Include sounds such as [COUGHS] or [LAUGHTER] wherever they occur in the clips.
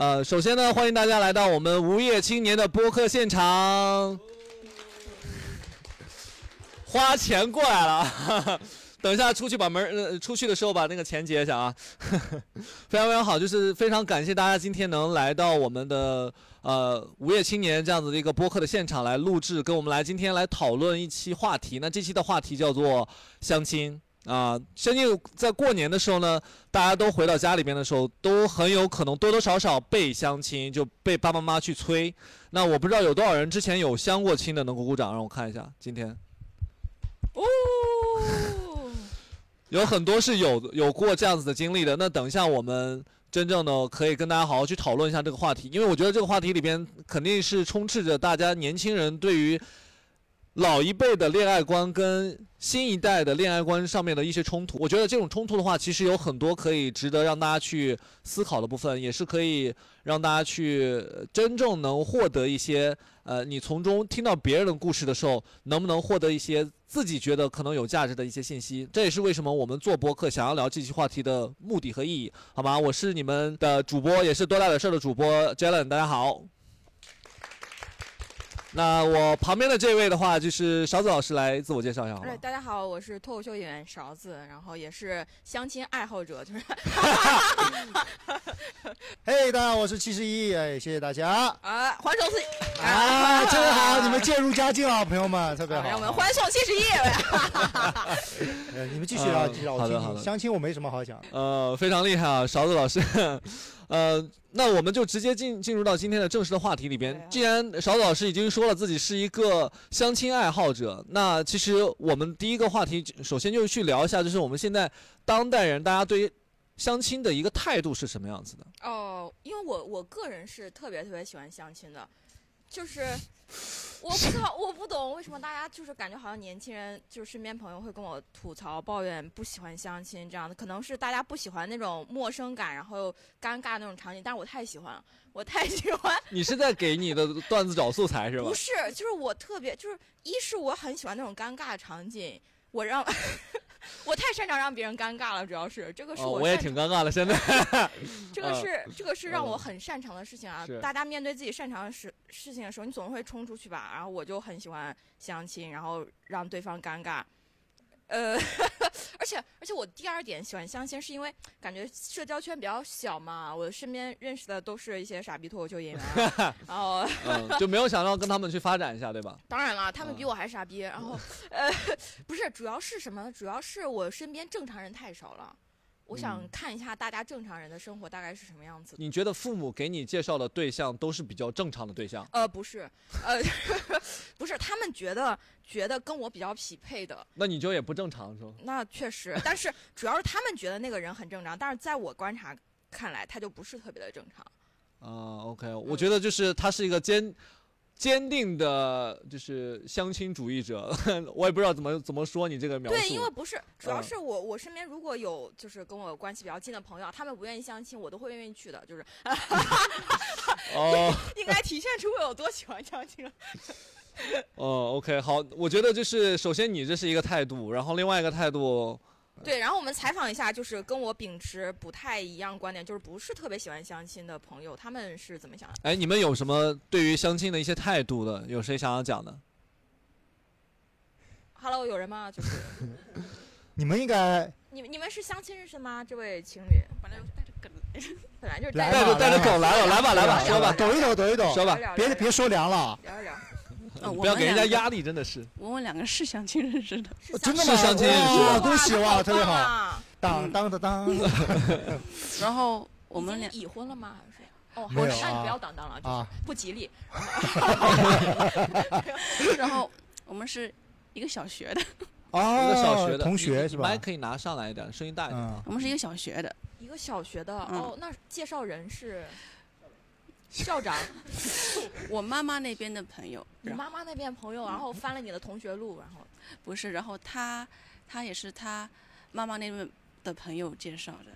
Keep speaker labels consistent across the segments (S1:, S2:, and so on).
S1: 呃，首先呢，欢迎大家来到我们无业青年的播客现场，花钱过来了。 [LAUGHS] 哈哈。等一下出去把门呃出去的时候把那个钱结一下啊， [LAUGHS] 非常非常好，就是非常感谢大家今天能来到我们的呃无业青年这样子的一个播客的现场来录制，跟我们来今天来讨论一期话题。那这期的话题叫做相亲啊、相信在过年的时候呢，大家都回到家里边的时候，都很有可能多多少少被相亲，就被爸爸妈妈去催。那我不知道有多少人之前有相过亲的，能鼓鼓掌让我看一下，今天。
S2: 哦，
S1: 有很多是有有过这样子的经历的。那等一下我们真正的可以跟大家好好去讨论一下这个话题，因为我觉得这个话题里边肯定是充斥着大家年轻人对于老一辈的恋爱观跟新一代的恋爱观上面的一些冲突。我觉得这种冲突的话，其实有很多可以值得让大家去思考的部分，也是可以让大家去呃真正能获得一些呃，你从中听到别人的故事的时候，能不能获得一些自己觉得可能有价值的一些信息？这也是为什么我们做播客想要聊这期话题的目的和意义，好吗？我是你们的主播，也是多大点事儿的主播 Jalen，大家好。那我旁边的这位的话，就是勺子老师来自我介绍一下好吗
S2: 哎，？大家好，我是脱口秀演员勺子，然后也是相亲爱好者，就是
S3: 嘿，大家好，我是七十一，哎，谢谢大家。
S2: 啊，欢送四
S3: 啊，真好，你们渐入佳境啊，朋友们，特别
S2: 啊，让我们
S3: 好。
S2: 欢送七十一位。
S3: 呃，你们继续啊，
S1: 啊
S3: 继续啊，
S1: 好的
S3: 我听
S1: 好
S3: 听。
S1: 的
S3: 相亲我没什么好讲，
S1: 呃，非常厉害啊，勺子老师。 [LAUGHS] 呃，那我们就直接进进入到今天的正式的话题里边
S2: 对啊。
S1: 既然勺子老师已经说了自己是一个相亲爱好者，那其实我们第一个话题，首先就去聊一下，就是我们现在当代人大家对于相亲的一个态度是什么样子的？
S2: 哦，因为我我个人是特别特别喜欢相亲的，就是我不知道我不懂为什么大家就是感觉好像年轻人就是身边朋友会跟我吐槽抱怨不喜欢相亲这样的，可能是大家不喜欢那种陌生感，然后又尴尬那种场景，但是我太喜欢了，我太喜欢
S1: 你是在给你的段子找素材是吧
S2: 啊不？是，就是我特别，就是一是我很喜欢那种尴尬的场景，我让， [LAUGHS] 我太擅长让别人尴尬了，主要是这个是
S1: 哦，
S2: 我
S1: 我也
S2: 擅
S1: 挺尴尬的，现在。
S2: [LAUGHS] 这个
S1: 嗯
S2: 是、这个是让我
S1: 嗯
S2: 很擅长的事情啊
S1: 是。
S2: 大家面对自己擅长的事事情的时候，你总会冲出去吧。然后我就很喜欢相亲，然后让对方尴尬。呃， [LAUGHS] 而且而且我第二点喜欢相亲，是因为感觉社交圈比较小嘛，我身边认识的都是一些傻逼脱口秀演员啊，
S1: [LAUGHS]
S2: 然后
S1: 嗯，就没有想到跟他们去发展一下，对吧？
S2: 当然了，他
S1: 嗯
S2: 们比我还傻逼。然
S1: [LAUGHS]
S2: 后，呃，不是，主要是什么呢？主要是我身边正常人太少了。我想
S1: 嗯
S2: 看一下大家正常人的生活大概是什么样子的。
S1: 你觉得父母给你介绍的对象都是比较正常的对象？
S2: 呃，不是，呃， [LAUGHS] 不是，他们觉得觉得跟我比较匹配的，
S1: 那你就也不正常是吧？
S2: 那确实，但是 [LAUGHS] 主要是他们觉得那个人很正常，但是在我观察看来，他就不是特别的正常。
S1: 啊，OK、o k 我觉得就是他是一个坚坚定的，就是相亲主义者。 [LAUGHS] 我也不知道怎么怎么说你这个描述。
S2: 对，因为不是，主要
S1: 嗯
S2: 是我、我身边如果有就是跟我关系比较近的朋友啊，他们不愿意相亲，我都会愿意去的，就是 [LAUGHS]
S1: 哦
S2: 应该体现出我有多喜欢相亲了。
S1: 哦，OK，好，我觉得就是首先你这是一个态度，然后另外一个态度，
S2: 对，然后我们采访一下，就是跟我秉持不太一样观点，就是不是特别喜欢相亲的朋友，他们是怎么想的？
S1: 哎，你们有什么对于相亲的一些态度的？有谁想要讲的？
S2: Hello，有人吗？就是 [LAUGHS]
S3: 你们应该
S2: 你们你们是相亲认识的吗？这位情侣
S4: 本来我带着梗，
S2: 本来就是
S3: 来
S1: 带着
S3: 吧
S1: 带着梗来了，来吧来吧，
S2: 来吧
S1: 说吧
S2: 来吧
S3: 抖一抖，抖一抖，
S1: 说吧，啊
S2: 吧
S3: 别别说凉了，
S2: 聊一聊，
S4: 呃
S1: 不要给人家。压力，真的是。
S4: 我们两个是相亲认识的，
S2: 是
S3: 哦真
S4: [LAUGHS]
S3: 的
S1: 是
S3: 吗？
S1: 相亲
S3: 哇，
S1: 是
S3: 恭喜哇，特别好，
S2: 好。
S3: 当当当
S1: [LAUGHS]
S3: 当
S4: 然后我
S2: 我
S4: 们俩
S2: 已婚了吗？还是？哦，
S3: 没
S2: 好的，
S3: 有
S2: 那
S3: 啊
S2: 你不要当当了，就是
S3: 啊！
S2: 不吉
S3: [LAUGHS]
S2: 利。 [LAUGHS]
S4: 然后我们是一个小学的，
S3: [LAUGHS] 哦，
S1: 一个小学的
S3: 同
S1: 你
S3: 学
S1: 你
S3: 是吧
S1: 麦？可以拿上来一点，声音大一点。
S3: 嗯，
S4: 我们是一个小学的，
S2: 一个小学的
S4: 嗯
S2: 哦，那介绍人是校 [LAUGHS] 长，
S4: 我妈妈那边的朋友，
S2: 你
S4: 然后
S2: 妈妈那边朋友，然后翻了你的同学录，然
S3: [LAUGHS]
S2: 后
S4: 不是，然后她她也是她妈妈那边的朋友介绍的，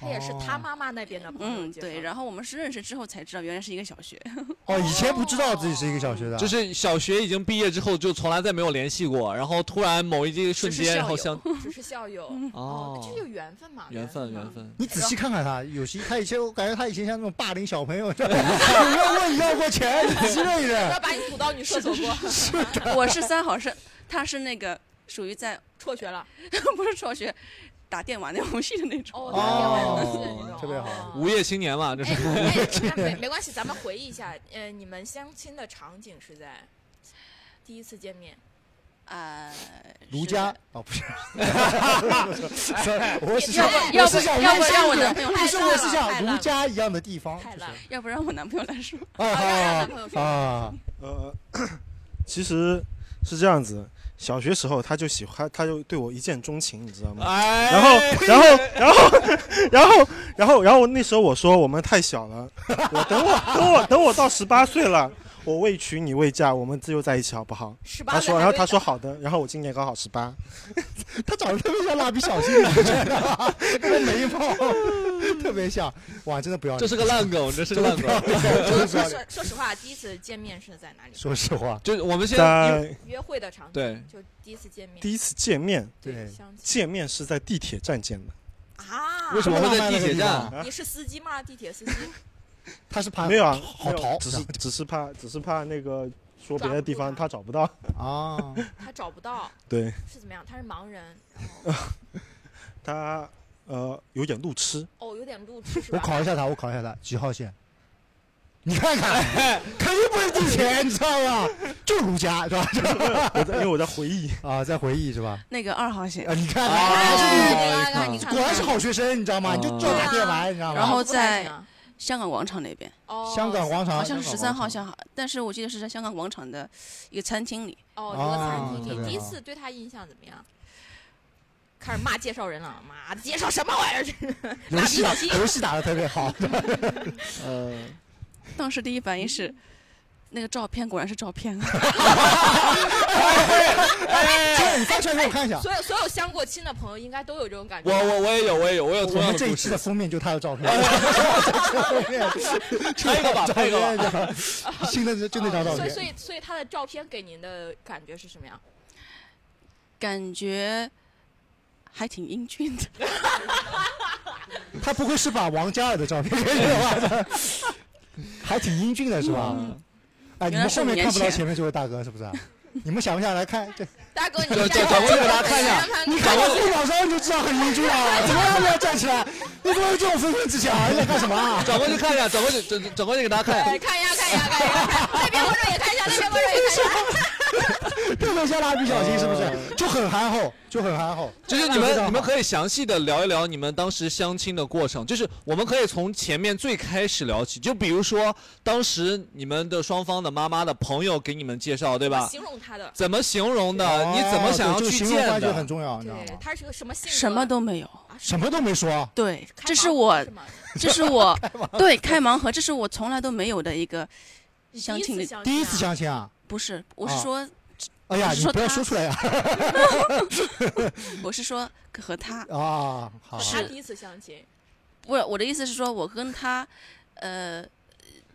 S2: 他也是他
S3: 哦
S2: 妈妈那边的朋友
S4: 嗯，
S2: 介绍的。
S4: 对。然后我们是认识之后才知道，原来是一个小学。
S3: 哦，以前不知道自己是一个小学的，啊
S1: 就是小学已经毕业之后就从来再没有联系过，然后突然某一个瞬
S4: 只
S1: 间，
S4: 是校友
S1: 然后相
S2: 只是校友，嗯
S1: 哦，
S2: 这就啊缘分嘛，
S1: 缘分
S2: 分嘛
S1: 缘。分，
S3: 你仔细看看他，有些他以前我感觉他以前像那种霸凌小朋
S1: [LAUGHS]
S3: 友，你 [LAUGHS] 要问你要过钱，你仔细认一
S2: 不
S3: 认
S2: 要。把你吐到女厕所过，
S4: 我 [LAUGHS] 是三好生，他是那个属于在
S2: 辍学了。
S4: [LAUGHS] 不是辍学，打电玩的游戏的那种。
S2: 哦，
S1: 哦
S3: 特别好
S1: 无业青年嘛，这
S2: 哎
S1: 是。
S2: 哎，那没没关系，咱们回忆一下，呃，你们相亲的场景是在第一次见面，
S3: [LAUGHS]
S4: 呃，
S3: 卢
S4: 是
S3: 家哦，不是，我是
S2: 要
S3: 想
S2: 不，
S4: 要
S3: 我
S4: 不
S3: 是想
S4: 要不
S3: 问
S4: 让我
S3: 这个
S4: 男朋友
S3: 不
S4: 来
S3: 是，
S2: 太烂
S3: 我是
S2: 了太
S3: 想
S2: 烂
S3: 如
S2: 了
S3: 家一样的地方，
S2: 太
S3: 就是
S2: 烂了哦
S4: 要不让我男朋友来说，
S5: 啊
S3: 哎
S2: 啊让让男
S3: 好
S2: 朋友
S3: 好好
S2: 说
S3: 啊，
S5: 呃， [COUGHS] 其实是这样子，小学时候他就喜欢，他就对我一见钟情，你知道吗？
S1: 哎，
S5: 然后，然后，然后，然后，然后，然后那时候我说我们太小了，我等我等我等我到十八岁了，我未娶你未嫁，我们自由在一起好不好？
S2: 十八
S5: 他
S2: 岁
S5: 说，
S2: 还
S5: 然后
S2: 没
S5: 他说
S2: 长
S5: 好的，然后我今年刚好十八，
S3: 他长得特别像蜡笔小新， [LAUGHS] 你不觉得吗？跟个眉
S5: [LAUGHS]
S3: 毛特别像，哇，啊真的不要脸，
S1: 这是个烂梗，这是个烂梗。
S3: [LAUGHS]
S2: 说说说说实话，第一次见面是在哪里？
S3: 说实话，
S1: 就是我们现在因为
S5: 在
S2: 约会的场景，
S1: 对，
S2: 就第一次见面，
S5: 第一次见面，
S3: 对，
S2: 相亲
S5: 见面是在地铁站见的。
S2: 啊？
S1: 为什么会在地铁
S5: 啊
S1: 站？
S2: 你是司机吗？地铁司机？
S3: 他是怕
S5: 没有啊，
S3: 好
S5: 没有
S3: 逃
S5: 只是只是怕，只是怕那个说
S2: 抓
S5: 别
S2: 不
S5: 的
S2: 住
S5: 地方
S2: 他
S5: 他找不到。
S3: 啊，
S2: [LAUGHS] 他找不到，
S5: 对
S2: 是怎么样？他是盲人，然后
S5: 他，呃，有点路痴，
S2: 哦，有点路痴是
S3: 我
S2: 吧？
S3: 考一下他，我考一下他几
S2: [LAUGHS]
S3: 号线？你看看，哎肯定不是地铁，你知道吧？就儒家是吧？ [LAUGHS]
S5: 我在因为 [LAUGHS] 我在回忆。
S3: 啊，在回忆是吧？
S4: 那个二号线
S3: 啊，，你看
S2: 哦
S1: 啊
S3: 看，
S1: 哎
S3: 是
S2: 你看看，你
S3: 你
S2: 看
S3: 果然是好学生，你知道吗？
S1: 啊
S3: 你就
S5: 哦
S3: 知道打电玩，你知道
S4: 然
S3: 吗？
S4: 后
S2: 不太
S4: 在
S2: 行啊
S4: 香港广场那边，
S2: 哦，
S3: 香港广场
S4: 好像是
S3: 香港
S4: 十三号
S3: 广
S4: 香港，但是我记得是在香港广场的一个餐厅里，
S2: 哦，一个餐
S3: 啊特
S2: 厅，
S3: 别
S2: 你第一
S3: 好
S2: 次对他印象怎么样？开始骂介绍人了，妈的，介绍什么玩意儿？
S3: 游戏啊
S2: 蜡笔小新
S3: 游戏打的特别好，
S5: 呃，
S4: 当时第一反应是。那个照片果然是照片啊！
S3: 这你翻出来给我看一下。
S2: 所有所有相过亲的朋友应该都有这种感觉
S1: 我
S2: 吧。
S1: 我我也有，我也有，我有同
S3: 我
S1: 样
S3: 们
S1: 的
S3: 这
S1: 故
S3: 一期
S1: 事
S3: 的。封面就他的照片，
S2: 哎
S3: 封面
S1: 拍一个
S3: [LAUGHS]
S1: 吧，拍一个吧。
S3: 吧，新的就那张照
S2: 所以
S3: 片
S2: 所。以所以他的照片给您的感觉是什么样？
S4: 感觉还挺英俊的。
S3: [LAUGHS] 他不会是把王嘉尔的照片给你吧？还挺英俊的是吧？
S4: 嗯
S3: 哎，你们后面看不到前面这位大哥是不是啊？你们想不想来看？这
S2: 大哥，你
S1: 这
S2: 站
S1: 这掌柜
S2: 起来
S1: 给大家看一下
S3: 你
S2: 看
S3: 看我后脑勺你就知道很英
S2: [LAUGHS]
S3: 俊啊！怎么样都要站起来？你怎么有这种分寸之想啊？你在干什么啊？
S1: 转过去看一下，转过去，转转过去给大家看一
S2: 哎
S1: 下。
S2: 看一下，看一下，看一下，看那边观众也看一下，那边观众也看一下。
S3: [LAUGHS]
S2: [LAUGHS]
S3: 特别像蜡笔小新是不
S1: 呃
S3: 是？就很憨厚，就很憨厚。
S1: [LAUGHS]
S3: [LAUGHS]
S1: 就是
S2: 哎
S1: 你
S3: 非常
S1: 们
S3: 好
S1: 你们可以详细的聊一聊你们当时相亲的过程，就是我们可以从前面最开始聊起，就比如说当时你们的双方的妈妈的朋友给你们介绍，对吧？
S2: 形容他的，
S1: 怎么形容的？
S3: 哦
S1: 你怎么想要
S3: 对
S1: 去
S3: 就形容
S1: 见
S3: 关系很
S1: 的？
S3: 重要，你知道
S2: 对
S3: [LAUGHS] 吗，？
S2: 他是个什么性格？
S4: 什么都没有。
S2: 啊，
S3: 什么都没说，
S4: 对，
S2: 开
S4: 这是
S2: 盲盒
S4: 我，
S2: 吗
S4: [LAUGHS] 这是我，对，开盲盒，这是我从来都没有的一个
S2: 你
S4: 相
S2: 第一
S4: 亲
S2: 次
S4: 的，
S2: 相
S3: 第一次
S2: 亲啊
S3: 相亲啊！
S4: 不是，我是
S3: 啊
S4: 说，
S3: 哎呀，
S4: 我是
S3: 你
S4: 说
S3: 不要
S4: 他
S3: 说出来呀！
S4: [LAUGHS] 我是说和他，
S3: [LAUGHS] 啊，
S2: 和
S3: 好，
S2: 他
S4: 是
S2: 第一次相亲，
S4: 不是我的意思是说，我跟他，呃。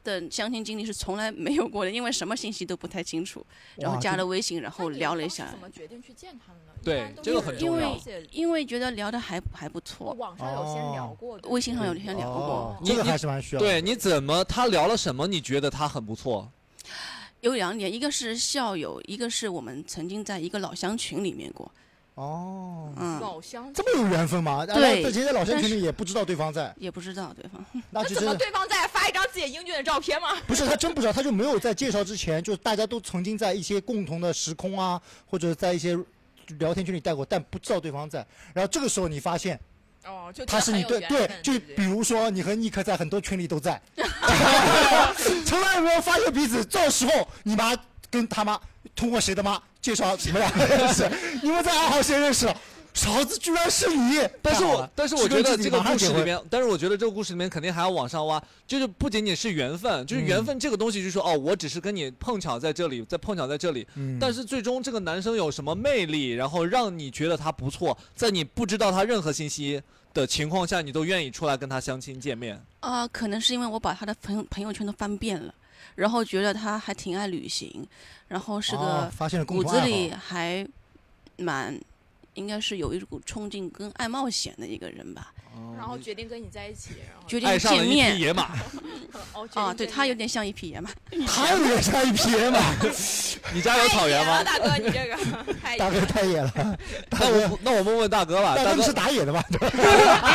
S4: 的相亲经历是从来没有过的，因为什么信息都不太清楚，然后
S3: 哇
S4: 加
S3: 这
S4: 了微信，然后
S2: 那你
S4: 聊了
S2: 当
S4: 一
S2: 时
S4: 下
S2: 怎，么决定去见他们呢？一
S1: 对
S2: 般都
S1: 这个
S2: 是
S1: 很
S4: 重要
S2: 了解
S4: 因为觉得聊的还还不
S2: 我
S4: 错，
S2: 网上有先聊过，对
S4: 微信上有先聊过，
S3: 哦
S1: 你
S3: 这个
S1: 你
S3: 还是蛮需要的。
S1: 对，你怎么他聊了什么？你觉得他很不错？
S4: 有两点，一个是校友，一个是我们曾经在一个老乡群里面过，
S3: 哦，
S4: 嗯，
S2: 老乡
S1: [LAUGHS]
S3: 这么有缘分吗？
S4: 对
S3: 而且在老乡
S4: 但
S3: 群
S4: 是
S3: 里也不知道对方在，
S4: 也不知道对方，
S3: 那
S2: 那怎
S3: 就真
S2: 么
S3: 的
S2: 对方再发一张自己英俊的照片吗？
S3: 不是
S4: [LAUGHS]
S3: 他真不知道，他就没有在介绍之前，就是大家都曾经在一些共同的时空啊，或者在一些聊天群里待过，但不知道对方在。然后这个时候你发现
S2: 哦，就
S3: 他是你对
S2: 对
S3: 对，就比如说你和尼克在很多群里都 [LAUGHS] 在，从来没有发现彼此。这时候你妈 [LAUGHS] 跟他妈通过谁的妈介绍你们俩认识，你们在二号线认识了。勺子居然是你！
S1: 但是
S3: 太好
S1: 我
S3: 了
S1: 但是我觉得这个故事里
S3: 是跟自己马上结
S1: 面
S3: 婚，
S1: 但是我觉得这个故事里面肯定还要往上挖，就是不仅仅是缘分，就是
S3: 嗯
S1: 缘分这个东西，就是说、哦，我只是跟你碰巧在这里，再碰巧在这里，
S3: 嗯
S1: 但是最终这个男生有什么魅力，然后让你觉得他不错，在你不知道他任何信息的情况下，你都愿意出来跟他相亲见面。
S4: 啊、可能是因为我把他的朋友朋友圈都翻遍了，然后觉得他还挺爱旅行，然后是
S3: 哦
S4: 个
S3: 发现了共
S4: 骨
S3: 同
S4: 子
S3: 爱好
S4: 里还蛮，应该是有一股冲劲跟爱冒险的一个人吧。
S1: 嗯
S2: 然后决定跟你在一起，然后
S4: 决定
S1: 爱上了
S4: 见
S1: 一匹
S4: 面
S1: 野
S4: [LAUGHS]
S1: 马，
S2: 哦，决定
S4: 啊，对
S2: 见
S4: 他有
S2: 面
S4: 点像一匹野马。
S3: 他有点像一匹野马，
S1: [LAUGHS] 你家有
S4: 啊
S1: 草
S2: 太野
S1: 原
S2: 了
S1: 吗？
S2: 哎大哥，你这个太野
S3: 大哥
S2: 了
S3: 太
S1: [LAUGHS]
S3: 野了，大
S1: 那我
S3: 哥
S1: 不那我问问大哥吧，
S3: 大
S1: 大
S3: 哥
S1: 哥
S3: 是打野的吧？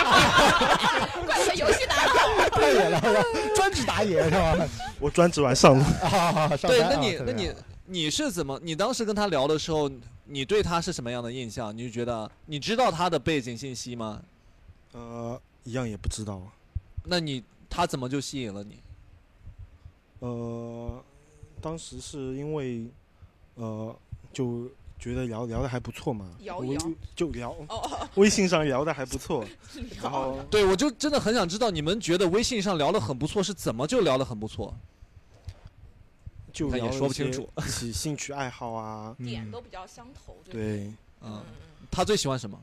S2: 怪不得游戏打不好。
S3: 太野了，是吧专职打野是吧？
S5: 我专职完上路，
S3: [LAUGHS] 啊，上
S1: 对，
S3: 班
S1: 那
S3: 啊
S1: 你
S3: 特
S1: 那
S3: 别
S1: 你
S3: 好
S1: 你是怎么？你当时跟他聊的时候，你对他是什么样的印象？你就觉得你知道他的背景信息吗？
S5: 呃，一样也不知道啊。
S1: 那你他怎么就吸引了你？
S5: 呃，当时是因为呃，就觉得聊聊的还不错嘛，
S2: 摇一
S5: 微
S2: 摇
S5: 就聊
S2: 哦，
S5: 微信上聊的还不错，然后
S1: [LAUGHS] 对，我就真的很想知道你们觉得微信上聊的很不错，是怎么就聊的很不错？
S5: 就
S1: 他也
S5: 聊了
S1: 说
S5: 一
S1: 不清
S5: 些
S1: 楚
S5: 一起兴趣爱好啊，
S2: [LAUGHS] 点
S3: 嗯
S2: 都比较相投，对不对？
S5: 对，
S1: 嗯
S2: 嗯，，
S1: 他最喜欢什么？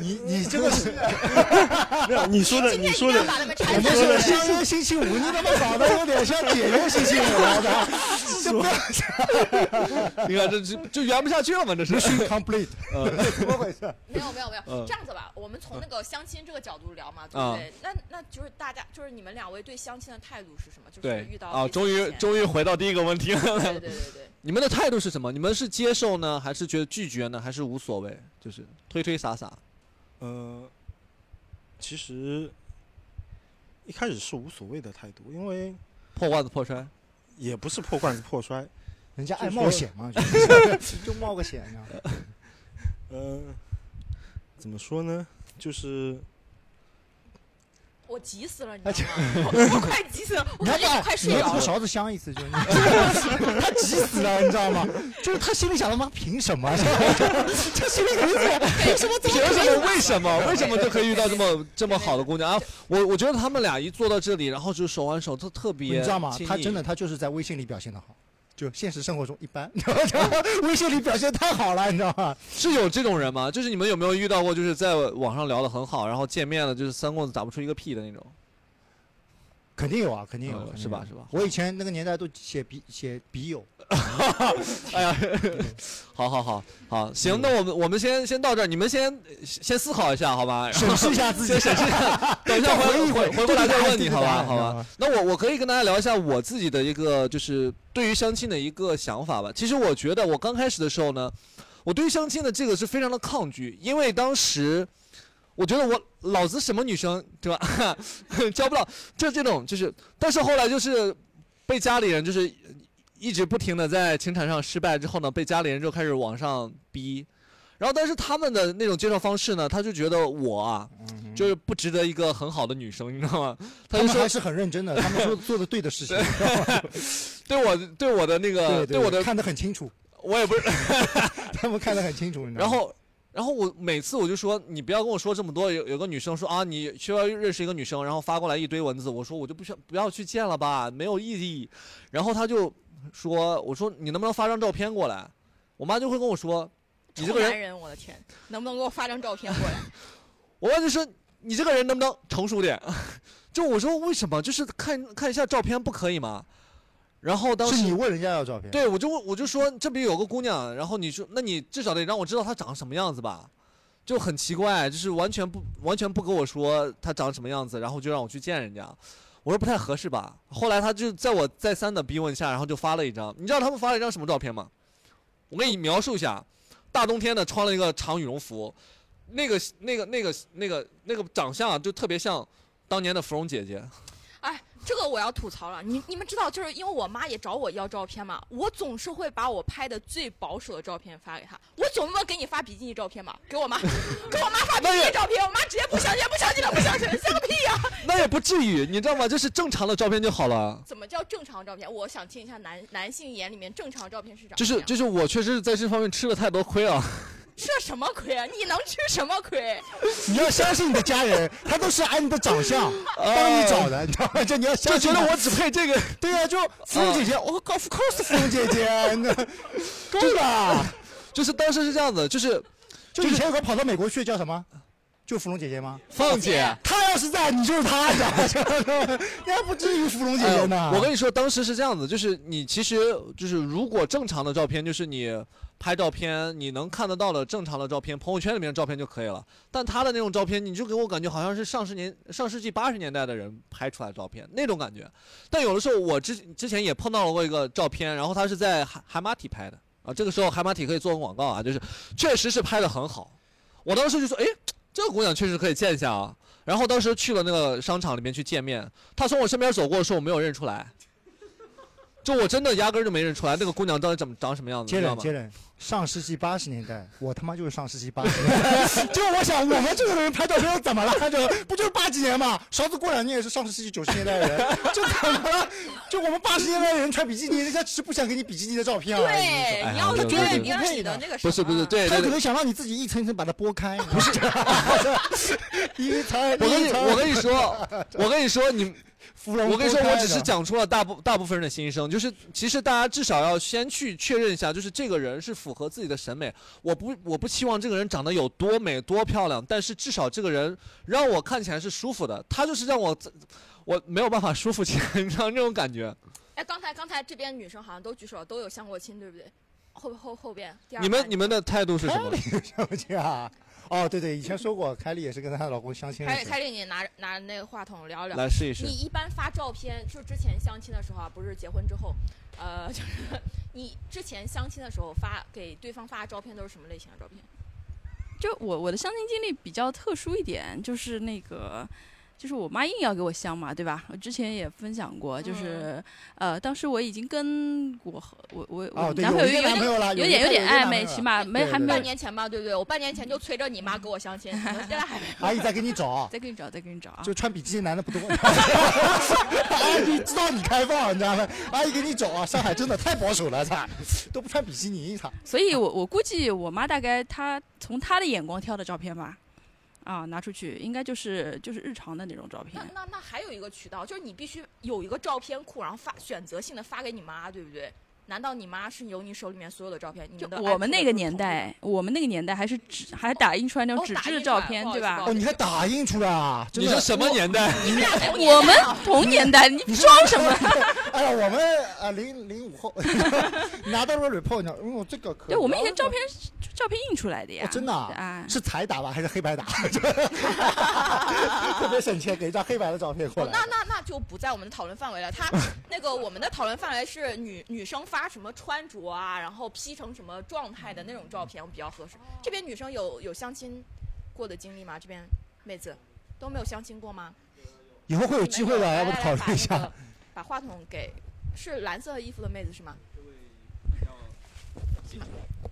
S3: 你你这个是
S5: [LAUGHS] 没有你说的你说的
S2: 把他们
S3: 我
S2: 缠
S3: 们
S2: 住
S3: 是
S2: 了
S3: 个。相约星期五，你怎么搞得有点像解忧星期五
S5: [LAUGHS]
S3: 啊了呢？这
S1: [LAUGHS]
S3: 不
S1: 你看这就就圆不下去了嘛，这是。
S3: mission complete，怎 [LAUGHS] 么回事？
S2: 没有没有没
S1: 嗯
S2: 有，这样子吧，我们从那个相亲这个角度聊嘛，对不对？那那就是大家就是你们两位对相亲的态度是什么？就是
S1: 对
S2: 遇到
S1: 啊，
S2: 彼此
S1: 终于
S2: 之前
S1: 终于回到第一个问题 [LAUGHS] 了。
S2: 对对对对，
S1: 你们的态度是什么？你们是接受呢，还是觉得拒绝呢，还是无所谓？就是推推搡
S2: [LAUGHS]
S1: 搡。
S5: 呃，其实一开始是无所谓的态度，因为
S1: 破罐子破摔，
S5: 也不是破罐子破摔，
S3: 人家爱
S5: 就说
S3: 冒险嘛，就是就冒个险呢。
S5: [LAUGHS] 呃，怎么说呢，就是
S2: 我急死了，你知道吗？我我快急死了，我
S3: 你要
S2: 感觉我
S3: 把
S2: 快
S3: 你
S2: 睡
S3: 要
S2: 着
S3: 把
S2: 了。
S3: 勺
S2: [LAUGHS]
S3: 子镶一次，就是你他急死了，你知道吗？就是他心里想的妈，凭什么？啊他心里肯定想，凭什么这
S1: 凭
S3: 么
S1: 什么？为
S2: [LAUGHS]
S1: 什么？为什么就可以遇到这么这么好的姑娘啊？我我觉得他们俩一坐到这里，然后就手挽手，特特别，
S3: 你知道吗？他真的，。他就是在微信里表现的好，就现实生活中一般。 [LAUGHS] 微信里表现太好了，你知道吗？
S1: 是有这种人吗？就是你们有没有遇到过，就是在网上聊的很好，然后见面了就是三棍子打不出一个屁的那种？
S3: 肯定有啊，肯定有，
S1: 嗯
S3: 肯定有
S1: 是吧是吧呃
S3: 我以前那个年代都写笔写笔友，
S1: 哎 [LAUGHS] 好好好好，行，那我们我们先先到这儿，你们先先思考一下，好吧？然后
S3: 审视一下自己
S1: [LAUGHS] 先，审视一下，等一下回
S3: 回忆
S1: 回
S3: 回
S1: 回过来再问你，好吧？
S3: 对对对
S1: 好
S3: 对
S1: 吧。那我我可以跟大家聊一下我自己的一个就是对于相亲的一个想法吧。其实我觉得我刚开始的时候呢，我对于相亲的这个是非常的抗拒，因为当时我觉得我老子什么女生对吧， [LAUGHS] 交不到，就这种就是。但是后来就是被家里人就是一直不停的在情场上失败之后呢，被家里人就开始往上逼。然后，但是他们的那种介绍方式呢，他就觉得我啊，
S3: 嗯
S1: 就是不值得一个很好的女生，你知道
S3: [LAUGHS]
S1: 吗？他
S3: 他
S1: 就
S3: 们
S1: 说
S3: 还是很认真的，他们
S1: [LAUGHS]
S3: 说做的对的事情，
S1: 对我对我的那个
S3: 对
S1: 我的，
S3: 看得嗯很清
S1: [LAUGHS]
S3: 楚，
S1: 我也不是。
S3: 他们看得很清楚，你知道
S1: 然
S3: 吗？
S1: 后，然后我每次我就说，你不要跟我说这么多。有有个女生说啊，你需要认识一个女生，然后发过来一堆文字，我说我就不需要不要去见了吧，没有意义。然后他就说，我说你能不能发张照片过来？我妈就会跟我说，你这
S2: 臭
S1: 个人
S2: 男人，我的天，能不能给我发张照片过来？
S1: 我妈就说你这个人能不能成熟
S3: [LAUGHS]
S1: 点？就我说为什么？就是看看一下照片不可以吗？然后当
S3: 是你
S1: 时
S3: 问人家要照片，
S1: 对我就问我就说这边有个姑娘，然后你说那你至少得让我知道她长什么样子吧，就很奇怪，就是完全不完全不跟我说她长什么样子，然后就让我去见人家。我说不太合适吧，后来他就在我再三的逼问下，然后就发了一张。你知道他们发了一张什么照片吗？我给你描述一下，大冬天的穿了一个长羽绒服，那个那个那个那个那个长相啊就特别像当年的芙蓉姐姐。 [LAUGHS]
S2: 哎，这个我要吐槽了，你你们知道，就是因为我妈也找我要照片嘛，我总是会把我拍的最保守的照片发给她，我总不能给你发比基尼照片吧？给我妈， [LAUGHS] 给我妈发比基尼照片，我妈直接不相信，不相信了，不相信了，相个屁呀、
S1: 那也不至于，你知道吗？就是正常的照片就好了。
S2: 怎么叫正常照片？我想听一下男男性眼里面正常照片是长
S1: 就
S2: 什么
S1: 是
S2: 样？
S1: 就是我确实在这方面吃了太多亏啊。
S2: 吃了什么亏啊？你能吃什么亏？
S3: 你要相信你的家人，他都是按你的长
S1: [LAUGHS]
S3: 相帮你找的，你知道吗？就你要相
S1: 哎就
S3: 信
S1: 觉
S3: 他。
S1: 得我只配这个，
S3: [LAUGHS]
S1: 哦
S3: 对
S1: [LAUGHS]
S3: 啊，就芙蓉姐哦姐，我 of course 芙蓉姐姐，那够了。
S1: 就是当时是这样子，就是
S3: 就以前有个跑到美国去的叫什么？就芙蓉姐姐吗？
S1: 放哎姐。
S3: 她要是在，你就是 [LAUGHS] 她，你知道吗？那不至于芙蓉姐姐呢。
S1: 哎我跟你说，当时是这样子，就是你其实就是如果正常的照片，就是你拍照片你能看得到的正常的照片，朋友圈里面的照片就可以了。但他的那种照片，你就给我感觉好像是上十年上世纪八十年代的人拍出来的照片那种感觉。但有的时候我之之前也碰到过一个照片，然后他是在海海马体拍的啊，这个时候海马体可以做个广告啊，就是确实是拍的很好。我当时就说，哎，这个姑娘确实可以见一下啊。然后当时去了那个商场里面去见面，她从我身边走过的时候，我没有认出来，就我真的压根儿就没认出来那个姑娘到底怎么长什么样子，
S3: 接
S1: 嗯你知道
S3: 人
S1: 吗
S3: 接？人，上世纪八十年代，我他妈就是上世纪八十
S1: [LAUGHS]
S3: 年代。就我想，我们这种人拍照片又怎么了？就不就是八几年嘛？勺子过两年也是上世纪九十年代的人，
S1: [LAUGHS]
S3: 就怎么了？就我们八十年代的人穿比基尼，人家只是不想给你比基尼的照片而已。
S2: 哦对，
S1: 哎
S2: 你
S1: 呀
S2: 要
S1: 我
S2: 是
S1: 就
S2: 给
S1: 觉
S2: 我
S1: 得
S2: 别人你的那个什
S1: 不
S2: 么啊
S1: 是不是，对
S3: 他
S1: 对
S3: 可
S1: 对。
S3: 能想让你自己一层一层把它剥开，不是？ [LAUGHS] 一层
S1: 我跟
S3: 一
S1: 你，
S3: 层，
S1: 我跟你说，我跟你说，你
S3: 芙蓉
S1: 我跟你说，
S3: 剥开
S1: 我只是
S3: 的
S1: 讲出了大部大部分人的心声，就是其实大家至少要先去确认一下，就是这个人是符合自己的审美。我不我不期望这个人长得有多美多漂亮，但是至少这个人让我看起来是舒服的。他就是让我自我没有办法舒服起来， [LAUGHS] 你知道那种感觉。
S2: 哎，刚才刚才这边女生好像都举手，都有相过亲，对不对？后后后边第二
S1: 你们
S2: 排
S1: 你们的态度是什
S3: 哎
S1: 么？
S3: 相亲啊。哦，对对，以前说过，凯莉也是跟她老公相亲认
S2: 凯
S3: 识的。
S2: 凯丽，你拿拿那个话筒聊一聊。
S1: 来试一试
S2: 你。一般发照片，就之前相亲的时候啊，不是结婚之后，呃， [LAUGHS] 就是你之前相亲的时候发给对方发的照片都是什么类型的照片？
S4: 就我我的相亲经历比较特殊一点，就是那个。就是我妈硬要给我相嘛，对吧？我之前也分享过，就是、呃，当时我已经跟我和我我我
S3: 哦，对，
S4: 男朋友
S3: 一个
S4: 有
S3: 男
S4: 点
S3: 朋友了，
S4: 有
S3: 一
S4: 点
S3: 个
S4: 有点
S3: 一个男
S4: 暧
S3: 朋友
S4: 昧，
S3: 了
S4: 起码没
S3: 对对
S4: 还没
S2: 半
S4: 有
S2: 年前吧，对不对？我半年前就催着你妈给我相亲，我现在还没
S3: [LAUGHS] 阿姨
S2: [LAUGHS]
S3: 在给你找
S1: [LAUGHS]
S3: 啊，
S4: 再给你找，再给你找啊！
S3: 就穿比基尼的男的不多。阿姨知道你开放，你知道吗？阿姨给你找啊，上海真的太保守了，操，都不穿比基尼，操。
S4: 所以我我估计我妈大概她从她的眼光挑的照片吧，啊，拿出去应该就是就是日常的那种照片
S2: 那。那那还有一个渠道，就是你必须有一个照片库，然后发选择性的发给你妈，对不对？难道你妈是有你手里面所有的照片？你
S4: 就
S2: 们的
S4: 我
S2: iPhone
S4: 们那个
S2: 都是
S4: 年
S2: 同步的
S4: 代，我们那个年代还是纸，还打印出来那种
S2: 哦
S4: 纸
S2: 打
S4: 质
S2: 印
S4: 的
S2: 出
S4: 照
S2: 来
S4: 片，
S2: 不好意思
S4: 对
S2: 不
S4: 吧
S2: 好？
S3: 哦，你还打印出来啊？真
S1: 你
S3: 的
S1: 是什么年代？
S2: 你们俩同年代
S4: 我们
S2: 啊
S4: 同年代，你
S3: 你是
S4: 装什么？？
S3: [LAUGHS] 哎呀，我们啊零零五后 [LAUGHS] 拿到了 report 呢，嗯，这个可以。
S4: 对，我们以前照片照片印出来的呀
S3: 哦，真的啊
S4: 啊，
S3: 是彩打吧，还是黑白
S4: [LAUGHS]
S3: 打？特别省钱，给一张黑白的照片过
S2: 哦
S3: 来。
S2: 那那那就不在我们的讨论范围了。
S3: [LAUGHS]
S2: 他那个我们的讨论范围是女女生发什么穿着啊，然后 P 成什么状态的那种照片比较合适。这边女生有有相亲过的经历吗？这边妹子都没有相亲过吗？
S3: 以后会有机会的，
S2: 来来
S3: 要不
S2: 来
S3: 讨论一
S2: 把,、
S3: 下
S2: 那个、把话筒给是蓝色衣服的妹子是吗？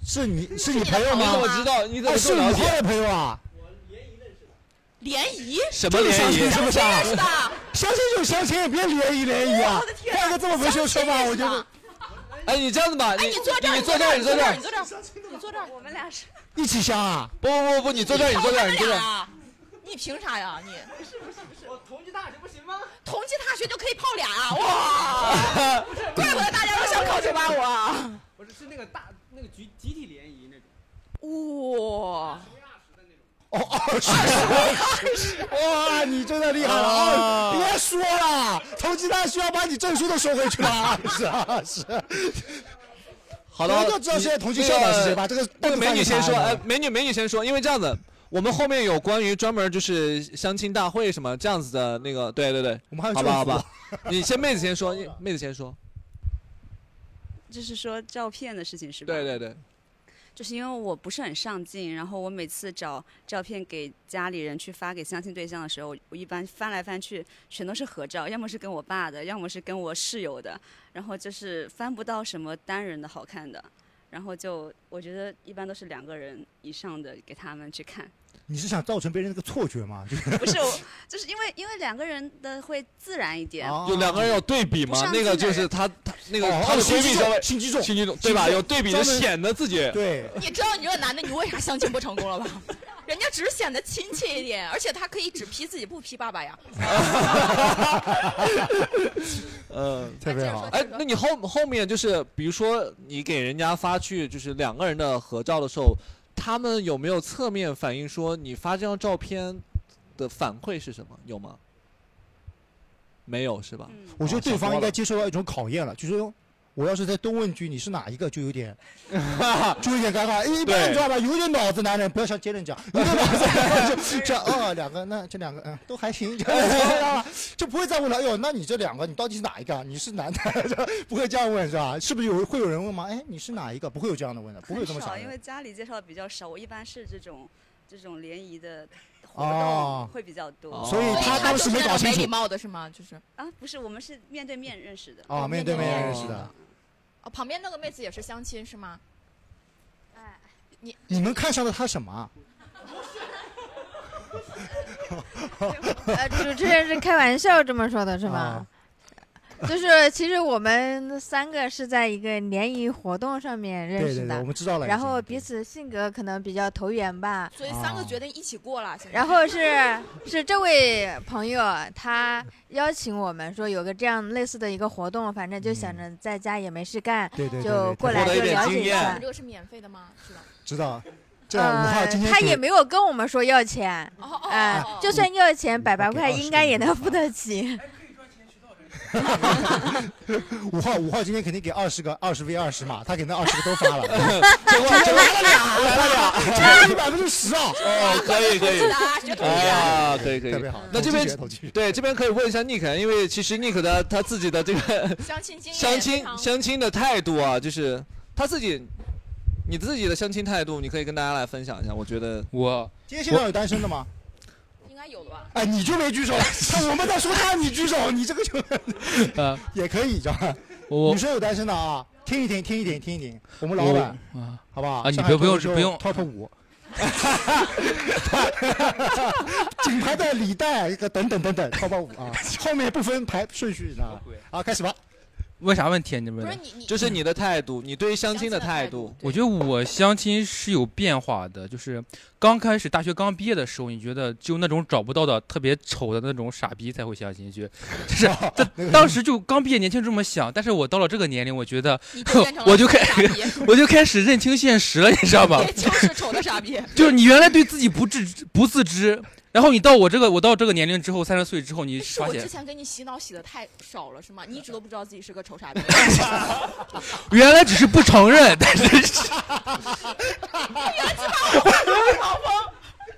S3: 是你是
S2: 是
S3: 你
S2: 你的
S3: 朋友
S2: 朋
S1: 那
S2: 友
S3: 吗
S1: 我
S2: 吗？
S1: 知道你怎
S3: 哦，
S1: 么
S3: 是
S1: 这
S3: 你
S1: 么了
S3: 后
S1: 解？
S3: 的朋友啊？
S2: 联谊
S1: 什么
S3: 这个
S1: 联
S3: 相
S1: 谊
S3: 亲？是不是啊？
S2: 是的，哎
S3: 相亲就相亲，别联谊联谊啊！换个这么文秀说法，我觉得
S1: 哎，你这样子吧，
S2: 哎，
S1: 你
S2: 你坐这儿，
S1: 你
S2: 坐
S1: 坐这儿，
S2: 你
S1: 你
S2: 坐
S1: 坐这
S2: 这
S1: 儿
S2: 儿，你，坐这儿，你坐这儿，
S4: 我们俩是
S3: 一起相啊！
S1: 不不不不，你坐这儿，你坐这儿，你坐这儿。
S2: 儿。你凭啥呀？你同济大学不行吗？同济大学就可以泡俩啊！哇，怪不得大家都 [LAUGHS] 想考九八五啊！
S6: 不是是那个大那个集集体联谊那种。
S2: 哇，
S3: 哦，二十，哇，你真的厉害了！
S1: 啊
S3: 哦，别说了，投机大需要把你证书都收回去了。二十，二十，
S1: 好
S3: 我
S1: 的，
S3: 就知道
S1: 你
S3: 现在同济校长是谁吧？这个
S1: 那个
S3: 豆腐饭
S1: 美女
S3: 是
S1: 先
S3: 他
S1: 说，
S3: 的
S1: 哎，美女美女先说，因为这样子，我们后面有关于专门就是相亲大会什么这样子的那个，对对对，
S3: 我们还有
S1: 好吧好
S3: 政府
S1: 吧，你先妹子先说，你妹子先说，
S7: 就是说照片的事情是吧？
S1: 对。对对，
S7: 就是因为我不是很上镜，然后我每次找照片给家里人去发给相亲对象的时候，我一般翻来翻去全都是合照，要么是跟我爸的，要么是跟我室友的，然后就是翻不到什么单人的好看的，然后就我觉得一般都是两个人以上的给他们去看。
S3: 你是想造成别人这个错觉
S4: [LAUGHS]
S3: 吗？就是
S7: 不是，我就是因为因为两个人的会自然一点。
S1: 有两个人有对比
S7: 不
S1: 吗？
S7: 上
S1: 那个
S7: 进的
S1: 就是
S7: 人
S1: 她，她那个
S3: 哦
S1: 她的闺蜜稍微
S3: 心机重，
S1: 心
S3: 心
S1: 机重，对吧？
S3: 心机重
S1: 有对比就
S3: 专门
S1: 显得自己
S3: 对，
S2: 你知道你这个男的，你为啥相亲不成功
S8: [LAUGHS]
S2: 了吧？人家只是显得亲切一点，而且他可以只批自己，不批爸爸呀。
S1: 嗯。
S3: 特别好。
S1: 哎，那你后后面就是，比如说你给人家发去就是两个人的合照的时候，他们有没有侧面反映说你发这张照片的反馈是什么？有吗？没有是吧？
S7: 嗯
S3: 我觉得对方应该接受到一种考验了，就是我要是再多问句你是哪一个，就有
S4: [LAUGHS]
S3: 点就有点尴尬。一般
S1: 对
S3: 你知道吧，有点脑子男人不要像接人讲，有点脑子男人 [LAUGHS] 就这样哦，两个那这两个嗯都还行，就 [LAUGHS] 就不会再问了。哎呦，那你这两个你到底是哪一个？你是男的， [LAUGHS] 就不会这样问是吧？是不是有会有人问吗？哎，你是哪一个？不会有这样的问的，不会有
S7: 很
S3: 这么
S7: 少，
S3: 想
S7: 因为
S3: 的。
S7: 家里介绍的比较少，我一般是这种这种联谊的活
S3: 哦
S7: 动会比较多、
S1: 哦
S3: 所以他当时没搞清
S2: 没礼
S3: 楚，
S2: 貌的是吗？就是
S7: 啊，不是，我们是面对面认识的
S3: 哦面
S2: 对面面
S1: 认识
S3: 的，
S2: 哦，旁边那个妹子也是相亲是吗？
S3: 你们看上了他什么啊？
S8: [LAUGHS] 呃，主持人是开玩笑这么说的是
S3: 啊
S8: 吗？就是其实我们三个是在一个联谊活动上面认
S3: 对
S8: 识
S3: 对对，我
S8: 的，
S3: 们知道了已经。
S8: 然后彼
S3: 对
S8: 此性格可能比较投缘吧。
S2: 所以三个
S3: 哦
S2: 决定一起过了。现在
S8: 嗯然后是是这位朋友，他邀请我们说有个这样类似的一个活动，反正就想着在家也没事干，
S3: 嗯对对对
S8: 就
S3: 对
S8: 过
S3: 对
S8: 来
S1: 获得一
S8: 就
S1: 点
S8: 了
S1: 经
S8: 解一
S1: 验
S2: 我
S8: 下
S2: 们这。个是免费的吗？是吧？
S3: 知道。 [LAUGHS] 这五号
S8: 呃
S3: 今天，
S8: 他
S3: 主
S8: 也没有跟我们说要钱，
S2: 哦哦
S8: 哎、
S2: 哦，
S8: 就算要钱，百把
S3: 给
S8: 块
S3: 20
S8: 应该也能付得起。
S3: 五号五号今天肯定给二十个二十 v 二十嘛，他给那二十个都发 [LAUGHS] 了，
S1: 结果结果
S3: 来了俩，差 [LAUGHS] 一百分之十啊！
S1: 哦，可以 [LAUGHS] 可以，哎呀，可以可
S3: 特
S1: 以
S3: 别。好，
S1: 那这边
S3: 投进去
S1: 对，这边可以问一下 Nick，因为其实 Nick 的他自己的这个
S2: 相亲经验
S1: 相
S2: 非
S1: 亲
S2: 常
S1: 相亲的态度啊，就是他自己你自己的相亲态度，你可以跟大家来分享一下。我觉得
S9: 我
S3: 今天现场有单身的吗？
S2: 应该有的吧？
S3: 哎，你就没举手，我们在说他，你举手，你这个就 [LAUGHS]
S9: 呃，
S3: 也可以，知道吧？
S9: 我
S3: 女生有单身的啊，听一听，听一听，听一听，我们老板
S9: 我啊，
S3: 好不好？
S9: 啊你
S3: 上海
S9: 不不用
S3: 脱口秀
S9: 不用
S3: top 五。 [LAUGHS] 金牌的李诞，一个等等等等，top 五啊，后面不分排顺序，你知道吧？好，开始吧。
S9: 问啥问题啊？你
S2: 不
S9: 问
S2: 是
S9: 的？
S2: 你你
S1: 就是你的态度，你对相亲的态度。，
S9: 我觉得我相亲是有变化的，就是刚开始大学刚毕业的时候，你觉得只有那种找不到的特别丑的那种傻逼才会相亲
S1: [LAUGHS]
S9: 去，就是
S3: 那个
S9: 当时就刚毕业年轻这么想，但是我到了这个年龄，我觉得
S2: 你就变成了
S9: 我就
S2: 丑的
S9: 开
S2: [LAUGHS] 傻逼，
S9: 我就开始认清现实了，你知道吧？
S2: [LAUGHS] 就是丑的傻
S3: [LAUGHS]
S2: 逼。啊
S9: 就是你原来对自己不自知不自知，然后你到我这个我到这个年龄之后，三十岁之后，你
S2: 是
S9: 发
S2: 我之
S9: 现
S2: 前给你洗脑洗的太少了是吗？你一直都不知道自己是个丑傻
S8: [LAUGHS]
S2: 逼。
S9: 原来只是不承认，但是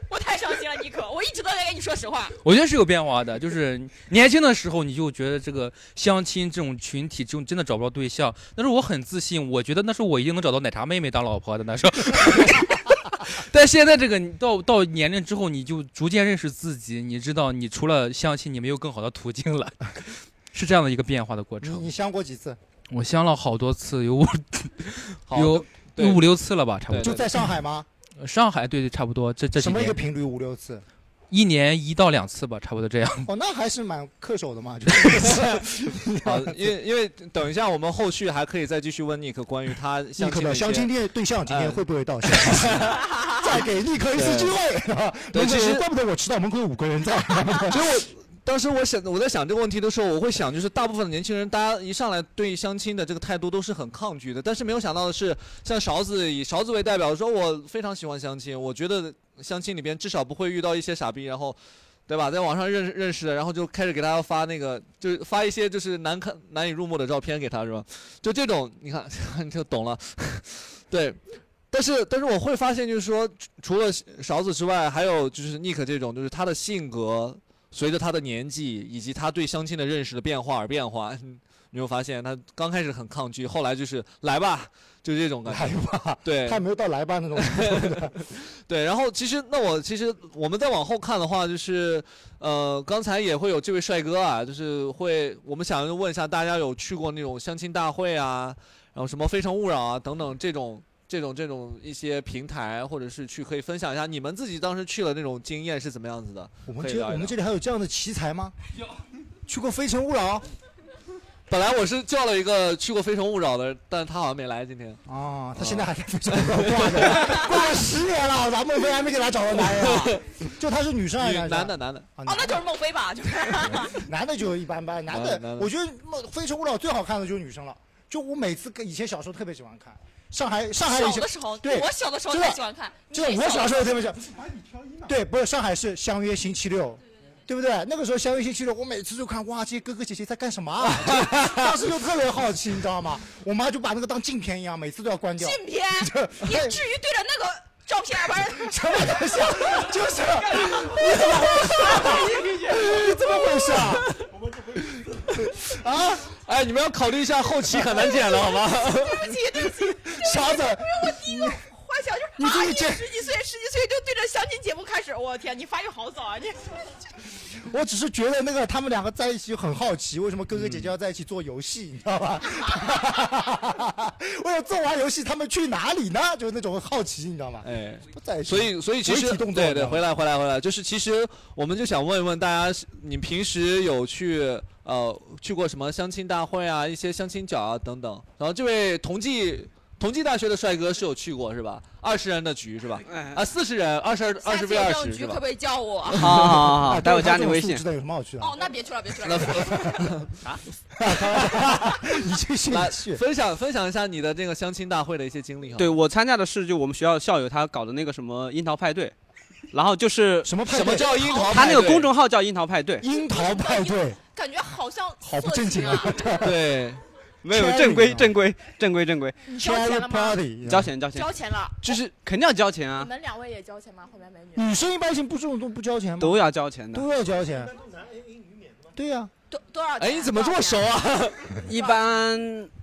S2: 我太伤心了，妮可，我一直都在跟你说实话。
S9: 我觉得是有变化的，就是年轻的时候你就觉得这个相亲这种群体，这种真的找不到对象。但是我很自信，我觉得那时候我一定能找到奶茶妹妹当老婆的。那时候， [LAUGHS] 但现在这个你到到年龄之后，你就逐渐认识自己，你知道你除了相亲，你没有更好的途径了， [LAUGHS] 是这样的一个变化的过
S3: 你
S9: 程
S3: 你。相过几次？
S9: 我相了好多次，有五
S1: 好，
S9: 有
S1: 对
S9: 有五六次了吧，差不
S1: 对
S9: 多。
S3: 就在上海吗？
S9: 上海对对，差不多这这几
S3: 什么一个
S9: 年
S3: 频率五六次？
S9: 一年一到两次吧，差不多这样。
S3: 哦，那还是蛮恪守的嘛，就是
S1: 好，啊因为因为等一下我们后续还可以再继续问 Nick 关于他
S3: 立
S1: 相
S3: 刻
S1: 亲
S3: 的
S1: 一些
S3: 相亲对对象今天会不会到现场？再给立刻一次机 [LAUGHS] 会，啊
S1: 对
S3: 门口
S1: 其实
S3: 怪不得我迟到，门口有五个人在。
S1: 啊 [LAUGHS] 其实我当时我想我在想这个问题的时候，我会想，就是大部分的年轻人，大家一上来对相亲的这个态度都是很抗拒的。但是没有想到的是，像勺子以勺子为代表，说我非常喜欢相亲，我觉得相亲里边至少不会遇到一些傻逼，然后。对吧？在网上认识认识的，然后就开始给大家发那个，就是发一些就是难看、难以入目的照片给他，是吧？就这种，你看 [LAUGHS] 你就懂了。对，但是但是我会发现，就是说，除除了勺子之外，还有就是 Nick 这种，就是他的性格随着他的年纪以及他对相亲的认识的变化而变化。 [LAUGHS] 你会发现他刚开始很抗拒，后来就是来吧，就是这种感觉。来
S3: 吧，
S1: 对， [LAUGHS]
S3: 他也没有到来吧那种程度的
S1: 对，然后其实那我其实我们再往后看的话，就是呃，刚才也会有这位帅哥啊，就是会我们想问一下大家有去过那种相亲大会啊，然后什么《非诚勿扰》啊等等这种这种这种一些平台，或者是去可以分享一下你们自己当时去了那种经验是怎么样子的？
S3: 我们
S1: 可以
S3: 这
S1: 聊一
S3: 我们
S1: 聊
S3: 这里还有这样的奇才吗？有，去过《非诚勿扰》
S1: 本来我是叫了一个去过《非诚勿扰》的，但他好像没来今天。
S3: 啊， [LAUGHS] 他现在还在《非诚勿扰》挂着，挂了十年了，咱孟非还没给他找到男人啊？就他是女生还
S1: 女
S3: 是男
S1: 男
S3: 生？
S1: 的男的，
S3: 啊，
S2: 哦，那就是孟非吧，就是
S3: [LAUGHS] 男的就一般般，男
S1: 男的
S3: 的
S1: 男的
S3: 我觉得《非诚勿扰》最好看的就是女生了。就我每次跟以前小时候特别喜欢看，上海上海以
S2: 小
S3: 前
S2: 的时候，
S3: 对
S2: 我小的时候
S3: 真的
S2: 才喜欢看，
S3: 这个
S2: 你
S3: 我小时候特别喜
S6: 想
S3: 欢，
S6: 把你挑一嘛。
S3: 对，不是上海是相约星期六。对不对？那个时候相约星期六，我每次就看哇，这些哥哥姐姐在干什么、
S2: [LAUGHS]
S3: 啊？就当时就特别好奇，你知道吗？我妈就把那个当镜片一样，每次都要关掉。
S2: 禁片，
S3: [LAUGHS]
S2: 你至于对着那个照片儿吗？
S3: 哎什么东西啊？就是 [LAUGHS] 你怎么回事啊？你怎么回事啊？啊，
S1: 哎，
S3: [LAUGHS]
S1: 你们要考虑一下后期很难剪了，好吗？
S2: 对不起，对不起，
S3: 傻子，
S2: 我第一个幻想就是
S3: 你
S2: 啊，
S3: 这
S2: 你
S3: 个这
S2: 十几岁，十几岁就对着相亲节目开始，我天，你发育好早啊！你
S3: 我只是觉得那个他们两个在一起很好奇，为什么哥哥姐
S1: 嗯
S3: 姐要在一起做游戏，你知道吧？ [LAUGHS] 为了做完游戏，他们去哪里呢？就是那种好奇，你知道吗？
S1: 哎，
S3: 不在一起，
S1: 所以，所以其
S3: 集
S1: 实
S3: 体动作
S1: 对
S3: 你知
S1: 对，
S3: 道吗
S1: 回来回来回来，就是其实我们就想问一问大家，你平时有去呃去过什么相亲大会啊，一些相亲角啊等等。然后这位同济同济大学的帅哥是有去过是吧？二十人的局是吧？
S6: 哎
S1: 啊，四十人，二十二
S2: 下
S1: 十
S2: 次
S1: v 二
S2: 有证
S1: 十
S2: 据
S1: 是
S2: 可
S1: 吧
S2: 不？可以叫我？
S6: 好好好好
S3: 啊
S6: 好，待会加你微
S3: 这种
S6: 信
S3: 素质。的有什么好去的？
S2: 哦，那别去了，别去了
S1: 那。
S2: 别去了
S6: [LAUGHS]
S3: [LAUGHS] 你这些
S1: 啊来
S3: 去，
S1: 分享分享一下你的这个相亲大会的一些经历哈。
S6: 对我参加的是就我们学校校友他搞的那个什么樱桃派对，然后就是
S3: 什么派
S1: 什么
S3: 对？
S1: 叫樱桃派对？
S6: 他那个公众号叫樱桃派对，
S3: 樱桃派对，
S2: 感觉好像
S3: 好不正经
S2: 色情啊！
S3: 啊！
S1: 对，
S6: 没有
S3: Cherry
S6: 正规
S3: 啊
S6: 正规正规正规，
S2: 你交钱
S3: Cherry
S2: 了吗？
S3: Party，
S6: 交钱交钱，
S2: 交钱了，
S6: 就是肯定要交钱
S2: 你
S6: 啊，
S2: 们两位也交钱吗？后面美女
S3: 女生一般性不主动不交钱吗？
S6: 都要交钱的。
S3: 都要交钱。对呀、
S2: 多多少钱？
S1: 哎，你怎么这么熟啊？
S6: 一般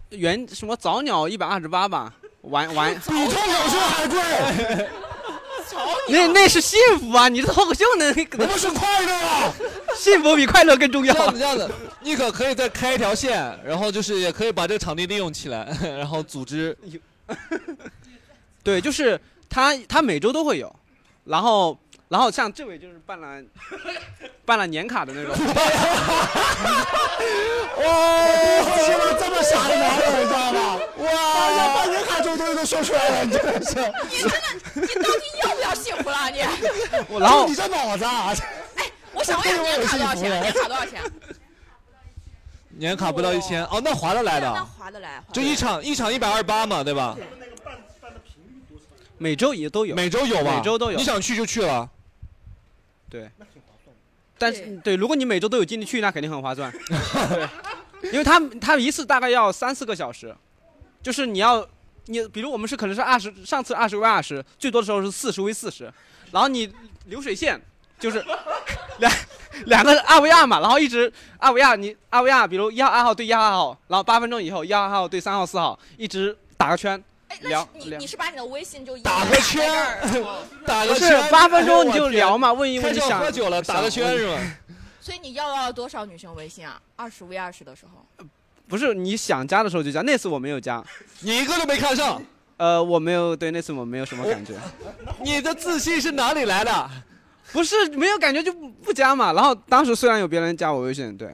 S6: 原什么早鸟一百二十八吧，玩玩
S3: 比脱口秀还贵，
S6: 那那是幸福啊！你这脱口秀呢？
S3: 我们是快乐啊！
S6: [LAUGHS] 幸福比快乐更重
S1: 这样
S6: 要
S1: 子，。这样子，你可可以再开一条线，然后就是也可以把这个场地利用起来， [LAUGHS] 然后组织
S6: 对，就是他他每周都会有，然后然后像这位就是办了办了年卡的那种，
S3: 哇，希望这么傻的男人，你知道吗？哇，要把银卡这种东西都说出来了，你真的是，
S2: 你真的，你到底要不要幸福
S1: [LAUGHS]
S2: 了？你，哎
S6: 我然后
S3: 就你这脑子啊！
S2: 我想问一下，年卡多少钱？年卡多少钱？
S1: 年卡不到一千哦，那划得来
S2: 那
S1: 的，
S2: 划得来，划得
S1: 就
S2: 来
S1: 一场一场一百二八嘛，对吧？
S6: 每周也都有，
S1: 每周有吧？
S6: 每周都有
S1: 你想去就去了。
S6: 对，但是对，如果你每周都有精力去，那肯定很划算， [LAUGHS] 对，因为他他一次大概要三四个小时，就是你要你比如我们是可能是二十，上次二十 v 二十，最多的时候是四十 v 四十，然后你流水线就是 [LAUGHS] 两两个二 v 二嘛，然后一直二 v 二你二 v 二，比如一号二号对一号二号，然后八分钟以后一号二号对三号四号，一直打个圈，
S2: 哎，那
S6: 聊
S2: 是你
S6: 聊
S2: 你是把你的微信就一
S1: 打
S2: 直
S1: 个
S2: 在
S1: 圈
S2: 那儿
S1: 打
S6: 不
S1: 个
S6: 是
S1: 圈
S6: 八分钟你
S1: 哎
S6: 就
S1: 我天
S6: 聊嘛，问一问
S1: 开
S6: 你
S1: 始
S6: 想
S1: 喝酒了，打个圈是吧？
S2: 所以你要到多少女生微信啊？二十 v 二十的时候，
S6: [LAUGHS] 不是你想加的时候就加，那次我没有加，
S1: [LAUGHS] 你一个都没看上，
S6: 呃，我没有对那次我没有什么感觉，
S1: 你的自信是哪里来的？
S6: 不是没有感觉就不不加嘛。然后当时虽然有别人加我微信，对，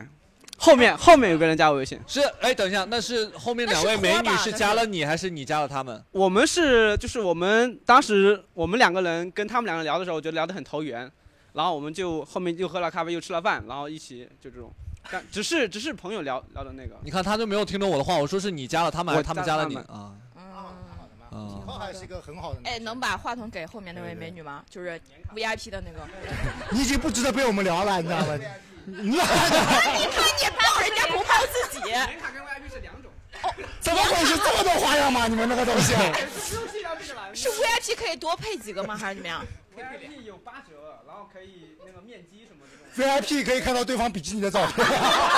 S6: 后面后面有别人加我微信，
S1: 是哎，等一下，那是后面两位美女是加了你，还是你加了他们？
S6: 我们是就是我们当时我们两个人跟他们两个人聊的时候就聊得很投缘，然后我们就后面又喝了咖啡又吃了饭，然后一起就这种，但只是只是朋友聊聊的那个，
S1: 你看他就没有听懂我的话，我说是你加了他们，还
S6: 我
S1: 是他们加
S6: 加了
S1: 了你
S6: 他
S1: 啊？
S2: 嗯，
S1: 啊
S3: 浩哦海是一个很好的，
S2: 哎，能把话筒给后面那位美女吗？就是 VIP 的那个。
S3: 你已经不值得被我们聊了，你知道吗？ [LAUGHS] 你
S2: 你看你泡人家不泡自己，
S6: 年卡跟 VIP 是两种，
S3: 怎么回事？
S2: [LAUGHS]
S3: 这么多花样吗？你们那个东西？啊
S2: 是 VIP 可以多配几个吗？还是怎么样？
S6: VIP 有八折，然后可以那个面基什么的。
S3: VIP 可以看到对方比基尼的照片，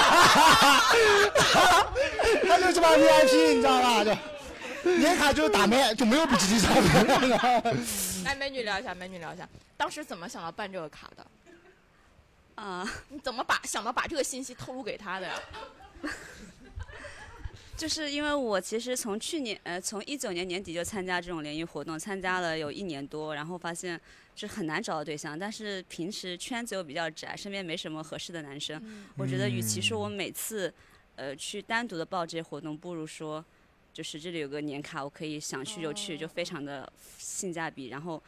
S3: [LAUGHS] 他就是把 VIP，你知道吧？就年卡就是打麦，就没有比基尼照片。
S2: [LAUGHS] 来，美女聊一下，美女聊一下，当时怎么想到办这个卡的？
S7: 啊、
S2: 你怎么把想到把这个信息透露给他的呀？
S7: 就是因为我其实从去年呃从一九年年底就参加这种联谊活动，参加了有一年多，然后发现是很难找到对象，但是平时圈子又比较窄，身边没什么合适的男生，我觉得与其说我每次呃去单独的报这些活动，不如说就是这里有个年卡，我可以想去就去，就非常的性价比，然后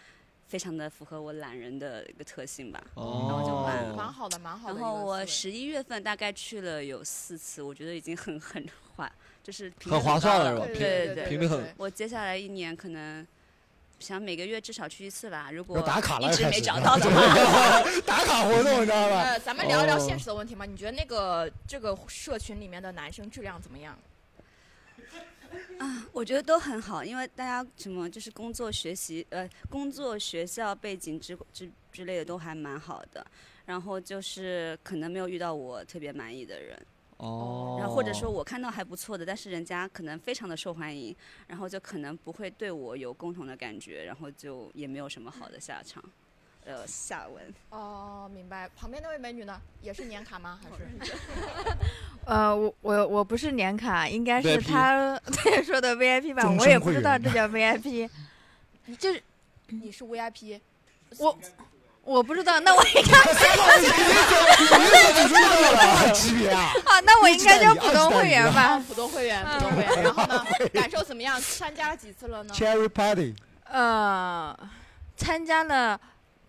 S7: 非常的符合我懒人的一个特性吧。
S2: 哦
S7: 然后就办了。
S2: 蛮好的，蛮好的一
S7: 哦然
S2: 个思维。
S7: 后我十一月份大概去了有四次，我觉得已经很 [LAUGHS] 很划，就是频
S1: 很
S7: 率
S1: 划
S7: 高
S1: 算了是吧
S7: 对
S1: 频
S7: 对
S1: 频率很
S7: 我接下来一年可能想每个月至少去一次吧，如果
S3: 要打卡了
S7: 一直
S3: 开
S7: 没
S3: 始
S7: 找到的话。 [LAUGHS]
S3: 对 [LAUGHS] 打卡活动，你知道吧
S2: 呃，？咱们聊一聊现
S3: 哦
S2: 实的问题嘛？你觉得那个这个社群里面的男生质量怎么样？
S7: 啊，我觉得都很好，因为大家什么就是工作、学习，呃，工作、学校背景之之之类的都还蛮好的。然后就是可能没有遇到我特别满意的人，
S1: 哦
S7: 然后或者说我看到还不错的，但是人家可能非常的受欢迎，然后就可能不会对我有共同的感觉，然后就也没有什么好的下场，呃，下文。
S2: 哦，明白。旁边那位美女呢？也是年卡吗？还是？
S8: 呃，我我我不是年卡，应该是
S1: VIP
S8: 他对说的 VIP 吧，
S3: 终
S8: 我
S3: 身
S8: 也不
S3: 会
S8: 知道
S3: 员
S8: 这叫 VIP，
S2: 你就是你是 VIP，
S8: 我我不知道，那我应
S3: 你这你这怎么到了级别啊？
S8: 该啊，那我应该叫
S3: 一级代理
S8: 普通会员
S2: 啊，
S8: 吧？
S2: 普通会员，普通会 [LAUGHS] 员。然后呢，感受怎么样？参加了几次了呢？
S3: Cherry Party，
S8: 呃，参加了。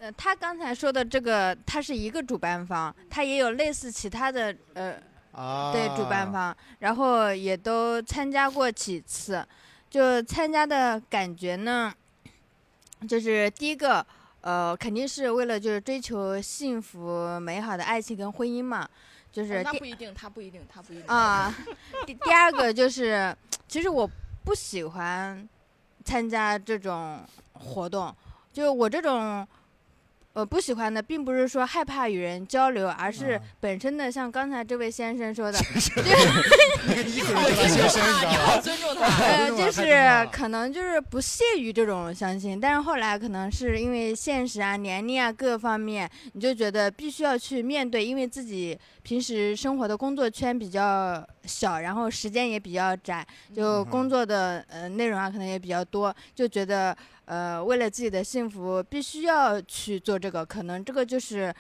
S8: 呃，他刚才说的这个，他是一个主办方，他也有类似其他的呃
S3: 啊，
S8: 对主办方，然后也都参加过几次，就参加的感觉呢，就是第一个，呃，肯定是为了就是追求幸福美好的爱情跟婚姻嘛，就是
S2: 哎哦那
S8: 第
S2: 不一定，他不一定，他不一定。
S8: 啊，第第二个就是，其实我不喜欢参加这种活动，就我这种。呃，不喜欢的，并不是说害怕与人交流，而是
S3: 啊
S8: 本身的，像刚才这位先生说的，
S3: 那个一个人的学生，你知道吧？
S2: 尊
S3: [LAUGHS]
S2: 重他。
S8: 呃，
S3: 这种还
S8: 就
S3: 太
S8: 是
S3: 重要了
S8: 可能就是不屑于这种相亲，但是后来可能是因为现实啊、年龄啊各方面，你就觉得必须要去面对，因为自己平时生活的工作圈比较小，然后时间也比较窄，
S3: 嗯
S8: 就工作的呃内容啊可能也比较多，就觉得呃为了自己的幸福必须要去做这个，可能这个就是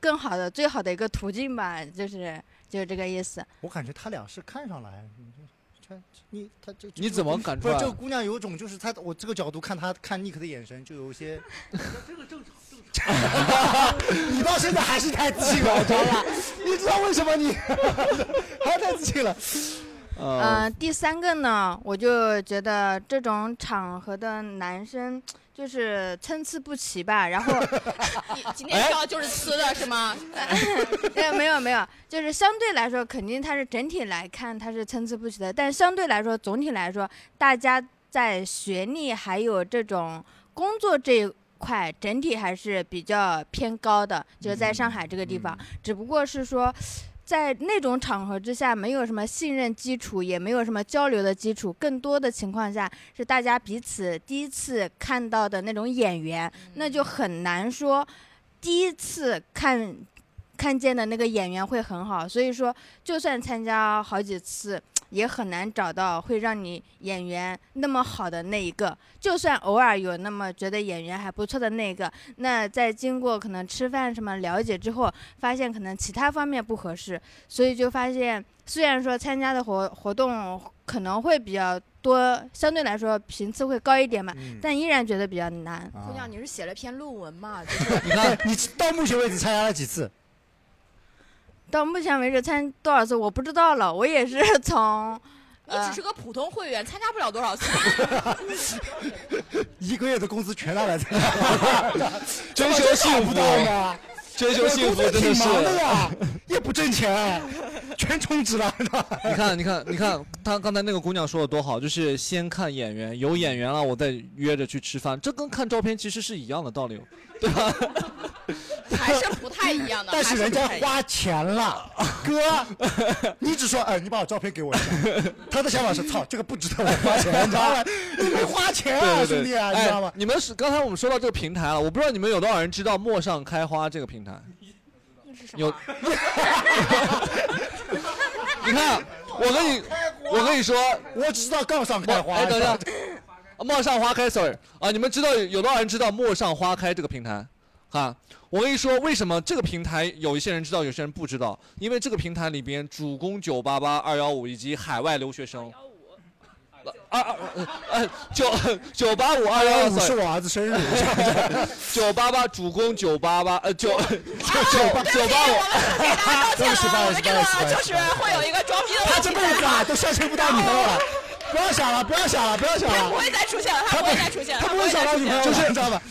S8: 更好的、最好的一个途径吧，就是就是这个意思。
S3: 我感觉他俩是看上了，哎你这这你他这
S1: 你怎么感
S3: 不
S1: 出
S3: 是
S1: 来
S3: 这个？姑娘有种就是她，我这个角度看她看 Nick 的眼神就有一些，这个正常正常。 [LAUGHS] 你到现在还是太自信了，我知道吧？你知道为什么你 [LAUGHS] 还是太自信了？
S1: 呃，
S8: 嗯，第三个呢，我就觉得这种场合的男生就是参差不齐吧。然后，
S2: 你今天要就是吃的是吗？
S8: 哎，没有没有，就是相对来说，肯定他是整体来看他是参差不齐的，但相对来说，总体来说，大家在学历还有这种工作这一块，整体还是比较偏高的，就是在上海这个地方，只不过是说。在那种场合之下，没有什么信任基础，也没有什么交流的基础，更多的情况下是大家彼此第一次看到的那种眼缘，那就很难说第一次看看见的那个演员会很好，所以说就算参加好几次，也很难找到会让你演员那么好的那一个。就算偶尔有那么觉得演员还不错的那一个，那在经过可能吃饭什么了解之后，发现可能其他方面不合适，所以就发现虽然说参加的活活动可能会比较多，相对来说频次会高一点嘛，
S3: 嗯
S8: 但依然觉得比较难。
S2: 姑
S3: 啊
S2: 娘，，你是写了篇论文嘛？就是
S1: [LAUGHS] 你看，
S3: [LAUGHS] 你到目前为止参加了几次？
S8: 到目前为止参多少次我不知道了，我也是 [LAUGHS] 从。
S2: 你只是个普通会员，参加不了多少次。
S3: 一个月的工资全拿来参加，
S1: [LAUGHS] 追求幸
S3: 不 [LAUGHS]
S1: 福
S3: 到，吗？
S1: 追求幸福真的
S3: 我工作挺忙的
S1: 是
S3: 呀，也不挣钱，全充值了。
S1: 你看，你看，你
S3: [LAUGHS]
S1: 看，她刚才那个姑娘说的多好，就是先看演员，有演员了，我再约着去吃饭，这跟看照片其实是一样的道理，哦对吧？
S2: 还是不太一样的。
S3: 但
S2: 还
S3: 是
S2: 是
S3: 人家
S2: 不太一样
S3: 花钱
S2: [LAUGHS]
S3: 了，
S1: 哎
S3: 哥，你只说哎，你把我照片给我一下。他的想法是，操，这个不值得我花钱，你知道吗？你没花钱啊，
S1: 对
S3: 兄
S1: 对
S3: 弟
S1: 对，
S3: 啊，你知道吗
S1: 哎？？你们是刚才我们说到这个平台了，我不知道你们有多少人知道“陌上开花”这个平台。
S2: 那是什
S1: 有 [LAUGHS]
S2: 么？
S1: 你看，我跟你，我跟你说，
S3: 我只知道杠上开
S1: 陌
S3: 花。
S1: 哎，等一下，啊陌上花开，sorry 啊，你们知道有多少人知道“陌上花开”这个平台？啊，我跟你说，为什么这个平台有一些人知道，有些人不知道？因为这个平台里边主攻九八八、二幺五以及海外留学生。二二呃 [LAUGHS] 九九八五二幺 sorry
S3: 五哎是我儿子生日，
S1: [LAUGHS] 九八八主攻九八八，呃
S2: 啊
S1: 九 [LAUGHS] 九
S2: 哦对
S1: 九
S2: 不起
S1: 八五，
S2: 我们给大家道歉
S3: 不
S2: 了，我
S3: 好意思
S2: 们这
S3: 不好意思
S2: 个就是
S3: 不好意思 [LAUGHS]
S2: 会有一个装逼的
S3: 他
S2: 问
S3: 这
S2: 题
S3: 辈
S2: 在
S3: 子啊都相信不到你了。不要想了，不要想了，不要想
S2: 他不
S3: 了，
S2: 会再出现了，他
S3: 他
S2: 不会再出现了，
S3: 他不
S2: 会
S3: 会
S2: 再
S3: 想到
S2: 出
S3: 女
S2: 现
S3: 朋友
S1: [LAUGHS]
S2: 了。
S3: 了，你知道吧？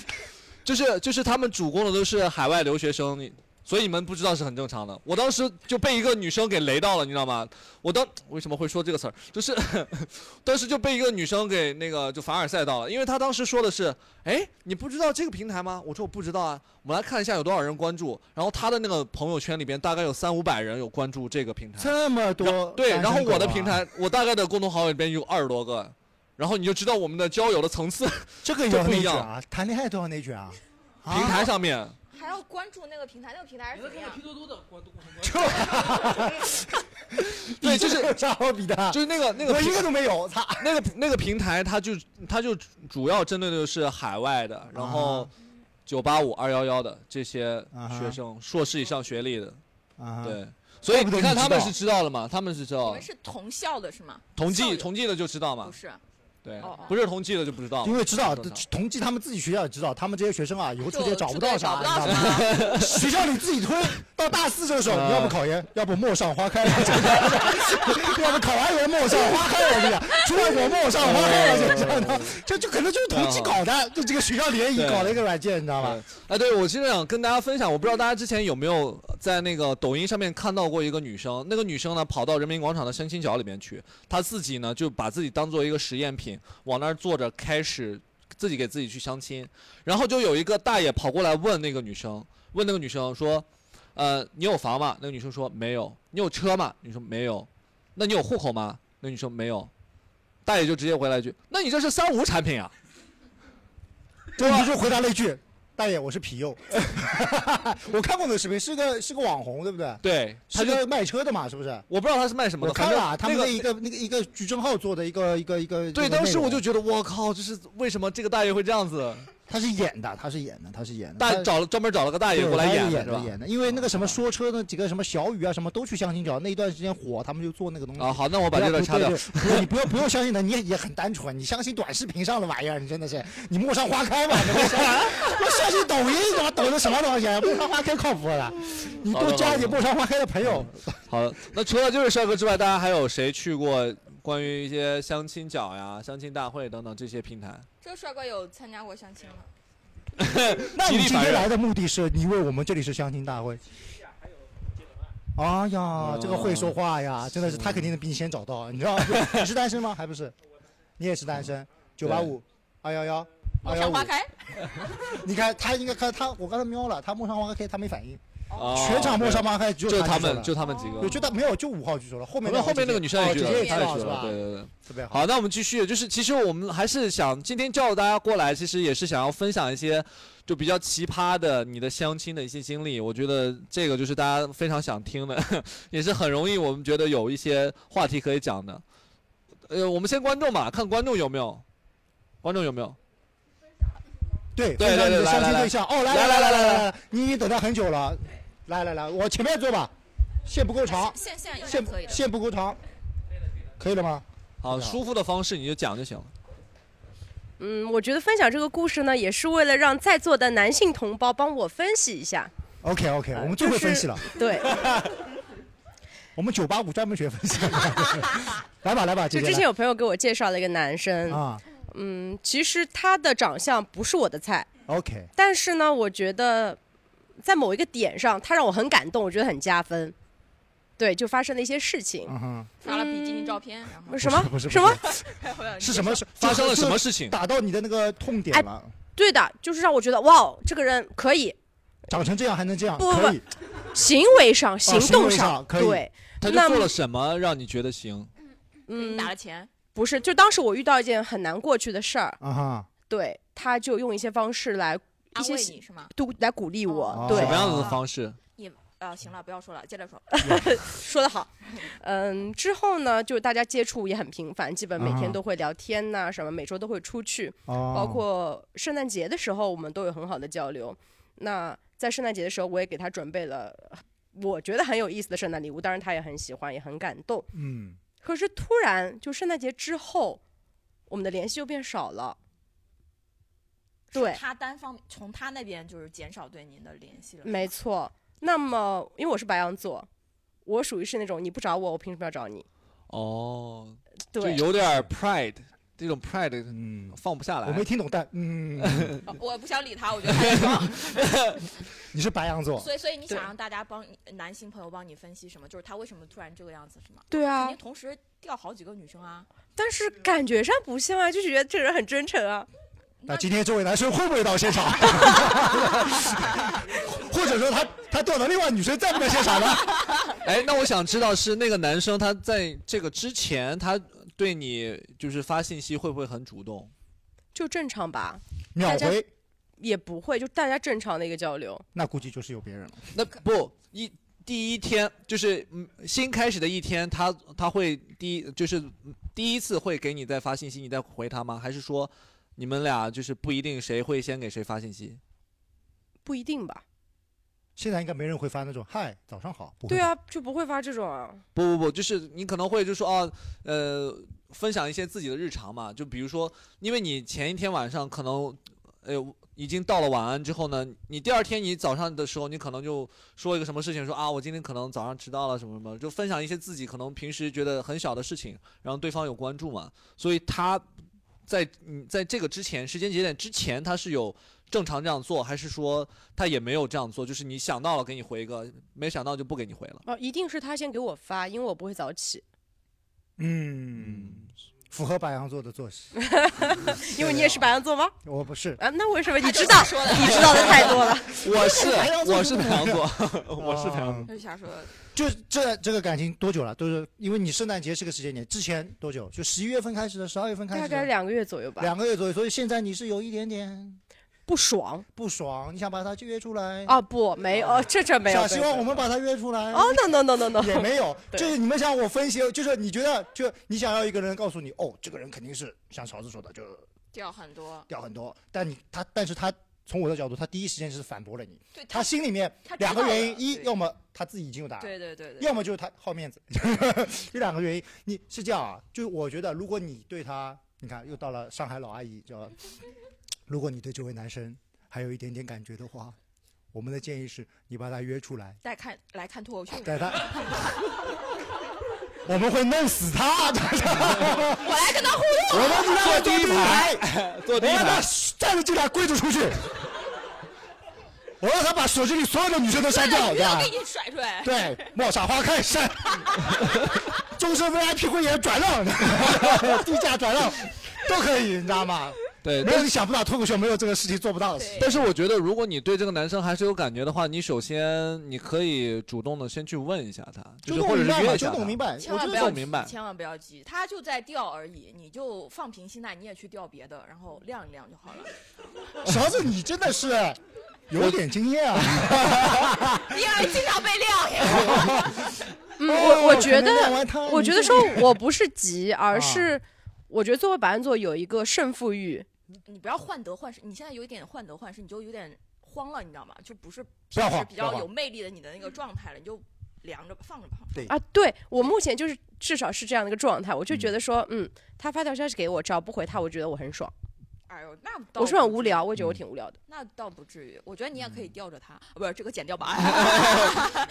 S1: 就是就是他们主攻的都是海外留学生，你所以你们不知道是很正常的。我当时就被一个女生给雷到了，你知道吗？我当为什么会说这个词儿，就是 [LAUGHS] 当时就被一个女生给那个就凡尔赛到了，因为她当时说的是，哎，你不知道这个平台吗？我说我不知道啊。我们来看一下有多少人关注，然后她的那个朋友圈里边大概有三五百人有关注这个平台。
S3: 这么多
S1: 对，然后我的
S3: 单身狗啊
S1: 平
S3: [LAUGHS]
S1: 台，我大概的共同好友里边有二十多个，然后你就知道我们的交友的层次， [LAUGHS]
S3: 这个也
S1: 这
S3: 要
S1: 不
S3: 内
S1: 一
S3: 卷
S1: 样
S3: 啊，谈恋爱都要内卷啊，啊
S1: 平台上面。
S2: 还要关注那个平台，那个平台是怎么样？
S1: [LAUGHS] 对就是
S3: 有啥好比的？
S1: 就是那个那个
S3: 我
S1: 平
S3: 一个都没有，操！
S1: 那个那个平台，它就它就主要针对的是海外的，然后九八五、二幺幺的这些
S3: 啊哈
S1: 学生，硕士以上学历的，
S3: 啊，
S1: 对。所以
S3: 怪不得
S1: 你
S3: 你
S1: 看，
S3: 知
S1: 他们
S3: 道
S1: 是知道了嘛？他们是知
S2: 你
S1: 道
S2: 们，是同校的是吗？
S1: 同济
S2: 校友
S1: 同济的就知道嘛
S2: 不？是，
S1: 对
S2: 哦哦，
S1: 不是同济的就不知道嘛。
S3: 因为知道
S1: 不知道
S3: 同济他们自己学校也知道，他们这些学生啊，以后出
S2: 就
S3: 去找不到
S2: 找不
S3: 啥，你
S2: 到
S3: 知
S2: 什
S3: 道吗？
S2: 么。
S3: [LAUGHS] 学校里自己推。到大四这个时候，
S1: 啊
S3: 你要不考研， [LAUGHS] 要不陌上花开，要不考完研陌上花开，我跟你讲，出来我陌上花开，我跟你讲，这就可能就是同济搞的，就这个学校联谊
S1: 对
S3: 搞了一个软件，你知道吧？
S1: 对哎，对，我其实想跟大家分享，我不知道大家之前有没有在那个抖音上面看到过一个女生，那个女生呢跑到人民广场的相亲角里面去，她自己呢就把自己当做一个实验品，往那儿坐着开始自己给自己去相亲，然后就有一个大爷跑过来问那个女生，问那个女生说，呃，你有房吗？那个女生说没有。你有车吗？女生没有。那你有户口吗？那女生没有。大爷就直接回来一句，那你这是三无产品啊！
S3: 这你就回答了一句：“大爷，我是皮佑。” [LAUGHS] 我看过那个视频，是个是个网红，对不对？
S1: 对，他
S3: 是
S1: 就
S3: 个卖车的嘛，是不是？
S1: 我不知道他是卖什么
S3: 我
S1: 的，
S3: 看
S1: 反
S3: 了
S1: 正
S3: 啊，他们
S1: 那
S3: 那
S1: 个
S3: 一个那个一个矩阵号做的一个一个一个。
S1: 对，
S3: 一个内容
S1: 当时我就觉得我靠，这是为什么这个大爷会这样子？
S3: 他是演的，他是演的，他是演的。
S1: 大
S3: 他
S1: 找了专门找了个大
S3: 对
S1: 爷过来
S3: 他是
S1: 演
S3: 演
S1: 是
S3: 的
S1: 吧？啊
S3: 演的，因为那个什么说车的几个什么小雨啊什么都去相亲角，那一段时间火，他们就做那个东西。
S1: 啊，好，那我
S3: 不
S1: 把
S3: 要，
S1: 这段掐掉
S3: 对。对不是你不要不用相信他，你也也很单纯，你相信短视频上的玩意儿，你真的是你陌上花开吧？你不相信 [LAUGHS] 我相信抖音，他妈抖的什么东西？啊陌上花开靠谱了，你
S1: 啊
S3: 多交一点陌上花开的朋友。
S1: 好了，那除了就是帅哥之外，大家还有谁去过关于一些相亲角呀、相亲大会等等这些平台？
S2: 这个帅哥有参加过相
S1: [LAUGHS]
S2: 亲吗？
S3: 那
S1: 极
S3: 你
S1: 力
S3: 今
S1: 反
S3: 天
S1: 人
S3: 来的目的是你为我们这里是相亲大会。哎
S1: 哦
S3: 呀，这个会说话呀，真的是他肯定能比你先找到，啊你
S1: [LAUGHS]
S3: 知道吗？你是单身吗？还不是？你也是单身，九八五，二幺幺，
S2: 陌
S3: 二幺
S2: 上
S3: 五
S2: 花。开，
S3: [LAUGHS] 你看他应该看他，我刚才瞄了，他陌上花开，他没反应，
S1: 啊，
S3: 全场陌上花开只
S1: 对
S3: 有
S1: 就他
S3: 他举手
S1: 们
S3: 了
S1: 就他们几个
S3: 对，，就他没有，就五号举手了，后面
S1: 那后面那个女生也
S3: 举
S1: 举
S3: 手，
S1: 了，
S3: 姐姐也
S1: 她
S3: 知
S1: 也
S3: 道
S1: 举
S3: 是
S1: 了，
S3: 吧？
S1: 对对对。
S3: 特别好。
S1: 好，那我们继续，就是其实我们还是想今天叫大家过来，其实也是想要分享一些就比较奇葩的你的相亲的一些经历。我觉得这个就是大家非常想听的， [LAUGHS] 也是很容易我们觉得有一些话题可以讲的。呃，我们先观众吧，看观众有没有，观众有没有？
S3: 对
S1: 对
S3: 分享
S1: 对
S3: 你的
S1: 对来
S3: 相亲
S1: 来
S3: 对象哦，来
S1: 来来
S3: 来
S1: 来
S3: 来
S1: 来
S3: 来，你已经等待很久了，来来来，我前面坐吧，线不够长，
S2: 线线应该
S3: 线
S2: 可以的。
S3: 线不够长，可以了吗？
S1: 好，
S3: 非常
S1: 舒服的方式你就讲就行了。
S10: 嗯，我觉得分享这个故事呢，也是为了让在座的男性同胞帮我分析一下。
S3: OK OK，
S10: 呃
S3: 我们最会
S10: 就是
S3: 分析了， [LAUGHS]
S10: 对，
S3: 我们九八五专门学分析。
S10: [LAUGHS]
S3: 来吧来吧，
S10: 就
S3: 姐姐
S10: 之前
S3: 来
S10: 有朋友给我介绍了一个男生，
S3: 啊
S10: 嗯，其实他的长相不是我的菜，
S3: ，OK，
S10: 但是呢，我觉得在某一个点上，他让我很感动，我觉得很加分。对，就发生了一些事情。
S3: 嗯哼，
S2: 发了比基尼照片，然后
S10: 什么
S3: 不是不是
S10: 什 [LAUGHS] 么？
S2: 开会了
S3: 是什么事？
S1: 发生了
S3: 就是
S1: 什么事情
S3: 打到你的那个痛点了，
S10: 哎对的，就是让我觉得哇，这个人可以，
S3: 长成这样还能这样，
S10: 不不
S3: 可以。哦
S10: 行为上、行
S3: 行
S10: 动
S3: 为
S10: 上，
S3: 上
S1: 哦
S3: 可以
S10: 对，
S1: 他就
S10: 那
S1: 做了什么让你觉得行？
S2: 给你
S10: 嗯
S2: 打，了钱，
S10: 不是，就当时我遇到一件很难过去的事儿，
S3: 啊哈，
S10: 对，他就用一些方式来一
S2: 安
S10: 些
S2: 慰
S10: 喜
S2: 你是吗？
S10: 都来鼓励
S2: 哦
S10: 我，
S1: 什
S10: 对
S1: 么，样子的方式？
S2: 啊，行了，不要说了，接着说。
S10: 说得好， [LAUGHS] 嗯，之后呢，就大家接触也很频繁，基本每
S3: 啊
S10: 天都会聊天呐、什么每周都会出去，
S3: 哦，
S10: 包括圣诞节的时候，我们都有很好的交流。那在圣诞节的时候，我也给他准备了我觉得很有意思的圣诞礼物，当然他也很喜欢，也很感动。
S3: 嗯，
S10: 可是突然就圣诞节之后，我们的联系又变少了。 [LAUGHS] 对
S2: 是，他单方从他那边就是减少对您的联系了。
S10: 没错。那么，因为我是白羊座，我属于是那种你不找我，我凭什么要找你？
S1: 哦，就
S10: 对，
S1: 有点 pride，这种 pride
S3: 嗯，
S1: 放不下来。
S3: 我没听懂，但嗯，
S10: [LAUGHS]
S2: 哦我不想理他，我觉得他在
S3: [LAUGHS]
S2: 装。
S3: 你是白羊座，
S2: 所以，所以你
S10: 对
S2: 想让大家帮你男性朋友帮你分析什么？就是他为什么突然这个样子，是吗？
S10: 对
S2: 肯
S10: 啊
S2: 定，同时掉好几个女生啊。
S10: 但是感觉上不像啊，就是觉得这个人很真诚啊。
S3: 那今天这位男生会不会到现场？ [LAUGHS] 或者说他他调到另外女生在不在现场呢？
S1: [LAUGHS] 哎，那我想知道是那个男生他在这个之前，他对你就是发信息会不会很主动？
S10: 就正常吧，
S3: 秒回，
S10: 也不会，就大家正常的一个交流。
S3: 那估计就是有别人了。
S1: 那不一第一天就是嗯新开始的一天，他他会第一就是嗯第一次会给你再发信息，你再回他吗？还是说你们俩就是不一定谁会先给谁发信息？
S10: 不一定吧？
S3: 现在应该没人会发那种“嗨，早上好”，不会
S10: 对
S3: 吧，
S10: 啊，就不会发这种啊。
S1: 不不不，就是你可能会就说哦，呃，分享一些自己的日常嘛，就比如说，因为你前一天晚上可能，哎呦。已经到了晚安之后呢，你第二天你早上的时候，你可能就说一个什么事情，说啊，我今天可能早上迟到了什么什么，就分享一些自己可能平时觉得很小的事情，然后对方有关注嘛，所以他在嗯在这个之前时间节点之前，他是有正常这样做，还是说他也没有这样做，就是你想到了给你回一个，没想到就不给你回了。
S10: 哦，一定是他先给我发，因为我不会早起，
S3: 嗯，符合白羊座的作息。 [LAUGHS]
S10: 因为你也是白羊座吗？
S3: 我不是，
S10: 啊，那为什么你
S2: 他就
S10: 知道
S2: 瞎？说的，
S10: 你知道的太多了。
S1: [LAUGHS] 我是我是白
S2: [LAUGHS]
S1: 羊座，我是白羊座。
S3: 嗯
S2: 哦就是瞎说的。
S3: 就这这个感情多久了？都是因为你圣诞节是个时间点，之前多久？就十一月份开始的，十二月份开
S10: 大
S3: 始
S10: 概
S3: 的，
S10: 两个月左右吧。
S3: 两个月左右。所以现在你是有一点点
S10: 不爽
S3: 不爽，你想把他约出来，
S10: 啊？不，没有，这
S1: [LAUGHS]
S10: 这没有。
S3: 想希望我们把他约
S2: [LAUGHS]
S3: 出来。
S10: 哦，no no no no no，
S3: [LAUGHS] 也没有，
S10: 对
S3: 就是你们想我分析，就是你觉得，就你想要一个人告诉你，哦，这个人肯定是像勺子说的，就
S2: 掉很多，
S3: 掉很多，但你他，但是他从我的角度，他第一时间是反驳了你，
S2: 对
S3: 他心里面
S2: 他知
S3: 两个
S2: 道
S3: 原
S2: 了
S3: 因，一
S2: 对
S3: 要么他自己已经有答案，
S2: 对对对对，
S3: 要么就是他好面子， [LAUGHS] 这两个原因。你是这样啊，就是我觉得，如果你对他，你看又到了上海老阿姨，叫，如果你对这位男生还有一点点感觉的话，我们的建议是你把他约出来，
S2: 再看来看脱口秀，
S3: 带他，
S2: [LAUGHS]
S3: 我们会弄死他，
S2: 我来跟他互动。
S3: 我们让
S1: 坐
S3: 他
S1: 第一
S3: 排，
S1: 坐
S3: 我
S1: 第一
S3: 让他 [LAUGHS]
S1: 排，
S3: 站着进来跪着出去，我让他把手机里所有的女生都删掉，对吧
S2: 要？给你甩出来，
S3: 对，
S2: [LAUGHS]
S3: 莫傻花开山， [LAUGHS] 终身 VIP 会员转让， [LAUGHS] 低价转让都可以，你知道吗？
S1: 对，
S3: 没有
S1: 但
S3: 你想不到脱口秀没有这个事情做不到的事。
S1: 但是我觉得，如果你对这个男生还是有感觉的话，你首先你可以主动的先去问一下他，就
S3: 就是弄
S1: 或者
S3: 明
S1: 是
S3: 白
S1: 约
S3: 嘛，
S1: 一下
S3: 就
S1: 他
S3: 弄明。白。我
S2: 千万
S3: 觉
S2: 不
S3: 得
S2: 要
S1: 弄
S2: 急
S1: 明白
S2: 千万不要急，他就在掉而已，你就放平心态，你也去掉别的，然后晾一晾就好了。[LAUGHS]
S3: 勺子，你真的是有点经验啊！ [LAUGHS]
S2: 因为经常被晾。
S1: 哦
S10: 嗯，我我觉得，
S3: 得
S10: 我觉得说我不是
S1: [LAUGHS]
S10: 急，
S1: 啊
S10: 而是我觉得作为白羊座有一个胜负欲，
S2: [LAUGHS] 你不要患得患失，你现在有一点患得患失，你就有点慌了，你知道吗？就不是
S3: 不要
S2: 是
S3: 慌，
S2: 比
S3: 不要
S2: 较
S3: 慌
S2: 有。魅力的你的那个状态了，你就凉着吧，放着吧。
S3: 对
S10: 啊，对我目前就是至少是这样的一个状态，我就觉得说，嗯，他发条消息给我，只要不回他，我觉得我很爽，
S2: 哎呦，那倒
S10: 我是很
S2: 不
S10: 无
S2: 至于，
S10: 聊，我
S3: 嗯
S10: 觉得我挺无聊的。
S2: 那倒不至于。我觉得你也可以吊着他，啊不是这个剪掉吧？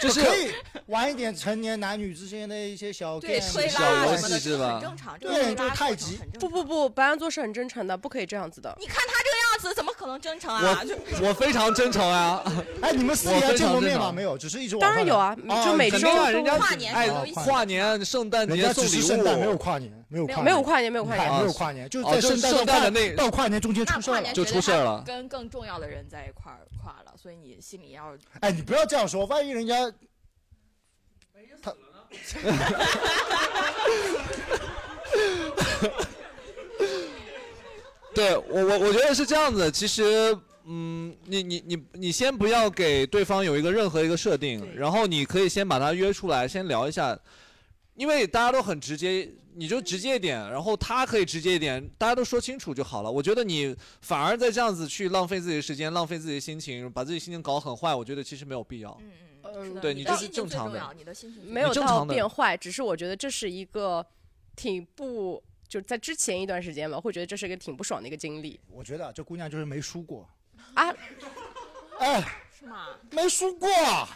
S1: 就是
S3: 可以玩一点成年男女之间的一些小 game
S2: 对，推
S1: 小
S2: 拉
S1: 游
S2: 什么的，
S1: 戏
S2: 这
S1: 是吧
S2: 很正常。这个
S3: 对
S2: 推拉
S3: 就太
S2: 过程
S3: 极
S2: 很正常
S10: 不不，不，白羊座是很真诚的，不可以这样子的。
S2: 你看他这个样瓜子怎么可能真诚啊？就
S1: 我我非常真诚啊！
S3: [LAUGHS] 哎，你们私底下见过面吗？没有，只是一直网上聊哦肯定啊
S1: 人家哎跨
S3: 年，
S1: 年、圣诞
S3: 人
S1: 节
S3: 家
S1: 送
S3: 只是
S1: 礼
S3: 圣诞没有
S1: 物，
S3: 跨年，没有跨
S10: 没有跨年没有跨年
S3: 没有跨年，啊哦就是在圣诞
S1: 的
S3: 到
S1: 那
S3: 到跨年中间出事
S2: 跨
S3: 儿
S2: 年
S3: 了，
S2: 绝对还跟更重要的人在一块儿跨了，所以你心里要 [LAUGHS]
S3: 哎，你不要这样说，万一人家他
S1: 对我我我觉得是这样子，其实。嗯，你你你你先不要给对方有一个任何一个设定，然后你可以先把他约出来，先聊一下，因为大家都很直接，你就直接一点，然后他可以直接一点，大家都说清楚就好了。我觉得你反而在这样子去浪费自己的时间，浪费自己的心情，把自己心情搞很坏，我觉得其实没有必要。
S10: 嗯
S1: 对你这是正常的
S2: 你的心情
S10: 没有
S1: 你正
S10: 到
S1: 常的
S10: 变坏，只是我觉得这是一个挺不就在之前一段时间吧，会觉得这是一个挺不爽的一个经历
S3: 我觉得这姑娘就是没输过，
S10: 啊。
S3: 哎，
S2: 是吗？
S3: 没输过，啊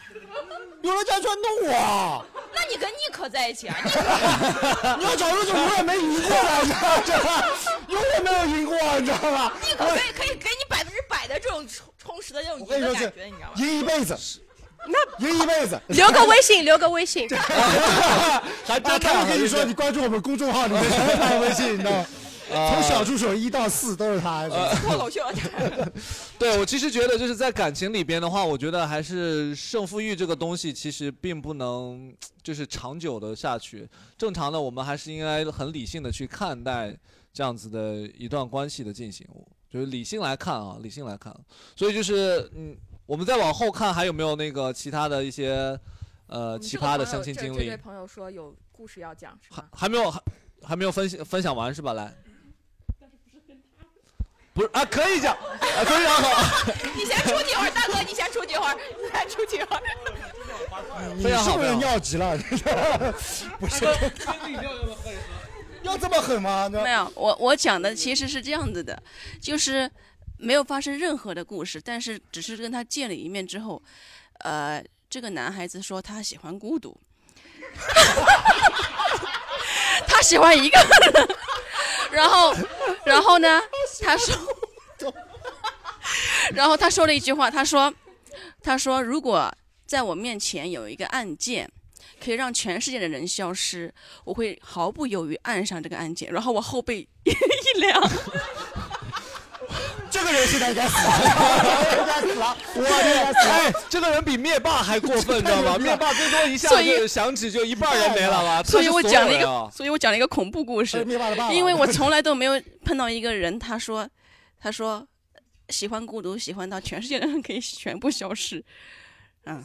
S3: 有人家在弄我，啊
S2: 那你跟妮可在一起
S3: [LAUGHS]
S2: 啊？妮
S3: 你要找那种我也没赢过的，你知道吗？ [LAUGHS] 永远没有赢过，你知道吗？
S2: 妮可
S3: 我
S2: 可以可以给你百分之百的这种充充实的这种
S3: 我跟
S2: 赢
S3: 你
S2: 的
S3: 说
S2: 感
S3: 是
S2: 觉，你知道吗？
S3: 赢一辈子，那赢一辈子。
S10: 留个微
S3: [LAUGHS]
S10: 信，留个微信。
S1: 还
S3: 真的，啊我跟你说，你关注我们公众号，你们全是他的微信，你知道 [LAUGHS] 吗？从小助手一到四都是
S4: [LAUGHS]
S3: 他。
S2: 脱口秀，
S1: 对我其实觉得，就是在感情里边的话，我觉得还是胜负欲这个东西，其实并不能就是长久的下去。正常的，我们还是应该很理性的去看待这样子的一段关系的进行，我就是理性来看啊，理性来看。所以就是，嗯，我们再往后看还有没有那个其他的一些呃奇葩的相亲经
S2: 这
S1: 历
S2: 位？朋友说有故事要讲，是
S1: 还
S2: 吗？
S1: 还没有还还没有分享分享完是吧？来，不是啊，可以讲，啊、可以讲好。
S2: [LAUGHS] 你先出去一会儿，大哥，你先出去一会儿， [LAUGHS] 你先出去一
S3: [LAUGHS]
S2: 会儿。
S3: 你是不是尿急了？ [LAUGHS] 不
S2: [LAUGHS]
S3: 是，
S4: [LAUGHS]
S3: [LAUGHS] 要这么狠吗？
S4: 没有，我我讲的其实是这样子的，就是没有发生任何的故事，但是只是跟他见了一面之后，呃，这个男孩子说他喜欢孤独， [LAUGHS] 他喜欢一个人， [LAUGHS] 然后然后呢，他说， [LAUGHS] 然后他说了一句话，他说，他说如果在我面前有一个按键。可以让全世界的人消失，我会毫不犹豫按上这个按键，然后我后背一凉。
S3: [LAUGHS] 这个人现在应该死了，应该死了，我应该死
S1: 哎
S3: 了。，
S1: 这个人比灭霸还过分，你知道
S3: [LAUGHS]
S1: 吗？灭霸最多一下
S4: 所以
S1: 就响指就一半人没了吧？
S4: [LAUGHS] 所以我讲了一
S1: 他是所有人啊
S4: 个，所以我讲了一个恐怖故事
S3: 哎灭霸的爸，爸
S4: 因为我从来都没有碰到一个人，他说，他说喜欢孤独，喜欢到全世界的人可以全部消失，嗯，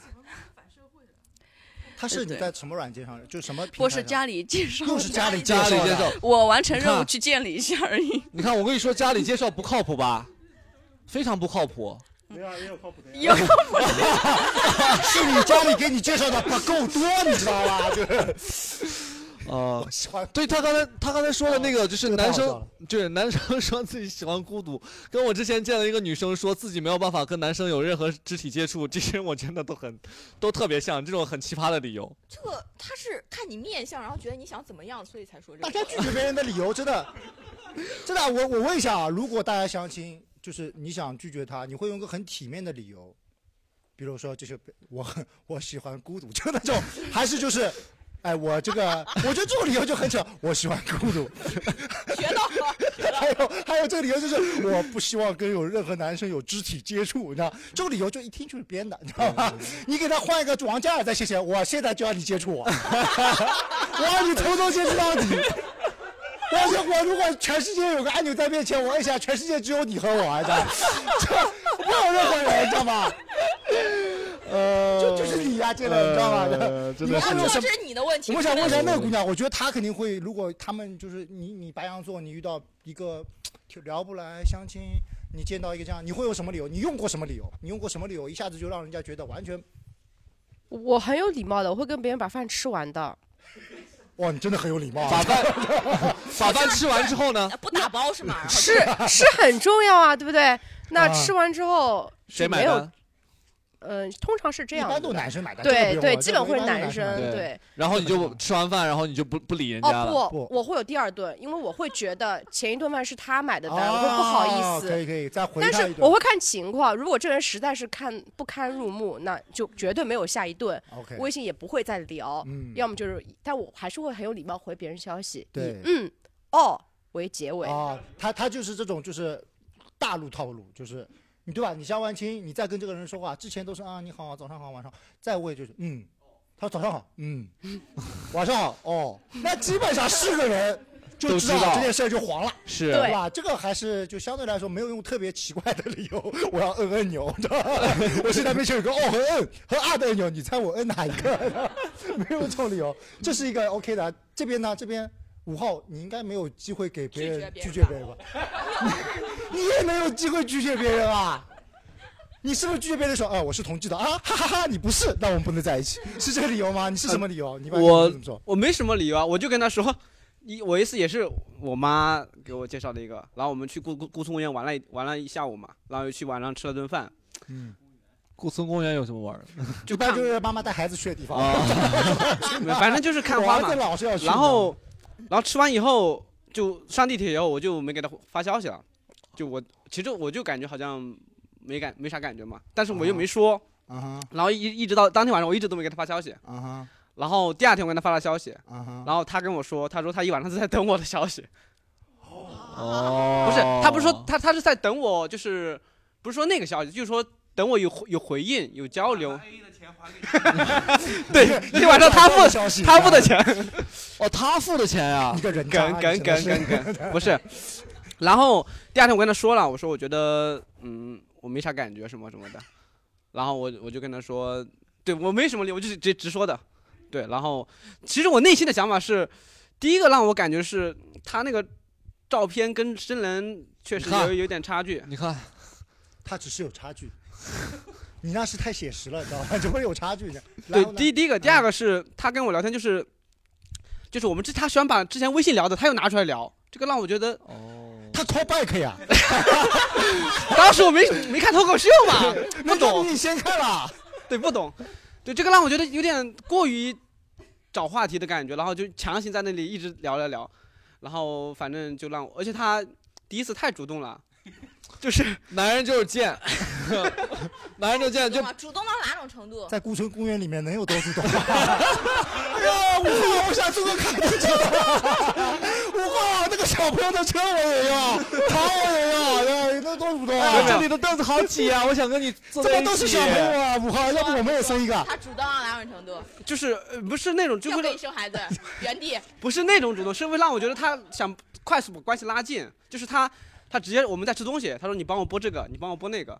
S3: 他是你在什么软件上？就什么？
S4: 我是家里介绍的，
S3: 又是家里
S1: 家里介
S3: 介绍
S1: 绍
S3: 的。。
S4: 我完成任
S1: 你
S4: 务
S1: 看
S4: 去见了一下而已。
S1: 你看，我跟你说，家里介绍不靠谱吧？非常不靠谱。
S11: 没有没有靠谱的呀。
S4: 有
S3: 是你家里给你介绍的不够多，你知道吧？就是
S1: 呃，
S3: 喜欢
S1: 对他刚才他刚才说的那个，就是
S3: 个太
S1: 男
S3: 好笑
S1: 生，就是男生说自己喜欢孤独，跟我之前见了一个女生说自己没有办法跟男生有任何肢体接触，这些我真的都很 [LAUGHS] 都特别像这种很奇葩的理由。
S2: 这个他是看你面相，然后觉得你想怎么样，所以才说这
S3: 大
S2: 个
S3: 家。拒绝别人的理由，真的，真的，我我问一下啊，如果大家相亲，就是你想拒绝他，你会用个很体面的理由，比如说就是我很我喜欢孤独，就那种，还是就是，哎，我这个，我觉得这种理由就很扯，我喜欢孤独，
S2: 学到了，
S3: [LAUGHS] 还有还有这个理由就是我不希望跟有任何男生有肢体接触，你知道，这个理由就一听就是编的，你知道吧？你给他换一个王嘉尔在谢谢，我现在就要你接触我， [LAUGHS] 我要你从头接触到底。 [LAUGHS] 我要是我如果全世界有个按钮在面前，我按一下，全世界只有你和我，啊你知道吗，这没有任何人，你知道吗？
S1: 呃
S3: 就就是你呀、这个你知道吗？ [LAUGHS]
S1: 呃真
S3: 你
S1: 的
S3: 们
S1: 是
S3: 按照什
S2: 这
S3: 么？
S2: 是你的问题。
S3: 我想问一下
S2: 可能
S3: 那个姑娘，我觉得她肯定会，如果他们就是你，你白羊座，你遇到一个挺聊不来相亲，你见到一个这样，你会有什么理由？你用过什么理由？你用过什么理由？一下子就让人家觉得完
S10: [LAUGHS]
S3: 全，
S10: 我很有礼貌的，我会跟别人把饭吃完的。
S3: 哇，你真的很有礼貌、
S1: 把
S3: 啊。
S1: 饭
S3: [LAUGHS]
S1: 把饭吃
S10: [LAUGHS]
S1: 完之后呢，
S2: 不打包是吗？然后
S10: 是是很重要啊，对不对？那
S3: 啊
S10: 吃完之后
S1: [LAUGHS] 谁
S10: 没
S1: 买
S10: 有
S1: 单？
S10: 呃，通常是这
S3: 一
S10: 样的。
S3: 般都男生买单，这
S10: 对
S3: 个不用
S10: 对，
S3: 问
S10: 基本会是
S3: 啊一般都
S10: 男
S3: 生买单
S10: 生嗯对。
S1: 然后你就吃完饭，然后你就不不理人家了。
S10: 哦不，我会有第二顿，因为我会觉得前一顿饭是他买的单，啊我会不
S3: 哦
S10: 好意
S3: 可以
S10: 思。
S3: 可以，再回
S10: 但
S3: 他
S10: 是
S3: 一顿
S10: 我会看情况，如果这人实在是看不堪入目，那就绝对没有下一顿。
S3: OK
S10: 微信也不会再聊，
S3: 嗯
S10: 要么就是，但我还是会很有礼貌回别人消息，以
S3: 对
S10: 嗯哦为结尾。
S3: 哦，他他就是这种就是大陆套路，就是你对吧？你相完亲，你再跟这个人说话之前都是啊你好，早上好，晚上好，再问就是嗯，他说早上好，嗯，晚上好，哦， [LAUGHS] 那基本上是个人。就
S1: 都
S3: 知
S1: 知
S3: 道
S1: 道
S3: 这件事儿就黄了，
S1: 是
S3: 对吧？这个还是就相对来说没有用特别奇怪的理由，我要摁摁钮，知道吧？ [LAUGHS] 我现在面前有个哦和摁和啊的按钮，你猜我摁哪一个？ [LAUGHS] 没有这种理由，这是一个 OK 的。啊这边呢，这边五号你应该没有机会给别人拒绝别人吧？ [LAUGHS] 你也没有机会拒绝别人啊。你是不是拒绝别人说，啊，我是同居的啊？哈哈哈你不是，那我们不能在一起，是这个理由吗？你是什么理由？你把
S6: 我
S3: 怎么说？
S6: 我没什么理由啊，我就跟他说，一我一次也是我妈给我介绍的一个，然后我们去故故故宫公园玩了一玩了一下午嘛，然后又去晚上吃了顿饭，
S3: 嗯，
S1: 故宫公园有什么玩的？
S3: 一般就是妈妈带孩子去的地方。
S6: 啊
S3: [LAUGHS]
S6: 反正就是看花
S3: 我儿
S6: 嘛
S3: 子老是要。去
S6: 然后，然后吃完以后就上地铁以后，我就没给他发消息了。就我其实我就感觉好像没感没啥感觉嘛，但是我又没说。
S1: 嗯
S3: 啊哈
S6: 然后一一直到当天晚上，我一直都没给他发消息。
S3: 啊哈
S6: 然后第二天我跟他发了消息，
S3: 啊哈。
S6: 然后他跟我说，他说他一晚上是在等我的消息。
S1: [LAUGHS] 哦
S6: 不是，他不是说他他是在等我，就是不是说那个消息，就是说等我有回有回应有交流。 [LAUGHS] 对，那天晚上他付他付的钱，
S1: 哦，他付的钱
S3: [LAUGHS]
S1: 呀，
S3: 你个人
S6: 啊梗梗梗梗
S3: [LAUGHS]
S6: 梗，不是。然后第二天我跟他说了，我说我觉得嗯我没啥感觉什么什么的，然后我我就跟他说，对我没什么理由，我就是直直说的，对。然后其实我内心的想法是，第一个让我感觉是他那个照片跟真人确实
S3: 你看
S6: 有有点差距。
S1: 你看，
S3: 他只是有差距。 [LAUGHS] 你那是太写实了，知道
S1: [LAUGHS]
S3: 吧？怎么有差距呢？然
S6: 对
S3: 后，呢
S6: 第第一个，
S3: 嗯
S6: 第二个是他跟我聊天，就是就是我们之他喜欢把之前微信聊的，他又拿出来聊，这个让我觉得，
S3: 哦他 call back 呀，
S6: [LAUGHS]
S3: [LAUGHS]
S6: 当时我没没看脱口秀
S3: [LAUGHS]
S6: 嘛，不懂，
S3: 你先看了，
S6: 对，不懂，对，这个让我觉得有点过于找话题的感觉，然后就强行在那里一直聊聊聊，然后反正就让我，而且他第一次太主动了，就是
S1: 男人就是贱， [LAUGHS] 男人就贱就
S2: 懂吗主动到哪种程度？
S3: 在顾城公园里面能有多
S1: [LAUGHS]
S3: 主动？哎呀，五号，我想坐个卡丁车。五号，哦那个小朋友的车我也要，他我也要，哎呀，那多主动
S1: 哎
S3: 啊！
S1: 这里的凳子好挤 [LAUGHS] 啊，我想跟你坐
S3: 怎
S1: 在
S3: 么
S1: 一
S3: 都是
S1: 起
S3: 小朋友
S1: [LAUGHS]
S3: 啊？五号，要不我们也生一个？
S2: 哦他主动到哪种程度？
S6: [LAUGHS] 就是、呃不是那种就
S2: 要
S6: 会
S2: 给你
S6: [LAUGHS]
S2: 生孩子，原地。
S6: 不是那种主动，是会让我觉得他想快速把关系拉近，就是他，他直接我们在吃东西，他说你帮我剥这个，你帮我剥那个，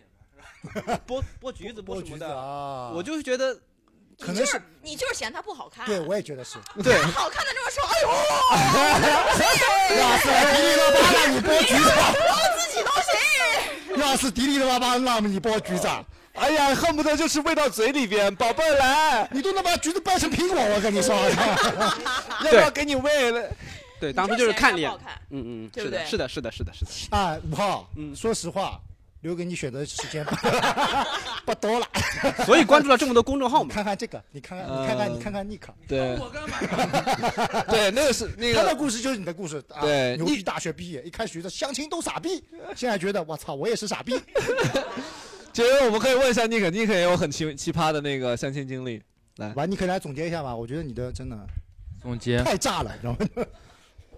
S6: [LAUGHS] 剥剥橘子剥什么的，
S3: 啊
S6: 我就觉得
S3: 可能是
S2: 你就是嫌他不好看。
S3: 对，我也觉得是。 [LAUGHS]
S6: 对，
S2: 好看的这么说，哎呦，
S3: 要
S2: [LAUGHS]
S3: 是迪丽热巴让你剥橘子，
S2: 我自己都行。
S3: 要是迪丽热巴让你剥橘子，
S2: [LAUGHS]
S1: 哎呀，恨不得就是喂到嘴里边，宝贝儿来，
S3: 你都能把橘子掰成苹果，我跟
S2: [LAUGHS]
S3: 你说。
S1: 要不要给你喂了？
S6: 对，当时就是看脸
S2: 你就嫌人家不好看，
S6: 嗯嗯，
S2: 对不
S6: 是的，
S2: 对
S6: 是的，是的，是的，是的，
S3: [LAUGHS] 啊，五号，
S6: 嗯
S3: 说实话，留给你选择时间不多了。
S6: 所以关注了这么多公众号
S3: 你
S6: 嘛，
S3: 看看这个，你看看，
S1: 呃
S3: 你看看，你看看 Nick， [LAUGHS]
S1: 对，对，那个是那
S3: 他的
S1: 个，
S3: 故事就是你的故事啊。
S1: 对
S3: 牛
S1: 你
S3: 逼大学毕业，一开始觉得相亲都傻逼，现在觉得我操，我也是傻逼。
S1: 其实我们可以问一下尼克，尼克也有很奇奇葩的那个相亲经历。
S3: 完，你可以来总结一下吧，我觉得你的真的
S9: 总结，
S3: 太炸了，你知道吗？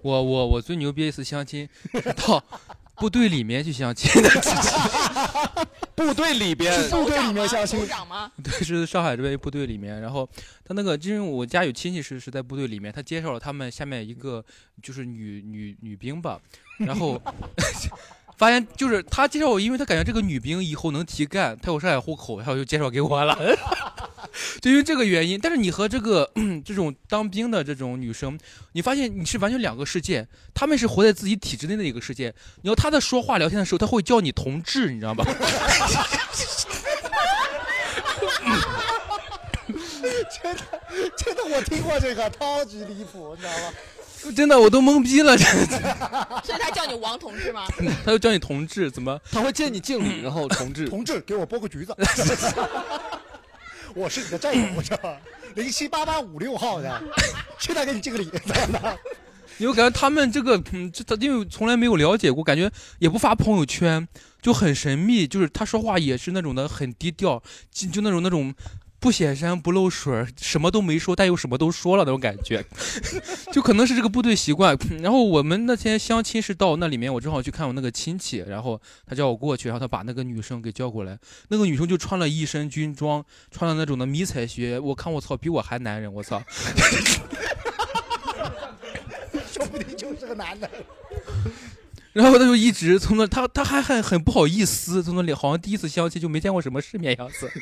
S9: 我我我最牛逼一次相亲，是到部队里面去相亲的，
S1: [LAUGHS] 部队里边
S3: 是部队里面相
S2: 首 [LAUGHS]
S3: 亲，
S2: 长吗？
S9: 对，是上海这边部队里面。然后他那个，因为我家有亲戚是是在部队里面，他介绍了他们下面一个就是女女女兵吧，然后 [LAUGHS] 发现就是他介绍我，因为他感觉这个女兵以后能提干，她有上海户口，然后就介绍给我了。 [LAUGHS] 就因为这个原因，但是你和这个 [CLEARS THROAT] 这种当兵的这种女生，你发现你是完全两个世界，她们是活在自己体制内的一个世界。你要她在说话聊天的时候，她会叫你同志，你知道吧？
S3: 真的我听过这个，超级离谱，你知道吗？
S9: [LAUGHS] 真的我都懵逼了，这
S2: [LAUGHS] 所以他叫你王同志吗？
S9: [LAUGHS] 他又叫你同志，怎么？
S1: 他会见你敬礼，然后同志。
S3: 同志，给我剥个橘子。我是你的战友，我
S2: [LAUGHS]
S3: 知道吧，零七八八五六号的，现在给你敬个礼。
S9: 因为我感觉他们这个，嗯，这他因为从来没有了解过，感觉也不发朋友圈，就很神秘。就是他说话也是那种的很低调，就就那种那种不显山不漏水，什么都没说，但又什么都说了那种感觉， [LAUGHS] 就可能是这个部队习惯。然后我们那天相亲是到那里面，我正好去看我那个亲戚，然后他叫我过去，然后他把那个女生给叫过来，那个女生就穿了一身军装，穿了那种的迷彩鞋，我看我操，比我还男人，我操。
S3: [LAUGHS] 说不定就是个男的。
S9: 然后他就一直从那，他他还很很不好意思，从那里好像第一次相亲就没见过什么世面样子。 [COUGHS]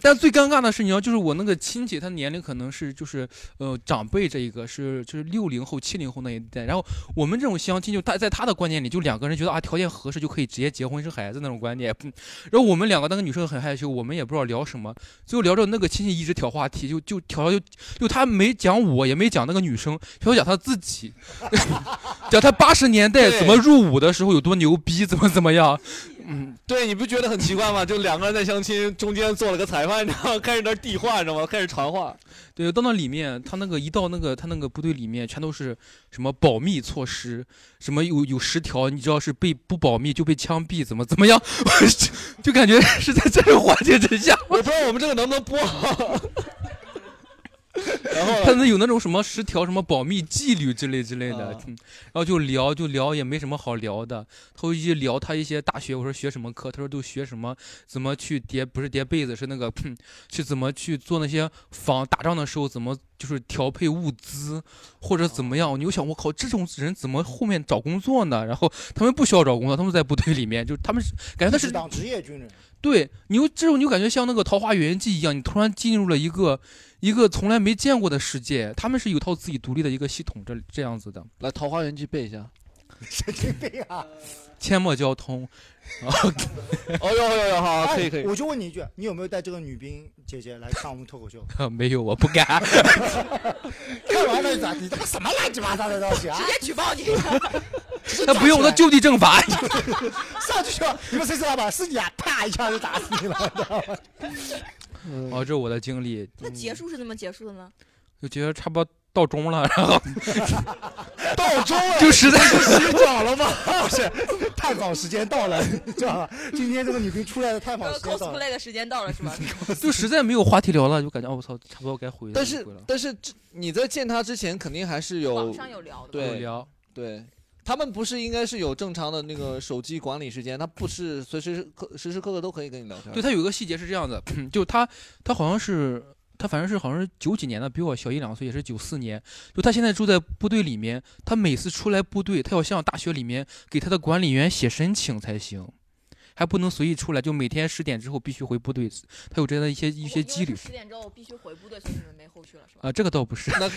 S9: 但最尴尬的是，你要就是我那个亲戚，他年龄可能是就是呃长辈这一个是就是六零后七零后那一代，然后我们这种相亲就他在他的观念里，就两个人觉得啊条件合适就可以直接结婚生孩子那种观念，嗯 [LAUGHS] 然后我们两个那个女生很害羞，我们也不知道聊什么，最后聊着那个亲戚一直挑话题，就就挑就就他没讲我也没讲那个女生，挑讲他自己，讲他八十年代怎么入伍的时候有多牛逼，怎么怎么样，嗯，
S1: 对，你不觉得很奇怪 [LAUGHS] 吗？就两个人在相亲，中间做了个裁判，然后开始在那儿递话，你知道吗？开始传话。
S9: 对，到那里面，他那个一到那个他那个部队里面，全都是什么保密措施，什么有有十条，你知道是被不保密就被枪毙，怎么怎么样， [LAUGHS] 我就就感觉是在这种环境之下，
S1: 我不知道我们这个能不能播。
S9: 啊
S1: 然后
S9: 他那有那种什么十条什么保密纪律之类之类的，嗯然后就聊就聊也没什么好聊的，他会一聊他一些大学，我说学什么课，他说都学什么，怎么去叠不是叠被子是那个， [LAUGHS] 嗯去怎么去做那些防打仗的时候怎么就是调配物资或者怎么样，你就想我靠这种人怎么后面找工作呢？然后他们不需要找工作，他们在部队里面就他们是感觉他是
S3: 是当职业军人，
S9: 对你又这种，你就感觉像那个《桃花源记》一样，你突然进入了一个一个从来没见过的世界。他们是有套自己独立的一个系统，这这样子的。
S1: 来，《桃花源记》背一下。
S3: 神经病啊！
S9: [LAUGHS] 阡陌交通，然后
S1: 哦呦呦呦，好，
S3: 哎
S1: 可以可以。
S3: 我就问你一句，你有没有带这个女兵姐姐来看我们脱口秀？
S9: [LAUGHS] 没有，我不
S1: [LAUGHS]
S9: 敢。
S3: 看完了咋地？他妈什么乱七八糟的东西啊！
S2: 接举报你！
S9: 那不用，那就地正法。
S3: [LAUGHS] 上去就你们谁是老板？是你啊！啪一下就打死你了，你知道吗？
S1: 嗯
S9: [LAUGHS] 哦，这是我的经历，嗯
S2: 那结束是怎么结束的呢？
S9: 就觉得差不多到终了，然
S1: [LAUGHS]
S9: 后 [LAUGHS]
S3: 到中了，
S9: 就实在
S3: 洗澡了 [LAUGHS] 吗？不是，探访时间到了，你知道吧？今天这个女兵出来的探访时间到了，
S2: cosplay 的时间到了是
S3: [LAUGHS]
S2: 吧？
S9: 就实在没有话题聊了，就感觉哦我操，差不多该回了。
S1: 但是
S9: 回了
S1: 但是这你在见他之前，肯定还是
S2: 网
S1: 有
S2: 上有聊的，
S1: 对
S9: 有聊，
S1: 对。他们不是应该是有正常的那个手机管理时间，他不是随时刻时时刻刻都可以跟你聊天。
S9: 对他有一个细节是这样的， [CLEARS THROAT] 就他他好像是他反正是好像是九几年的，比我小一两岁，也是九四年。就他现在住在部队里面，他每次出来部队，他要向大学里面给他的管理员写申请才行，还不能随意出来，就每天十点之后必须回部队。他有这样的一些
S2: 哦
S9: 一些纪律
S2: 十点之后必须回部队，所以你们没后续了是吧？
S9: 啊，这个倒不是。 [LAUGHS]
S1: 那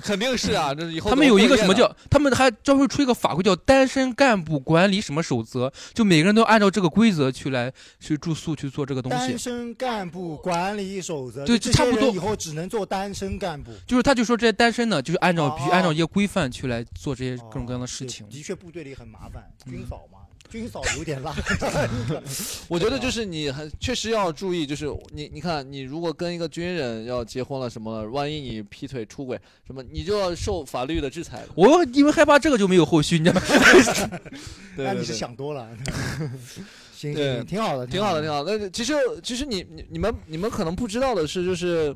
S1: 肯定是啊，这以后
S9: 他们有一个什么
S1: 叫？
S9: 叫，他们还专门出一个法规叫单身干部管理什么守则，就每个人都按照这个规则去来去住宿去做这个东西
S3: 单。身干部管理守则，
S9: 对
S3: 就
S9: 差不多
S3: 这些人以后只能做单身干部。
S9: 就是他就说这些单身的，就是按照必须
S3: 哦
S9: 按照一些规范去来做这些各种各样的
S3: 哦
S9: 事情
S3: 对。的确，部队里很麻烦，
S1: 嗯
S3: 军嫂嘛，军嫂有
S1: [LAUGHS]
S3: 点辣。
S1: 我觉得就是你很确实要注意，就是你你看你如果跟一个军人要结婚了什么，万一你劈腿出轨什么，你就要受法律的制裁了。
S9: 我
S1: [LAUGHS]
S9: 又因为害怕这个就没有后续，你
S3: [LAUGHS]
S9: 知道吗？
S1: 对
S3: 那
S1: 对
S3: 你
S1: 对，
S3: 是想
S1: [LAUGHS]
S3: 多了。行行
S1: 对
S3: 行，挺好的，
S1: 挺好的，挺。好的。那其实其实你你你们你们可能不知道的是，就是。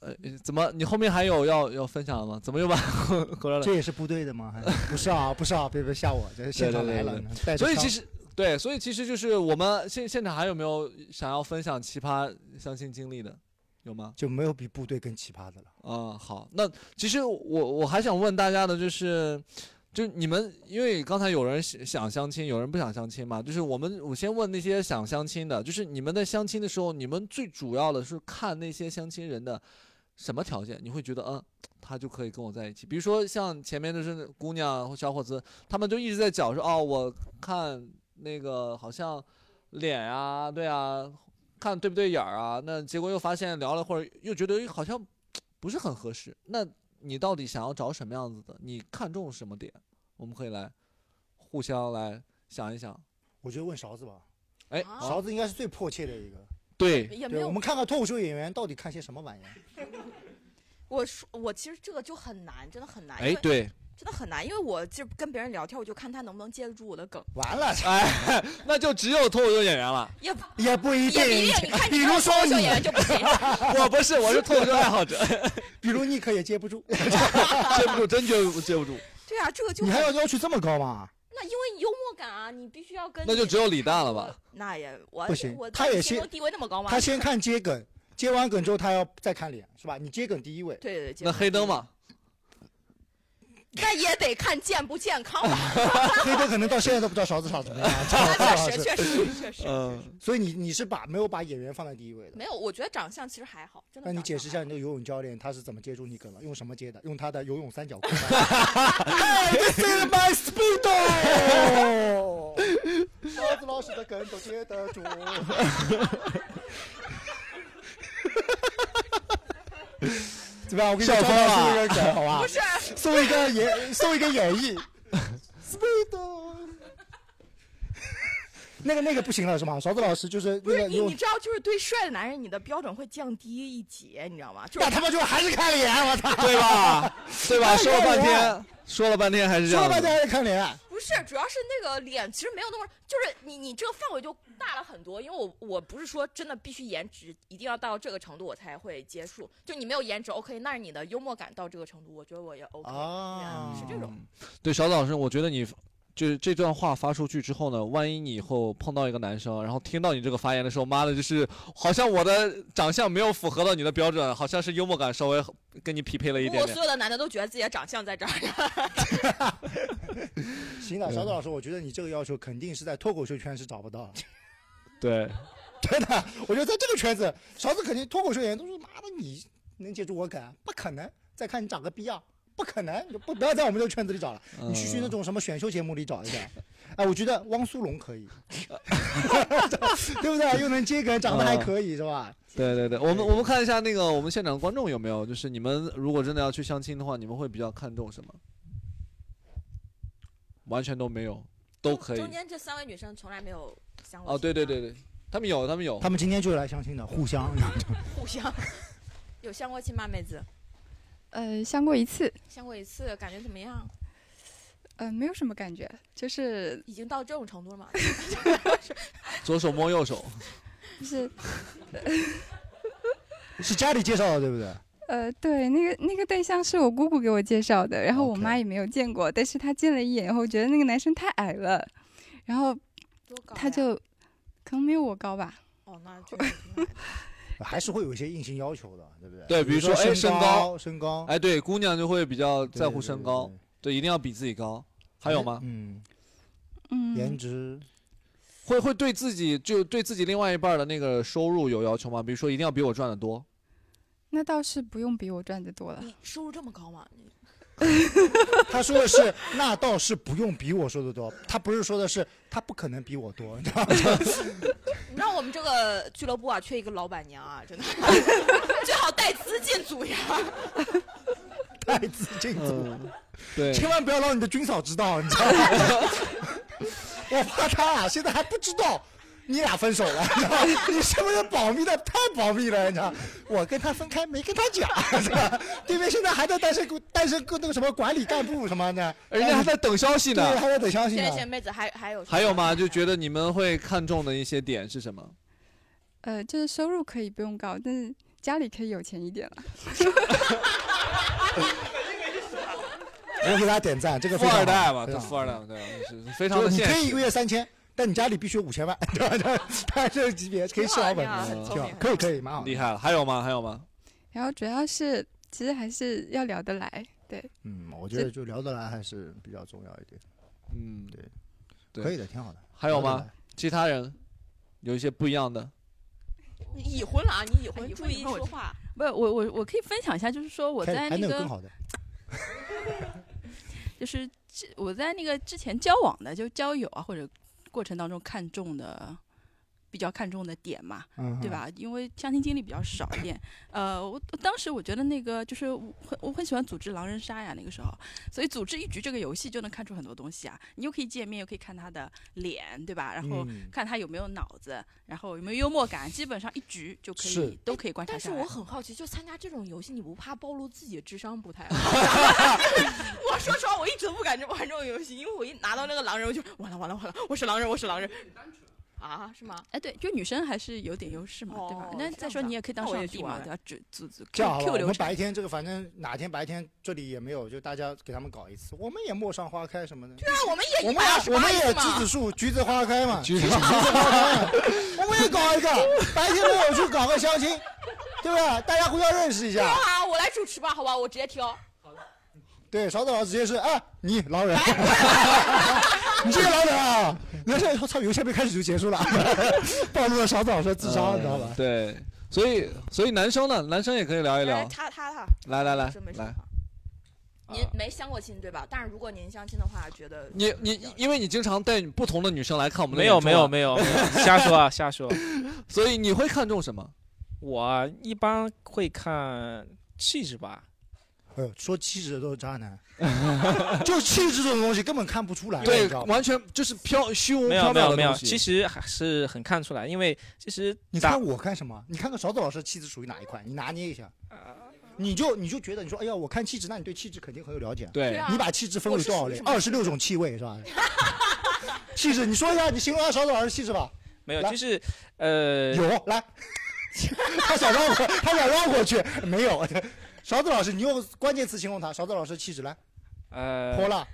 S1: 呃，怎么？你后面还有要要分享的吗？怎么又把 [LAUGHS] 回来了？
S3: 这也是部队的吗？还不是啊，不是啊，别别吓我，这是现场
S1: 对
S3: 来
S1: 对对
S3: 了
S1: 对。
S3: 带着
S1: 所以其
S3: 伤
S1: 实对，所以其实就是我们现现场还有没有想要分享奇葩相亲经历的？有吗？
S3: 就没有比部队更奇葩的了。
S1: 啊、好，那其实我我还想问大家的就是，就你们因为刚才有人想想相亲，有人不想相亲嘛，就是我们我先问那些想相亲的，就是你们在相亲的时候，你们最主要的是看那些相亲人的什么条件，你会觉得嗯，他就可以跟我在一起。比如说像前面就是姑娘或小伙子，他们就一直在讲说哦，我看那个好像脸啊，对啊。看对不对眼儿啊？那结果又发现聊了会儿，又觉得哎好像不是很合适。那你到底想要找什么样子的？你看重什么点？我们可以来互相来想一想。
S3: 我觉得问勺子吧，
S1: 哎，
S3: 勺子应该是最迫切的一个。
S1: 对
S2: 啊也没
S3: 对，
S2: 有
S3: 我们看看脱口秀演员到底看些什么玩意儿。
S2: [LAUGHS] 我说我其实这个就很难，真的很难。
S1: 哎
S2: 因为
S1: 对，
S2: 真的很难，因为我就跟别人聊天，我就看他能不能接得住我的梗。
S3: 完了，
S1: 哎， [LAUGHS] 那就只有脱口秀演员了。
S2: 也
S3: 也不一定，
S2: 也不一哎定你看
S3: 比
S2: 你
S3: 如
S2: 看
S3: 说
S2: 脱口秀
S3: 你
S2: 演员就不行
S1: [LAUGHS] 我不是，我是脱口秀爱好者，
S2: [LAUGHS]
S3: 比如尼克也接不住，
S1: 接不住，真接不接不住。
S2: [LAUGHS] 对啊，这 [LAUGHS] 个就
S3: 你还
S2: 很
S3: 要要求这么高吗？
S2: 那因为幽默感啊，你必须要跟
S1: 那就
S2: 你
S1: 只有李诞了吧？
S2: 那也我
S3: 不行
S2: 我
S3: 他
S2: 在
S3: 也
S2: 你
S3: 先
S2: 心中地位那么高吗？
S3: 他先看接梗，接完梗之后他要再看脸，是吧？你接梗第一位，
S2: 对对对，
S1: 那黑灯嘛，
S2: 那也得看健不健康
S3: [LAUGHS]
S2: 吧。
S3: 黑灯可能到现在都不知道勺子长
S2: [LAUGHS]
S3: 什么样，
S2: 那确
S3: [LAUGHS]
S2: 实确实确实
S1: 嗯，
S3: 所以你你是把没有把演员放在第一位的。
S2: 没有，我觉得长相其实还好，真的。
S3: 那你解释一下，你那个游泳教练他是怎么接住你梗了？用什么接的？用他的游泳三角
S2: [LAUGHS]
S3: 裤。哎，This is
S2: [LAUGHS]
S3: my [LAUGHS] speedo。勺子老师的梗都接得住。怎么样？我给你
S1: 校
S3: 教
S1: 风
S3: 他
S1: 啊
S3: 送一个梗，好吧？
S2: 不是，
S3: 送一个演，送一个演 [LAUGHS]
S2: [LAUGHS]
S3: 绎。speedo。那个那个不行了是吗？勺子老师就是
S2: 不
S3: 那
S2: 是
S3: 个
S2: 你，
S3: 用
S2: 你知道，就是对帅的男人，你的标准会降低一截，你知道吗？就
S3: 那
S2: 是
S3: 他妈就还是看脸，我操！
S1: 对吧？对吧？说了半天，说了半天还是这
S3: 说
S1: 样
S3: 半
S1: 子
S3: 天。还是看脸，
S2: 不是，主要是那个脸其实没有那么，就是你你这个范围就大了很多。因为我我不是说真的必须颜值一定要到这个程度我才会结束，就你没有颜值 OK，那是你的幽默感到这个程度，我觉得我也 OK，、
S3: 啊
S2: 是这种。
S1: 对，小老师，我觉得你就是这段话发出去之后呢，万一你以后碰到一个男生，然后听到你这个发言的时候，妈的，就是好像我的长相没有符合到你的标准，好像是幽默感稍微跟你匹配了一
S2: 不
S1: 点
S2: 过
S1: 点
S2: 所。有的男的都觉得自己的长相在这儿，
S3: 行的，小左老师，我觉得你这个要求肯定是在脱口秀圈是找不到的。
S1: 对，
S3: [LAUGHS] 真的，我觉得在这个圈子，勺子肯定脱口秀演员都说：“妈的，你能接住我梗？不可能！再看你长个逼样，不可能！你就不不要在我们这个圈子里找了，你去去那种什么选秀节目里找一下。”哎，我觉得汪苏泷可以，对不对？又能接梗，长得还可以，是吧？
S1: 对对对，我们我们看一下那个我们现场的观众有没有，就是你们如果真的要去相亲的话，你们会比较看重什么？完全都没有，都可
S2: [LAUGHS]
S1: 以
S2: 中。间这三位女生从来没有相过
S1: 哦，
S2: 亲
S1: 对对
S2: 啊
S1: 对，对，他们有，他们有。
S3: 他们今天就是来相亲的，互相。
S2: 互
S3: [LAUGHS]
S2: 相有相过亲吗？妹子，
S12: [LAUGHS] 呃，相过一次，
S2: 相过一次，感觉怎么样？
S12: 呃，没有什么感觉，就是
S2: 已经到这种程度了 [LAUGHS] 吗？
S1: 左手摸右手，
S12: 就是
S3: 是家里介绍的，对不对？
S12: 呃，对，那个那个对象是我姑姑给我介绍的，然后我
S3: OK
S12: 妈也没有见过但是她见了一眼以后，觉得那个男生太矮了，然后
S2: 多高呀？
S12: 她就可能没有我高吧，
S2: 哦，那确实挺矮的
S3: 还是会有一些硬性要求的，对不对？
S1: 对比如说哎
S3: 身
S1: 身
S3: 高，
S1: 高
S3: 身高，
S1: 哎，对，姑娘就会比较
S3: 对
S1: 在乎身高。，
S3: 对对对
S1: 对，一定要比自己高。还有吗？
S3: 嗯，颜
S12: 嗯，
S3: 值
S1: 会会对自己就对自己另外一半的那个收入有要求吗？比如说一定要比我赚的多。
S12: [LAUGHS] 那倒是不用比我赚的多了，
S2: 你收入这么高吗？你
S3: 他说的是，那倒是不用比我说的多。他不是说的是，他不可能比我多，你知道吗？
S2: 你知道我们这个俱乐部啊，缺一个老板娘啊，真的， [LAUGHS] 最好带资进组呀。
S3: 太自信足，
S1: 嗯，对，
S3: 千万不要让你的军嫂知道，你知道吗？ [LAUGHS] 我怕他俩现在还不知道你俩分手了，你知道吗？你是不是保密的太保密了？你知道吗，我跟他分开没跟他讲，是吧？对面现在还在单身顾单身顾那个什么管理干部什么的，
S1: 人家还在等消息
S3: 对，
S1: 呢。
S3: 还在等消息
S2: 现在
S3: 呢
S2: 现。在妹子还还有
S1: 还有吗？就觉
S2: 得
S1: 得你们会看重的一些点是什么？
S12: 呃，就是收入可以不用高，但是家里可以有钱一点了， [LAUGHS]
S3: 我给大家点赞，这个
S1: 富
S3: 非常好
S1: 二代嘛，
S3: 非
S1: 对，
S3: 常
S1: 富
S3: 好啊
S1: 二代嘛，对，啊就是非常
S3: 就
S1: 的
S3: 是你
S1: 现
S3: 可以一
S1: 实
S3: 个。月三千，但你家里必须有五千万， [LAUGHS] 对吧？他这个级别可以吃老本，
S2: 啊，
S1: 嗯
S2: 很聪
S3: 挺好
S2: 明，，
S3: 可以可以，蛮好的
S1: 厉。害了，还有吗？还有吗？
S12: 然后主要是其实还是要聊得来，对，
S3: 嗯，我觉得就聊得来还是比较重要一点，
S1: 嗯，
S3: 对
S1: 对
S3: 可以的，挺好的。
S1: 还有吗
S3: 聊得来？
S1: 其他人有一些不一样的。
S2: 你已婚了啊，你已
S4: 哎
S2: 婚，
S4: 已
S2: 注
S4: 婚
S2: 意
S4: 以后我
S2: 说话。
S4: 不，我我我可以分享一下，就是说我
S3: 还
S4: 在
S3: 还
S4: 那
S3: 能有
S4: 个
S3: 更好的，
S4: 就是之我在那个之前交往的，就交友啊或者过程当中看中的比比较看重的点嘛，
S10: 嗯
S4: 对吧？因为相亲经历比较少一点。呃，我我当时我觉得那个就是我很我很喜欢组织狼人杀呀，那个时候，所以组织一局这个游戏就能看出很多东西啊。你又可以见面，又可以看他的脸，对吧？然后
S2: 嗯
S4: 看他有没有脑子，然后有没有幽默感，基本上一局就可
S2: 是
S4: 以都可以观察
S2: 但
S4: 下
S2: 是
S4: 来。
S2: 我很好奇，就参加这种游戏，你不怕暴露自己的智商不 [LAUGHS] 太好？我说实话，我一直都不敢玩这种游戏，因为我一拿到那个狼人，我就完了完了完了，我是狼人，我是狼人。啊，是吗？哦
S4: 哎，对，就女生还是有点优势嘛，对吧？那再说你也可以当
S2: 啊那我
S4: 上
S2: 也
S4: 帝
S2: 去
S4: 嘛，
S2: 玩
S4: 对吧？组组组
S3: 这样好
S4: Q
S3: 吧，我
S4: 流
S3: 们
S4: 程
S3: 白天这个反正哪天白天这里也没有，就大家给他们搞一次，我们也陌上花开什么的。对
S2: 啊，我们也
S3: 我们也我们也栀子树、橘子花开 [LAUGHS] 嘛，橘子花开，我们也搞一个。白天我去搞个相亲，对吧？大家互相认识一
S2: 对 [LAUGHS]
S3: 下。
S2: 啊，我来主持吧，好吧，我直接挑。
S3: 对，勺子老师直接是，哎，你
S1: [LAUGHS]
S3: 狼人，你这个狼人啊！你看这操，游戏还没开始就结束了， [LAUGHS] 暴露了勺子老师的智商，你知道吧？
S1: 嗯对，所以所以男生呢，男生也可以聊一聊。
S2: 他他他，
S1: 来来来
S2: 没事没事
S1: 来，
S2: 您没相过亲对吧？但是如果您相亲的话，觉得
S1: 你你因为你经常带不同的女生来看我们的
S13: 没有
S1: 演出啊
S13: 没有没有没有瞎说
S1: [LAUGHS]
S13: 啊瞎说。
S1: 所以你会看重什么？
S13: 我一般会看气质吧，
S3: [LAUGHS] 哎呦，说气质的都是渣 [LAUGHS] 男，就气质这种东西根本看不出来，
S13: 对
S3: 你知道吗
S1: 完全就是飘虚无
S3: 嗯
S13: 没有
S1: 缥缈
S13: 没有
S1: 的
S13: 没有，
S1: 东西
S13: 其实还是很看出来，因为其实
S3: 你
S13: 打
S3: 看我干什么？你看看勺子老师的气质属于哪一块？你拿捏一下，
S1: 呃
S3: 你就你就觉得你说，哎呀，我看气质，那你对气质肯定很有了解。
S1: 对对啊
S3: 你把气质分为多少
S1: 我是属于？
S3: 类
S1: 什么
S3: 二十六种气味
S1: [LAUGHS]
S3: 是吧？气质，你说一下，你形容一下勺子老师气质吧。
S13: 没有，
S3: 来
S13: 就是呃
S3: 有来， [LAUGHS] 他想让我，他想让我去，没有。 [LAUGHS] 勺子老师，你用关键词形容他。勺子老师气质来，
S13: 呃
S3: 泼
S2: [LAUGHS]
S3: 辣，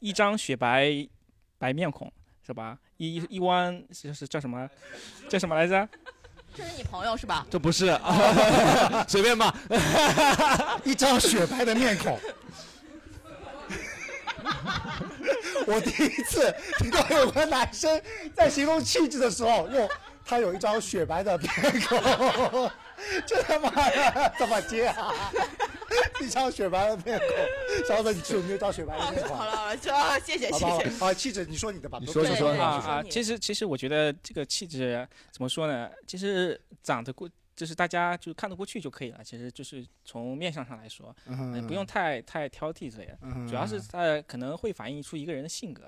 S13: 一张雪白白面孔是吧？一一弯就是叫什么叫什么来着？
S2: 这是你朋友是吧？
S1: 这不
S13: [LAUGHS]
S1: 是， [LAUGHS] 随便吧。 [LAUGHS]
S3: 一张雪白的面孔。我第一次听到有个男生在形容气质的时候用他有一张雪白的面孔，这他妈的怎么接啊？一张雪白的面孔，勺子，你有没有一张雪白的面孔？
S2: 好了好了，这哦谢谢谢
S3: 好吧，好
S2: 谢
S3: 吧。好，哦气质，你说你的吧。
S13: 你
S3: 都
S13: 说
S3: 可以
S13: 啊啊！其实其实我觉得这个气质怎么说呢？其实长得过，就是大家就看得过去就可以了。其实就是从面相上来说，
S5: 嗯
S13: 呃不用太太挑剔之类的。
S5: 嗯
S13: 主要是它可能会反映出一个人的性格，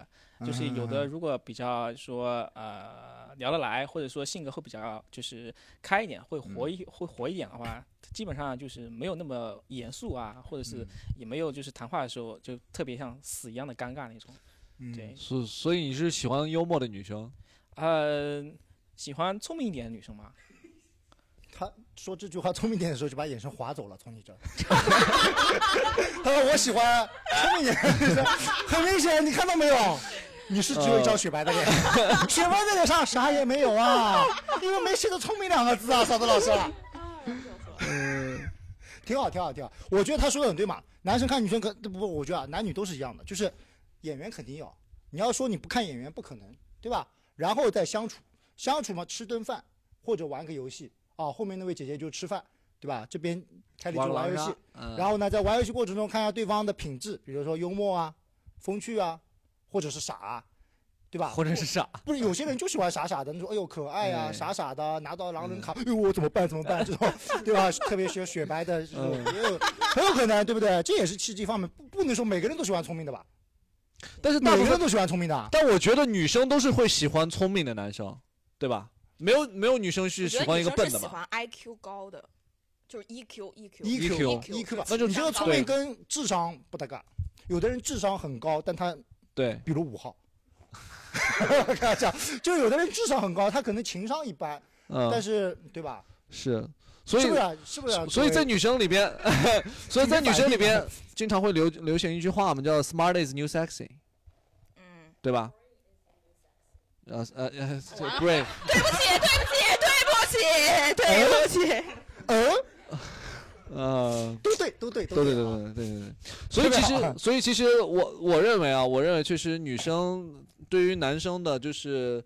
S13: 就是有的如果比较说呃聊得来，或者说性格会比较就是开一点，会活一、会活一点的话，基本上就是没有那么严肃啊，或者是也没有就是谈话的时候就特别像死一样的尴尬那种。对，
S1: 所所以你是喜欢幽默的女生？
S13: 呃，喜欢聪明一点的女生吗？
S3: 他说这句话聪明点的时候，就把眼神划走了，从你这
S2: [LAUGHS]
S3: 儿。他说我喜欢聪明点的女生， [LAUGHS] 很明显，你看到没有？你是只有一张雪白的脸，
S1: [LAUGHS]
S3: 雪白的脸上啥也没有啊，因为没写着“聪明”两个字啊，嫂子老师。嗯挺好，挺好，挺好。我觉得他说的很对嘛，男生看女生可不，我觉得啊，男女都是一样的，就是演员肯定要，你要说你不看演员不可能，对吧？然后再相处，相处嘛，吃顿饭或者玩个游戏啊，后面那位姐姐就吃饭，对吧？这边凯里就
S1: 玩
S3: 玩
S1: 狼
S3: 游
S1: 人
S3: 戏
S1: 杀，嗯
S3: 然后呢，在玩游戏过程中看一下对方的品质，比如说幽默啊、风趣啊，或者是傻、啊。对吧？
S1: 或者是傻
S3: [LAUGHS] 不是有些人就喜欢傻傻的，你说哎呦可爱呀、
S1: 哎
S3: 傻傻的，拿到
S1: 嗯
S3: 狼人卡，哎呦我怎么办怎么
S1: [LAUGHS]
S3: 办这种，对吧？特别喜欢雪白的这种，
S1: 嗯
S3: 也有很有可能，对不对？这也是气质一方面，不不能说每个人都喜欢聪明的吧？
S1: 但是大
S3: 每
S1: 部
S3: 个人
S1: 分
S3: 都喜欢聪明的啊，
S1: 但我觉得女生都是会喜欢聪明的男生，对吧？没有没有女生是
S2: 我
S1: 喜
S2: 觉得
S1: 欢
S2: 女
S1: 一个
S2: 生
S1: 笨
S2: 是
S1: 的
S2: 喜
S1: 吧？
S2: 欢 IQ 高的，就是 E EQ EQ
S3: E
S2: E
S1: EQ
S3: EQ 吧，
S1: 那就
S3: 你这个聪
S1: 对
S3: 明跟智商不搭嘎。有的人智商很高，但他 [LAUGHS]
S1: 对，
S3: 比如五号，开玩笑，就是有的人智商很高，他可能情商一般，
S1: 嗯
S3: 但是对吧？
S1: 是，所以
S3: 是不是啊是不是啊
S1: 所以
S3: 各位
S1: 在女生里边， [LAUGHS] 所以在女生里
S3: 你
S1: 边
S3: 反应
S1: 经常会流流行一句话嘛，叫 “smart is new sexy”，嗯，对吧？呃呃呃，brave，
S2: 对不起，对不起，对不起，对不起。
S3: 嗯，
S1: 呃，
S3: 都对，啊都对，
S1: 对对对对对对对。所以其实，所以其实我我认为啊，我认为确实女生对于男生的，就是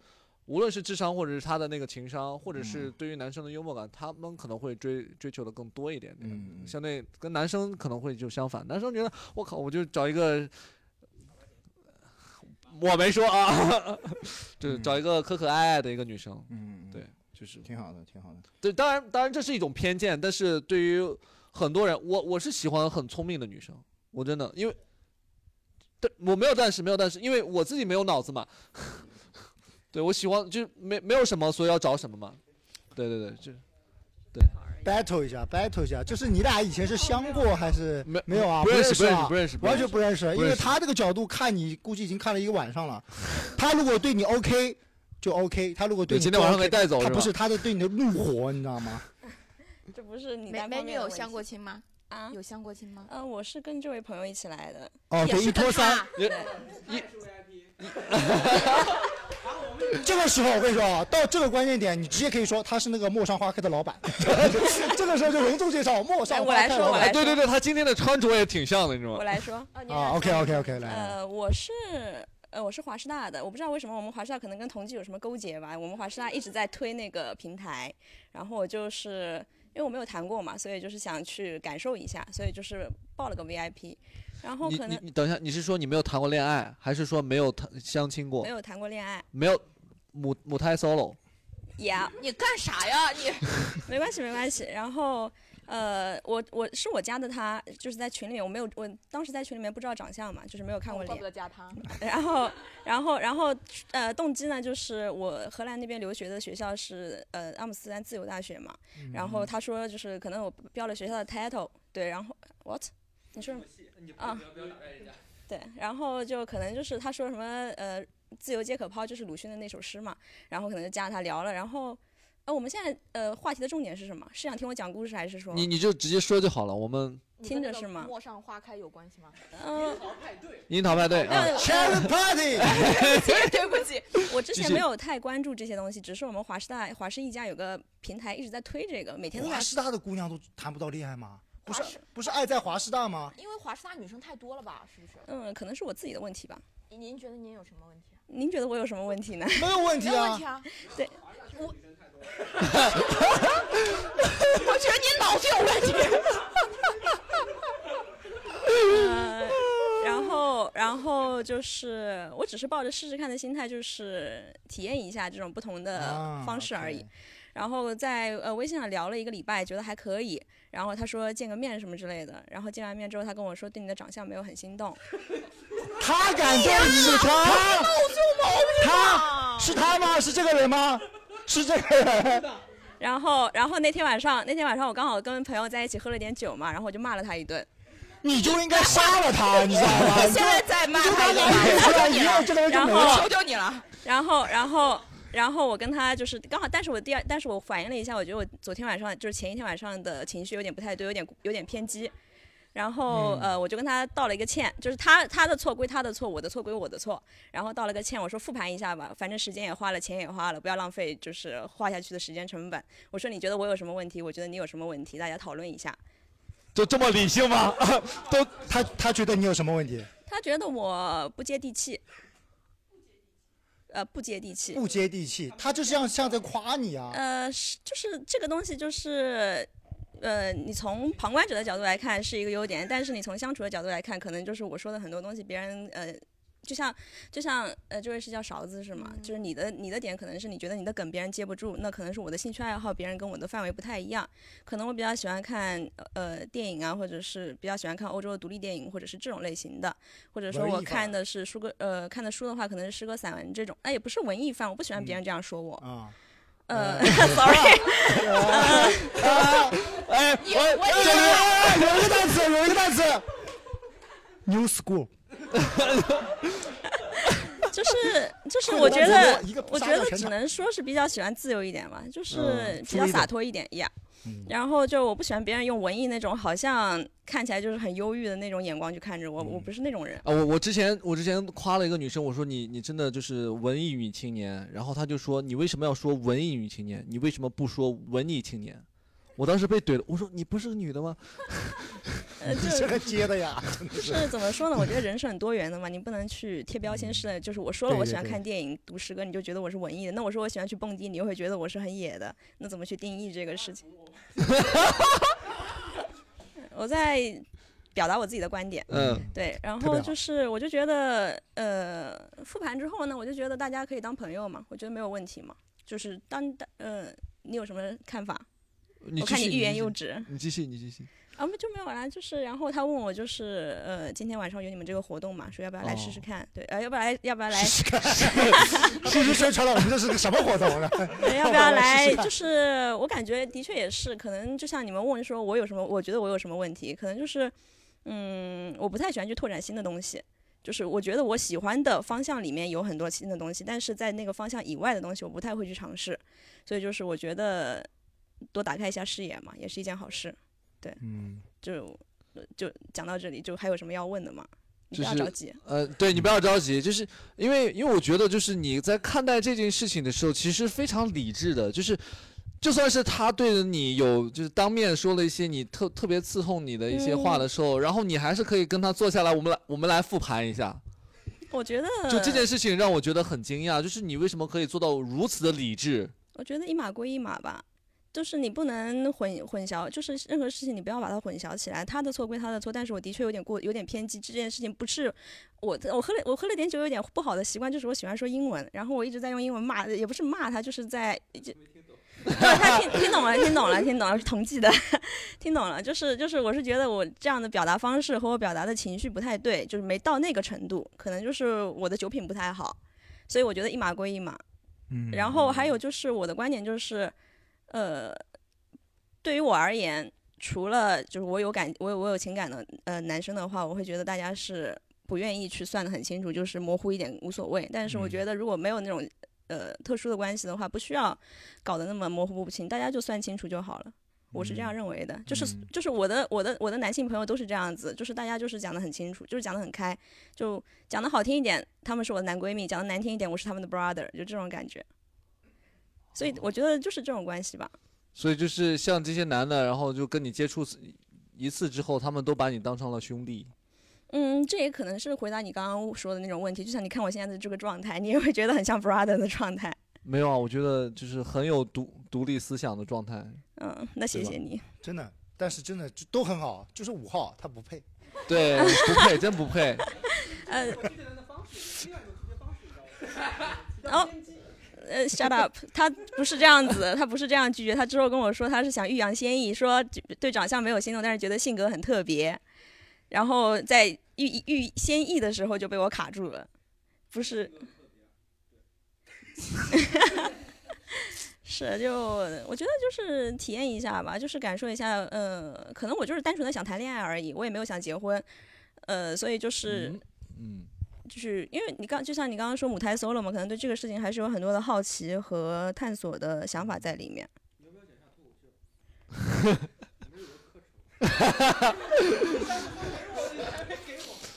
S1: 无论是智商，或者是他的那个情商，或者是对于男生的幽默感，他们可能会追追求的更多一点点。
S3: 嗯
S1: 相对跟男生可能会就相反，男生觉得我靠，我就找一个。 [LAUGHS] 我没说啊， [LAUGHS] 就是找一个可可爱爱的一个女生。
S3: 嗯，
S1: 对，就是
S3: 挺好的，挺好的。
S1: 对，当然，当然这是一种偏见，但是对于很多人，我我是喜欢很聪明的女生，我真的，因为，但我没有但是没有但是，因为我自己没有脑子嘛， [LAUGHS] 对我喜欢就没没有什么，所以要找什么嘛，对对对，就
S3: battle 一下，battle 一下，就是你俩以前是相过还是没有啊？
S1: 不认识
S3: 不啊
S1: 不认识不认识不认识
S3: 完全不认识。因
S1: 不认
S3: 为
S1: 识
S3: 他这个角度看你，估计已经看了一个晚上了。他如果对你 OK 就 OK，他如果对你
S1: 对今天晚上
S3: 不
S1: 可以
S3: OK，
S1: 带走
S3: 他
S1: 是吧
S3: 不是他的对你的怒火，你知道吗？
S14: 这不是你
S2: 美
S14: 单
S2: 美
S14: 方
S2: 女
S14: 面的
S2: 有
S14: 问题
S2: 相过亲吗？
S14: 啊？
S2: 有相过亲吗？
S14: 嗯、我是跟这位朋友一起来的。
S3: 哦，
S14: 也
S3: 对，
S14: 是
S3: 一拖
S14: 跟
S3: 三
S14: 他，
S1: 一
S14: [LAUGHS]
S3: [LAUGHS] 这个时候我跟你说啊，到这个关键点，你直接可以说他是那个陌上花开
S1: [LAUGHS]
S3: 的老板。这个时候就隆重介绍陌上花开的老板。
S1: 哎对对对，他今天的穿着也挺像的，你知道吗？
S14: 我来说。
S3: 啊，OK OK OK，来。来
S14: 呃，我是呃我是华师大的，我不知道为什么我们华师大可能跟同济有什么勾结吧。我们华师大一直在推那个平台，然后我就是因为我没有谈过嘛，所以就是想去感受一下，所以就是报了个 VIP，然后
S1: 你
S14: 呃可
S1: 你
S14: 能
S1: 你等一下，你是说你没有谈过恋爱，还是说没有谈相亲过？
S14: 没有谈过恋爱。
S1: 没有母母胎 solo，
S14: 呀，你干啥呀你？ [LAUGHS] 没关系，没关系。然后，呃，我我是我加的他，就是在群里面，我没有，我当时在群里面不知道长相嘛，就是没有看过
S2: 哦怪不
S14: 脸。
S2: 得加他。
S14: 然后，然后，然后，呃，动机呢，就是我荷兰那边留学的学校是呃阿姆斯特丹自由大学嘛。然后他说，就是可能我标了学校的 title，对，然后 what？你说什么？啊，对，然后就可能就是他说什么呃，自由皆可抛就是鲁迅的那首诗嘛，然后可能就加了他聊了，然后。呃，我们现在呃话题的重点是什么？是想听我讲故事，还是说
S1: 你你就直接说就好了。我们
S14: 听着是吗？
S2: 陌上花开有关系吗？
S14: 嗯，
S1: 樱桃派对啊
S14: 呃
S3: Cherry Party
S14: [LAUGHS]
S1: [LAUGHS]
S14: 对不起，我之
S1: 继
S14: 前
S1: 续
S14: 没有太关注这些东西，只是我们华师大、华师一家有个平台一直在推这个，每天都在
S3: 华师大的姑娘都谈不到恋爱吗？不是不是爱在华师大吗？
S2: 因为华师大女生太多了吧？是不是？
S14: 嗯，可能是我自己的问题吧。
S2: 您觉得您有什么问题？
S14: 您觉得我有什么问题呢？
S3: 没有问题啊没有问题
S2: 啊。
S14: 对，
S2: 我
S14: [LAUGHS] 我觉得你脑子有问题。嗯，然后，然后就是，我只是抱着试试看的心态，就是体验一下这种不同的
S2: 啊
S14: 方式而已。然后在呃微信上聊了一个礼拜，觉得还可以。然后他说见个面什么之类的。然后见完面之后，他跟我说对你的长相没有很心动。
S3: 他敢对你
S14: 哎呀
S3: 他
S14: 脑子有毛病
S3: 他是他吗？是这个人吗？是这个人。
S14: 然后，然后那天晚上，那天晚上我刚好跟朋友在一起喝了点酒嘛，然后我就骂了他一顿。
S3: 你就应该杀了他，你知道吗？
S14: 现在在骂他一顿
S3: 你就当然
S14: 求
S3: 也
S14: 你
S3: 是啊
S14: 了
S3: 以后这个人就
S14: 然
S3: 没
S14: 后 [LAUGHS]
S3: 了
S14: 你了。然后，然后，然后我跟他就是刚好，但是我第二，但是我反应了一下，我觉得我昨天晚上就是前一天晚上的情绪有点不太对，有点有点偏激。然后、
S2: 嗯
S14: 呃，我就跟他道了一个歉，就是他他的错归他的错，我的错归我的错。然后道了个歉，我说复盘一下吧，反正时间也花了，钱也花了，不要浪费就是花下去的时间成本。我说你觉得我有什么问题？我觉得你有什么问题？大家讨论一下。
S3: 就这么理性吗？ [LAUGHS] 都他他觉得你有什么问题？
S14: 他觉得我不接地气，呃，不接地气，
S3: 不接地气，他就像像在夸你啊。
S14: 呃，是就是这个东西就是。呃，你从旁观者的角度来看是一个优点，但是你从相处的角度来看，可能就是我说的很多东西，别人呃，就像就像呃，这位是叫勺子是吗？就是
S2: 嗯
S14: 你的你的点可能是你觉得你的梗别人接不住，那可能是我的兴趣爱好，别人跟我的范围不太一样，可能我比较喜欢看呃电影啊，或者是比较喜欢看欧洲的独立电影，或者是这种类型的，或者说
S2: 文艺
S14: 我
S2: 范
S14: 看的是书歌呃看的书的话，可能是诗歌散文这种，哎，也不是文艺范，我不喜欢
S2: 嗯
S14: 别人这样说我。
S3: 啊
S14: 呃 [LAUGHS] ，sorry，
S2: 嗯
S3: 啊哎，
S14: 你
S3: 我
S14: 我
S3: 这里哎有一个单词，有一个单词，new school。
S14: [LAUGHS] 就是就是，
S2: 快
S14: 我
S2: 点
S14: 觉
S2: 大
S14: 得
S2: 主播一个
S14: 我觉
S2: 杀掉
S14: 得
S2: 全
S14: 只
S2: 场
S14: 能说是比较喜欢自由一点吧，就是
S2: 嗯
S14: 比
S2: 注
S14: 较
S2: 意
S14: 洒
S2: 点嗯
S14: 脱一点呀。然后就我不喜欢别人用文艺那种好像看起来就是很忧郁的那种眼光去看着我，我
S2: 嗯
S14: 不是那种人。
S1: 啊我我之前我之前夸了一个女生，我说你你真的就是文艺女青年，然后她就说你为什么要说文艺女青年？你为什么不说文艺青年？我当时被怼了，我说你不是个女的吗？
S14: 呃， [LAUGHS] 就
S3: 这个接的呀，真的
S14: 就是怎么说呢？我觉得人是很多元的嘛，你不能去贴标签式的。就是我说了
S2: 对
S14: 我
S2: 对
S14: 喜欢
S2: 对
S14: 看电影、读诗歌，你就觉得我是文艺的；那我说我喜欢去蹦迪，你又会觉得我是很野的。那 [LAUGHS] 怎么去定义这个事情？我在表达我自己的观点。
S1: 嗯
S14: 对，然
S1: 特别
S14: 后
S1: 好
S14: 就是我就觉得，呃，复盘之后呢，我就觉得大家可以当朋友嘛，我觉得没有问题嘛。就是当当，呃，你有什么看法？
S1: [LAUGHS] 你
S14: 我
S1: 继
S14: 看
S1: 续，
S14: 你欲言
S1: 继续
S14: 又止。
S1: 你继续，你继续。
S14: 啊，没就没有啦，就是然后他问我就是呃，今天晚上有你们这个活动嘛，说要不要来试试看？对，呃，要不要来？要不要来？ [LAUGHS]
S3: 事实宣传了我们这是个什么活动呢？
S14: 对 [LAUGHS] 要不要
S3: 试
S14: 来？
S3: 试看
S14: 就是我感觉的确也是，可能就像你们问说，我有什么？我觉得我有什么问题？可能就是，嗯，我不太喜欢去拓展新的东西。就是我觉得我喜欢的方向里面有很多新的东西，但是在那个方向以外的东西，我不太会去尝试。所以就是我觉得多打开一下视野嘛，也是一件好事。对，
S3: 嗯，
S14: 就就讲到这里，就还有什么要问的吗？你
S1: 就
S14: 不要
S1: 是
S14: 着急。
S1: 呃，对你不要着急，就是因为因为我觉得就是你在看待这件事情的时候，其实非常理智的，就是。就算是他对着你有就是当面说了一些你特特别刺痛你的一些
S14: 嗯
S1: 话的时候，然后你还是可以跟他坐下来，我们来我们来复盘一下。
S14: 我觉得
S1: 就这件事情让我觉得很惊讶，就是你为什么可以做到如此的理智？
S14: 我觉得一码归一码吧，就是你不能混混淆，就是任何事情你不要把它混淆起来。他的错归他的错，但是我的确有点过，有点偏激。这件事情不是我的，我喝了我喝了点酒，有点不好的习惯，就是我喜欢说英文，然后我一直在用英文骂，也不是骂他，就是在就。对他听听懂了，听懂了，听懂了，是同济的， [LAUGHS] 听懂了，就是就是，我是觉得我这样的表达方式和我表达的情绪不太对，就是没到那个程度，可能就是我的酒品不太好，所以我觉得一码归一码，
S3: 嗯
S14: 然后还有就是我的观点就是，呃，对于我而言，除了就是我有感我有我有情感的呃男生的话，我会觉得大家是不愿意去算得很清楚，就是模糊一点无所谓。但是我觉得如果没有那种呃特殊的关系的话，不需要搞得那么模糊不清，大家就算清楚就好了。我是这样认为的，就是就是我的我的我的男性朋友都是这样子，就是大家就是讲得很清楚，就是讲得很开，就讲得好听一点，他们是我的男闺蜜；讲得难听一点，我是他们的 brother，就这种感觉。所以我觉得就是这种关系吧。
S1: 所以就是像这些男的，然后就跟你接触一次之后，他们都把你当成了兄弟。
S14: 嗯，这也可能是回答你刚刚说的那种问题，就像你看我现在的这个状态，你也会觉得很像 brother 的状态。
S1: 没有啊，我觉得就是很有独独立思想的状态。
S14: 嗯，那谢谢你。
S3: 真的，但是真的就都很好，就是五号他不配。
S1: [LAUGHS] 对，不配，真不配。
S14: 呃，哦，呃，shut up，他不是这样子，他不是这样拒绝。他之后跟我说，他是想欲扬先抑，说对长相没有心动，但是觉得性格很特别。然后在欲欲先抑的时候就被我卡住了，不是。是，就我觉得就是体验一下吧，就是感受一下，呃，可能我就是单纯的想谈恋爱而已，我也没有想结婚，呃，所以就是，嗯，就是因为你刚就像你刚刚说母胎 solo 嘛，可能对这个事情还是有很多的好奇和探索的想法在里面。 [LAUGHS]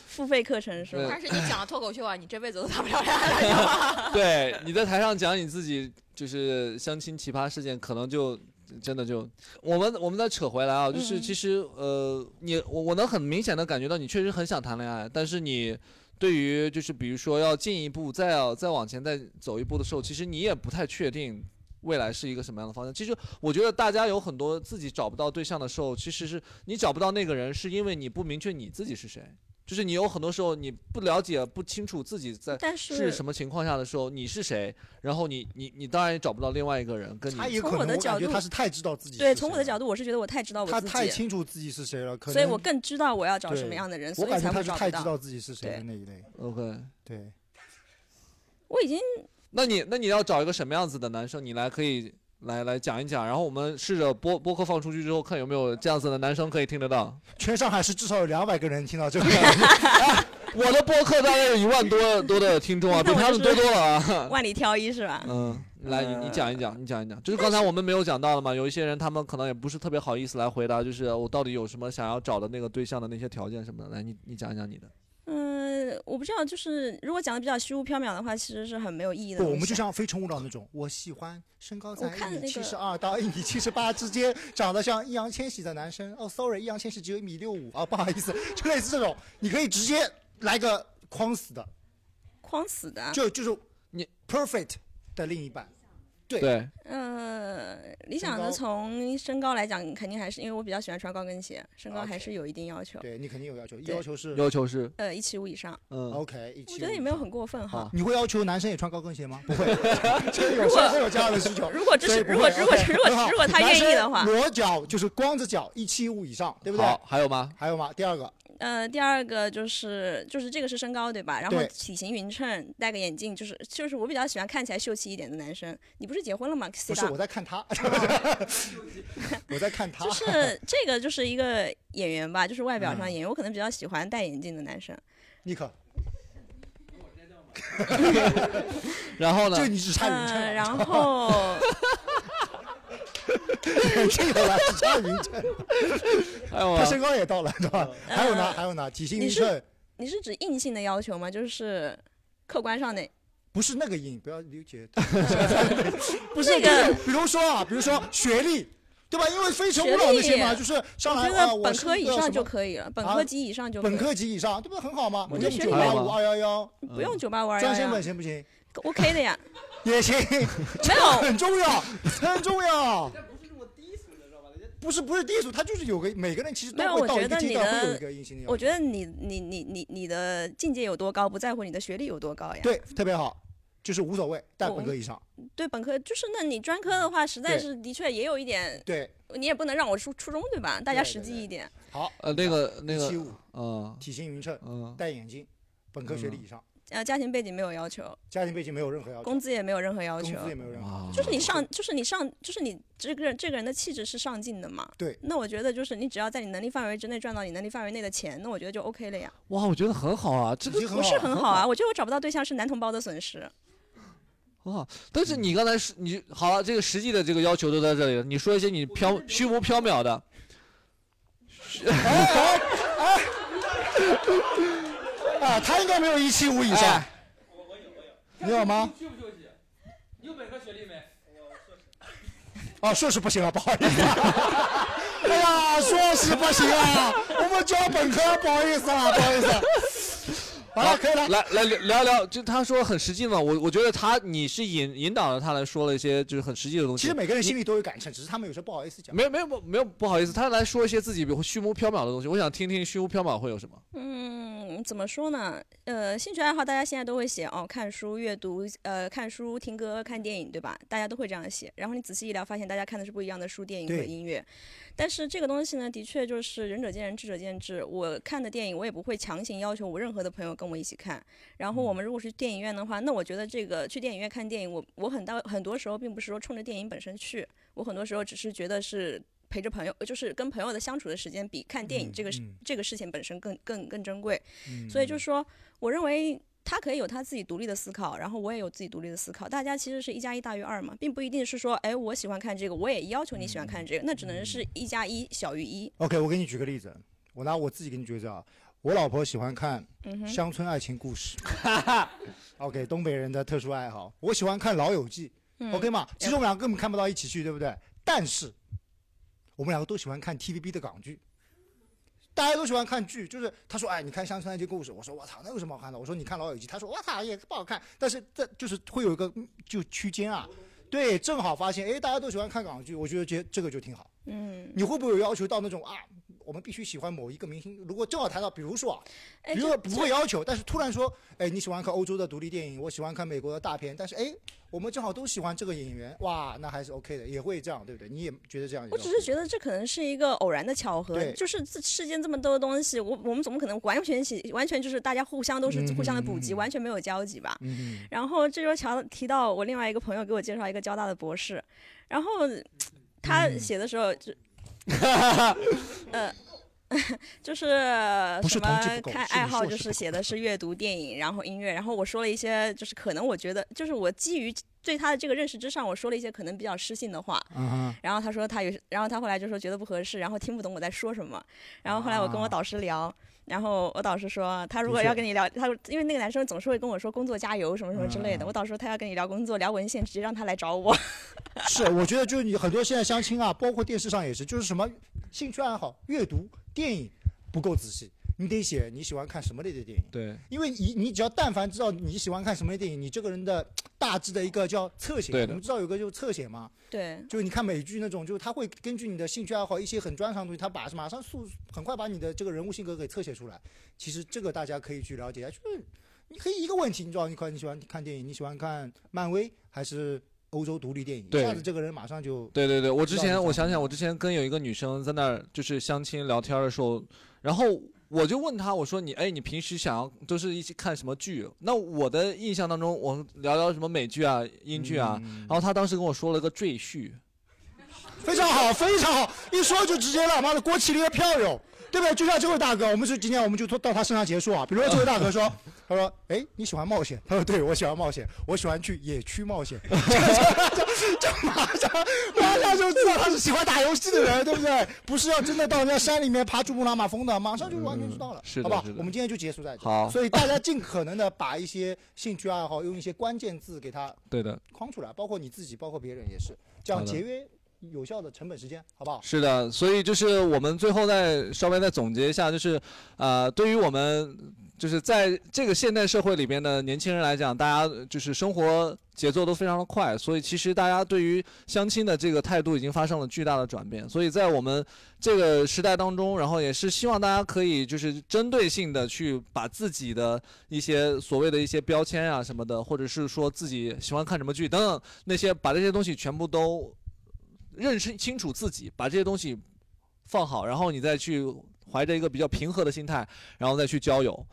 S14: 付费课程是吗？
S2: 但是你讲了脱口秀啊，你这辈子都当不了恋爱了。
S1: 对，你在台上讲你自己就是相亲奇葩事件，可能就真的就我们我们再扯回来啊，就是
S9: 嗯
S1: 其实呃，你我我能很明显的感觉到你确实很想谈恋爱，但是你对于就是比如说要进一步再要再往前再走一步的时候，其实你也不太确定。未来是一个什么样的方向？其实我觉得大家有很多自己找不到对象的时候，其实是你找不到那个人，是因为你不明确你自己是谁。就是你有很多时候你不了解、不清楚自己在
S14: 但是
S1: 是什么情况下的时候你是谁，然后你你你当然也找不到另外一个人跟你。
S3: 他也可能我
S14: 的
S3: 感
S14: 角
S3: 觉
S14: 度
S3: 他是 [LAUGHS] 太知道自己
S14: 对，
S3: 是
S14: 从我的角度，我是觉得我太知道我
S3: 他
S14: 自己，
S3: 太清楚自己是谁了，可能
S14: 所以我更知道我要找什么
S3: 对
S14: 样的人，
S3: 我
S14: 所以
S3: 感觉
S14: 才
S3: 他
S14: 会
S3: 是
S14: 找
S3: 太
S14: 不
S3: 知
S14: 到
S3: 道。自己是谁的那一类。
S1: OK，
S3: 对，
S14: 我已经
S1: 那你那你要找一个什么样子的男生？你来可以来来讲一讲，然后我们试着播播客放出去之后，看有没有这样子的男生可以听得到。
S3: 全上海市至少有两百个人听到这个。
S1: 我的播客大概有一万多多的听众啊，比
S14: 那我
S1: 他
S14: 就
S1: 们多
S14: 是
S1: 多了啊。
S14: 万里挑一是吧？
S1: 嗯，来，你你讲一讲，你讲一讲，就是刚才我们没有讲到的嘛，有一些人他们可能也不是特别好意思来回答，就是我到底有什么想要找的那个对象的那些条件什么的，来，你你讲一讲你的。
S14: 嗯，我不知道，就是如果讲的比较虚无缥缈的话，其实是很没有意义的
S3: 对，
S14: 东西。
S3: 我们就像《非诚勿扰》那种，我喜欢身高在
S14: 我看
S3: 一米
S14: 那
S3: 七
S14: 个
S3: 十二到一米七十八之间，长得像易烊千玺的男生。哦，sorry，易烊千玺只有一米六五啊，不好意思，就类似这种，你可以直接来个框死的，
S14: 框死的，
S3: 就就是你 perfect 的另一半。对
S1: 对
S14: 嗯、理想
S3: 身高
S14: 的从身高来讲，肯定还是因为我比较喜欢穿高跟鞋，身高
S3: OK
S14: 还是有一定要求。
S3: 对你肯定有要求，
S14: 对
S3: 要求是
S1: 要求是
S14: 呃，一七五以上。
S1: 嗯
S3: ，OK，一
S14: 我
S3: 七
S14: 觉得也没有很过分哈。
S3: 你会要求男生也穿高跟鞋吗？不会，
S14: 如
S3: 有
S14: 果
S3: 时候会有 [LAUGHS] 这样的需求。
S14: 如果这是
S3: 所以不会
S14: 如果如果
S3: OK，
S14: 如果
S3: 很好
S14: 如果他愿意的话
S3: 男生裸脚就是光着脚，一七五以上，对不对？
S1: 好，还有吗？
S3: 还有吗？第二个，
S14: 呃，第二个就是就是这个是身高对吧？然后
S3: 对
S14: 体型匀称，戴个眼镜，就是就是我比较喜欢看起来秀气一点的男生。你不是结婚了吗？不
S3: 不是我在看他，我在看他，
S14: 就是这个就是一个演员吧，就是外
S3: 嗯
S14: 表上演员，我可能比较喜欢戴眼镜的男生。
S3: 尼克，
S1: 然后呢？
S3: 哦就你只差匀称啊了
S14: 嗯，
S3: [LAUGHS]
S14: 然后
S3: 这个了，只差匀称。
S1: 还有啊
S3: 他身高也到了，对吧？还有呢？还有呢？体型
S14: 你
S3: 匀
S14: 是
S3: 称，
S14: 你是指硬性的要求吗？就是客观上的。
S3: 不是那个硬，不要纠
S14: [LAUGHS]
S3: 结。不是
S14: 那个
S3: 就是比如说啊，比如说学历，对吧？因为非诚勿扰那些嘛，就是上来
S14: 我觉
S3: 啊，
S14: 得
S3: 我
S14: 本
S3: 是
S14: 科
S3: 一
S14: 以
S3: 个什
S14: 上
S3: 么
S14: 就可以了，本
S3: 啊
S14: 科及以上就可以
S3: 本科及以上，这不是很好吗？
S14: 我
S3: 要
S14: 觉
S3: 么
S14: 得学
S3: 九
S14: 历
S3: 八
S14: 没
S3: 五二幺幺，
S14: 不用九八五二幺
S3: 张先
S14: 幺
S3: 本行不行？
S14: ，OK 的呀。
S3: 也行，没
S14: 有
S3: 很重要，很重要。 [LAUGHS] 不是不是低俗，他就是有个每个人其实
S14: 没
S3: 都
S14: 有，
S3: 会
S14: 我
S3: 到
S14: 觉
S3: 一个
S14: 得
S3: 阶
S14: 你
S3: 段会有一
S14: 的
S3: 个硬性的，要
S14: 我
S3: 求
S14: 觉得你你你你你的境界有多高，不在乎你的学历有多高呀。
S3: 对特别好，就是无所谓，但
S14: 我嗯
S3: 本科以上，
S14: 对，本科就是那你专科的话，实在
S3: 对
S14: 是的确也有一点，
S3: 对，
S14: 你也不能让我初初中对吧？大家实际一点。
S3: 好，
S1: 呃，那个那个
S3: 175，
S1: 嗯，
S3: 体型匀称，
S1: 嗯，
S3: 戴眼镜，本科学历以上，
S14: 呃，家庭背景没有要求，
S3: 家庭背景没有任何要求，
S14: 工资也没有任何要求，
S3: 工资也没有任何
S1: 啊
S3: 要求，
S14: 就是你上，就是你上，就是你这个人这个人的气质是上进的嘛。
S3: 对
S14: 那我觉得就是你只要在你能力范围之内赚到你能力范围内的钱，那我觉得就 OK 了呀。
S1: 哇，我觉得很好啊，这个
S14: 不是很好啊，我觉得我找不到对象是男同胞的损失。
S1: 很好。但是你刚才是你好了，这个实际的这个要求都在这里了。你说一些你缥虚无缥缈的，
S3: 哎啊，他应该没有一七五以上，你有吗？
S9: 休不休息？你有本科学历没？
S3: 哦，硕士不行啊，不好意思、哎呀，硕士不行啊，我们教本科，不好意思啊，不好意思。好了，可以了。
S1: 来来聊聊聊，就他说很实际嘛，我我觉得他你是引引导着他来说了一些就是很实际的东西。
S3: 其实每个人
S1: 你
S3: 心里都有杆秤，只是他们有时候不好意思讲。
S1: 没有没有没有不好意思，他来说一些自己比如虚无缥缈的东西，我想听听虚无缥缈会有什么。
S14: 嗯，怎么说呢？呃，兴趣爱好大家现在都会写哦，看书、阅读，呃，看书、听歌、看电影，对吧？大家都会这样写。然后你仔细一聊，发现大家看的是不一样的书、电影和
S11: 对
S14: 音乐。但是这个东西呢，的确就是仁者见仁，智者见智。我看的电影，我也不会强行要求我任何的朋友跟我一起看。然后我们如果是电影院的话，那我觉得这个去电影院看电影，我我很大很多时候并不是说冲着电影本身去，我很多时候只是觉得是陪着朋友，呃就是跟朋友的相处的时间比看
S3: 嗯
S14: 电影这个事、这个事情本身更更更珍贵。所
S3: 嗯
S14: 以就是说，我认为。他可以有他自己独立的思考，然后我也有自己独立的思考。大家其实是一加一大于二嘛，并不一定是说，哎，我喜欢看这个，我也要求你喜欢看这个，那只能
S3: 嗯
S14: 是一加一小于一。
S3: OK，我给你举个例子，我拿我自己给你举个例子啊。我老婆喜欢看
S14: 嗯哼
S3: 乡村爱情故
S14: [LAUGHS]
S3: 事、OK，东北人的特殊爱好。我喜欢看《老友记》
S14: 嗯
S3: o k 嘛？其实我们两个根本看不到一起去，对不对？但是我们两个都喜欢看 TVB 的港剧，大家都喜欢看剧。就是他说：“哎，你看乡村爱情故事。”我说：“我操，那有什么好看的？”我说：“你看《老友记》。”他说：“我操，也不好看。”但是这就是会有一个嗯就区间啊，对，正好发现，哎，大家都喜欢看港剧，我觉得这这个就挺好。
S14: 嗯，
S3: 你会不会有要求到那种啊？我们必须喜欢某一个明星。如果正好谈到，比如说啊，
S14: 哎
S3: 比如说
S14: 这
S3: 不会要求，但是突然说，哎，你喜欢看欧洲的独立电影，我喜欢看美国的大片，但是哎，我们正好都喜欢这个演员，哇，那还是 OK 的，也会这样，对不对？你也觉得这样也 OK？
S14: 我只是觉得这可能是一个偶然的巧合
S3: 哎对，
S14: 就是这世间这么多的东西，我我们怎么可能完全喜完全就是大家互相都是互相的补给，完全没有交集吧？
S3: 嗯
S14: 然后这就乔提到我另外一个朋友给我介绍一个交大的博士，然后他
S11: 嗯
S14: 写的时候
S11: [LAUGHS]
S14: 就，呃。 [LAUGHS] 就是
S11: 不是
S14: 什
S11: 同
S14: 么
S11: 志不够
S14: 看
S11: 是
S14: 爱
S11: 你
S14: 好，
S11: 硕
S14: 就
S11: 士
S14: 是写的是阅读、电影，然后音乐，然后我说了一些，就是可能我觉得，就是我基于对他的这个认识之上，我说了一些可能比较失信的话。
S11: 嗯
S14: 然后他说他有，然后他后来就说觉得不合适，然后听不懂我在说什么。然后后来我跟我导师聊，然后我导师说他如
S11: 啊
S14: 果
S11: 的确
S14: 要跟你聊，他因为那个男生总是会跟我说工作加油什么什么之类
S11: 啊
S14: 的。
S3: 嗯
S14: 我导师说他要跟你聊工作、聊文献，直接让他来找我。
S3: 是， [LAUGHS] 我觉得就是你很多现在相亲啊，包括电视上也是，就是什么兴趣爱好、阅读、电影不够仔细，你得写你喜欢看什么类的电影。
S1: 对，
S3: 因为你你只要但凡知道你喜欢看什么类电影，你这个人的大致的一个叫侧写，
S1: 对的
S3: 我们知道有个就是侧写嘛，
S14: 对，
S3: 就是你看美剧那种，就是他会根据你的兴趣爱好一些很专长的东西，他把马上速很快把你的这个人物性格给侧写出来。其实这个大家可以去了解一下，哎就是你可以一个问题，你知道你可你喜欢看电影，你喜欢看漫威还是欧洲独立电影？一
S1: 对
S3: 下子这个人马上就
S1: 对对对，我之
S3: 知道你
S1: 前
S3: 喜
S1: 我
S3: [LAUGHS] 欢
S1: 想想，我之前跟有一个女生在那儿就是相亲聊天的时候，然后我就问她，我说你哎，你平时想要都是一起看什么剧？那我的印象当中，我聊聊什么美剧啊、英剧啊，
S3: 嗯
S1: 然后她当时跟我说了个赘婿，
S3: 非常好，非常好，一说就直接了，妈的，郭麒麟的票友，对不对？就像这位大哥，我们就今天我们就到他身上结束啊。比如说这位大哥说，他说，哎，你喜欢冒险？他说，对，我喜欢冒险，我喜欢去野区冒险。这这这马上马上就知道他是喜欢打游戏的人，对不对？不是要真的到人家山里面爬珠穆朗玛峰的，马上就完全知道了，
S1: 嗯是的
S3: 好不好
S1: 是的？
S3: 我们今天就结束在这。
S1: 好
S3: 所以大家尽可能的把一些兴趣爱好用一些关键字给它
S1: 对的，
S3: 框出来，包括你自己，包括别人也是，这
S1: 好
S3: 样
S1: 的
S3: 节约有效的成本时间，好不好？
S1: 是的，所以就是我们最后再稍微再总结一下，就是呃，对于我们就是在这个现代社会里边的年轻人来讲，大家就是生活节奏都非常的快，所以其实大家对于相亲的这个态度已经发生了巨大的转变。所以在我们这个时代当中，然后也是希望大家可以就是针对性的去把自己的一些所谓的一些标签啊什么的，或者是说自己喜欢看什么剧等等那些，把这些东西全部都认识清楚自己，把这些东西放好，然后你再去怀着一个比较平和的心态，然后再去交友，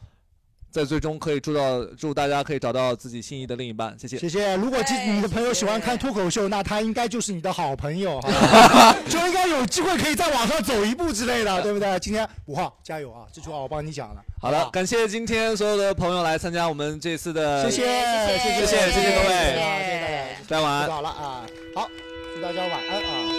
S1: 在最终可以祝到祝大家可以找到自己心仪的另一半。谢谢，
S3: 谢谢。如果这你的朋友喜欢看脱口秀，那他应该就是你的好
S1: [LAUGHS]
S3: 朋友，好吧就应该有机会可以再往上走一步之类的，对不对？今天五号加油啊！这句话我帮你讲了。
S1: 好了，感谢今天所有的朋友来参加我们这次的，
S3: 谢谢
S1: 谢谢谢
S3: 谢
S1: 谢各位，
S3: 谢谢
S1: 大
S3: 大家，
S1: 家晚安
S3: 知。道了啊。好，祝大家晚安啊。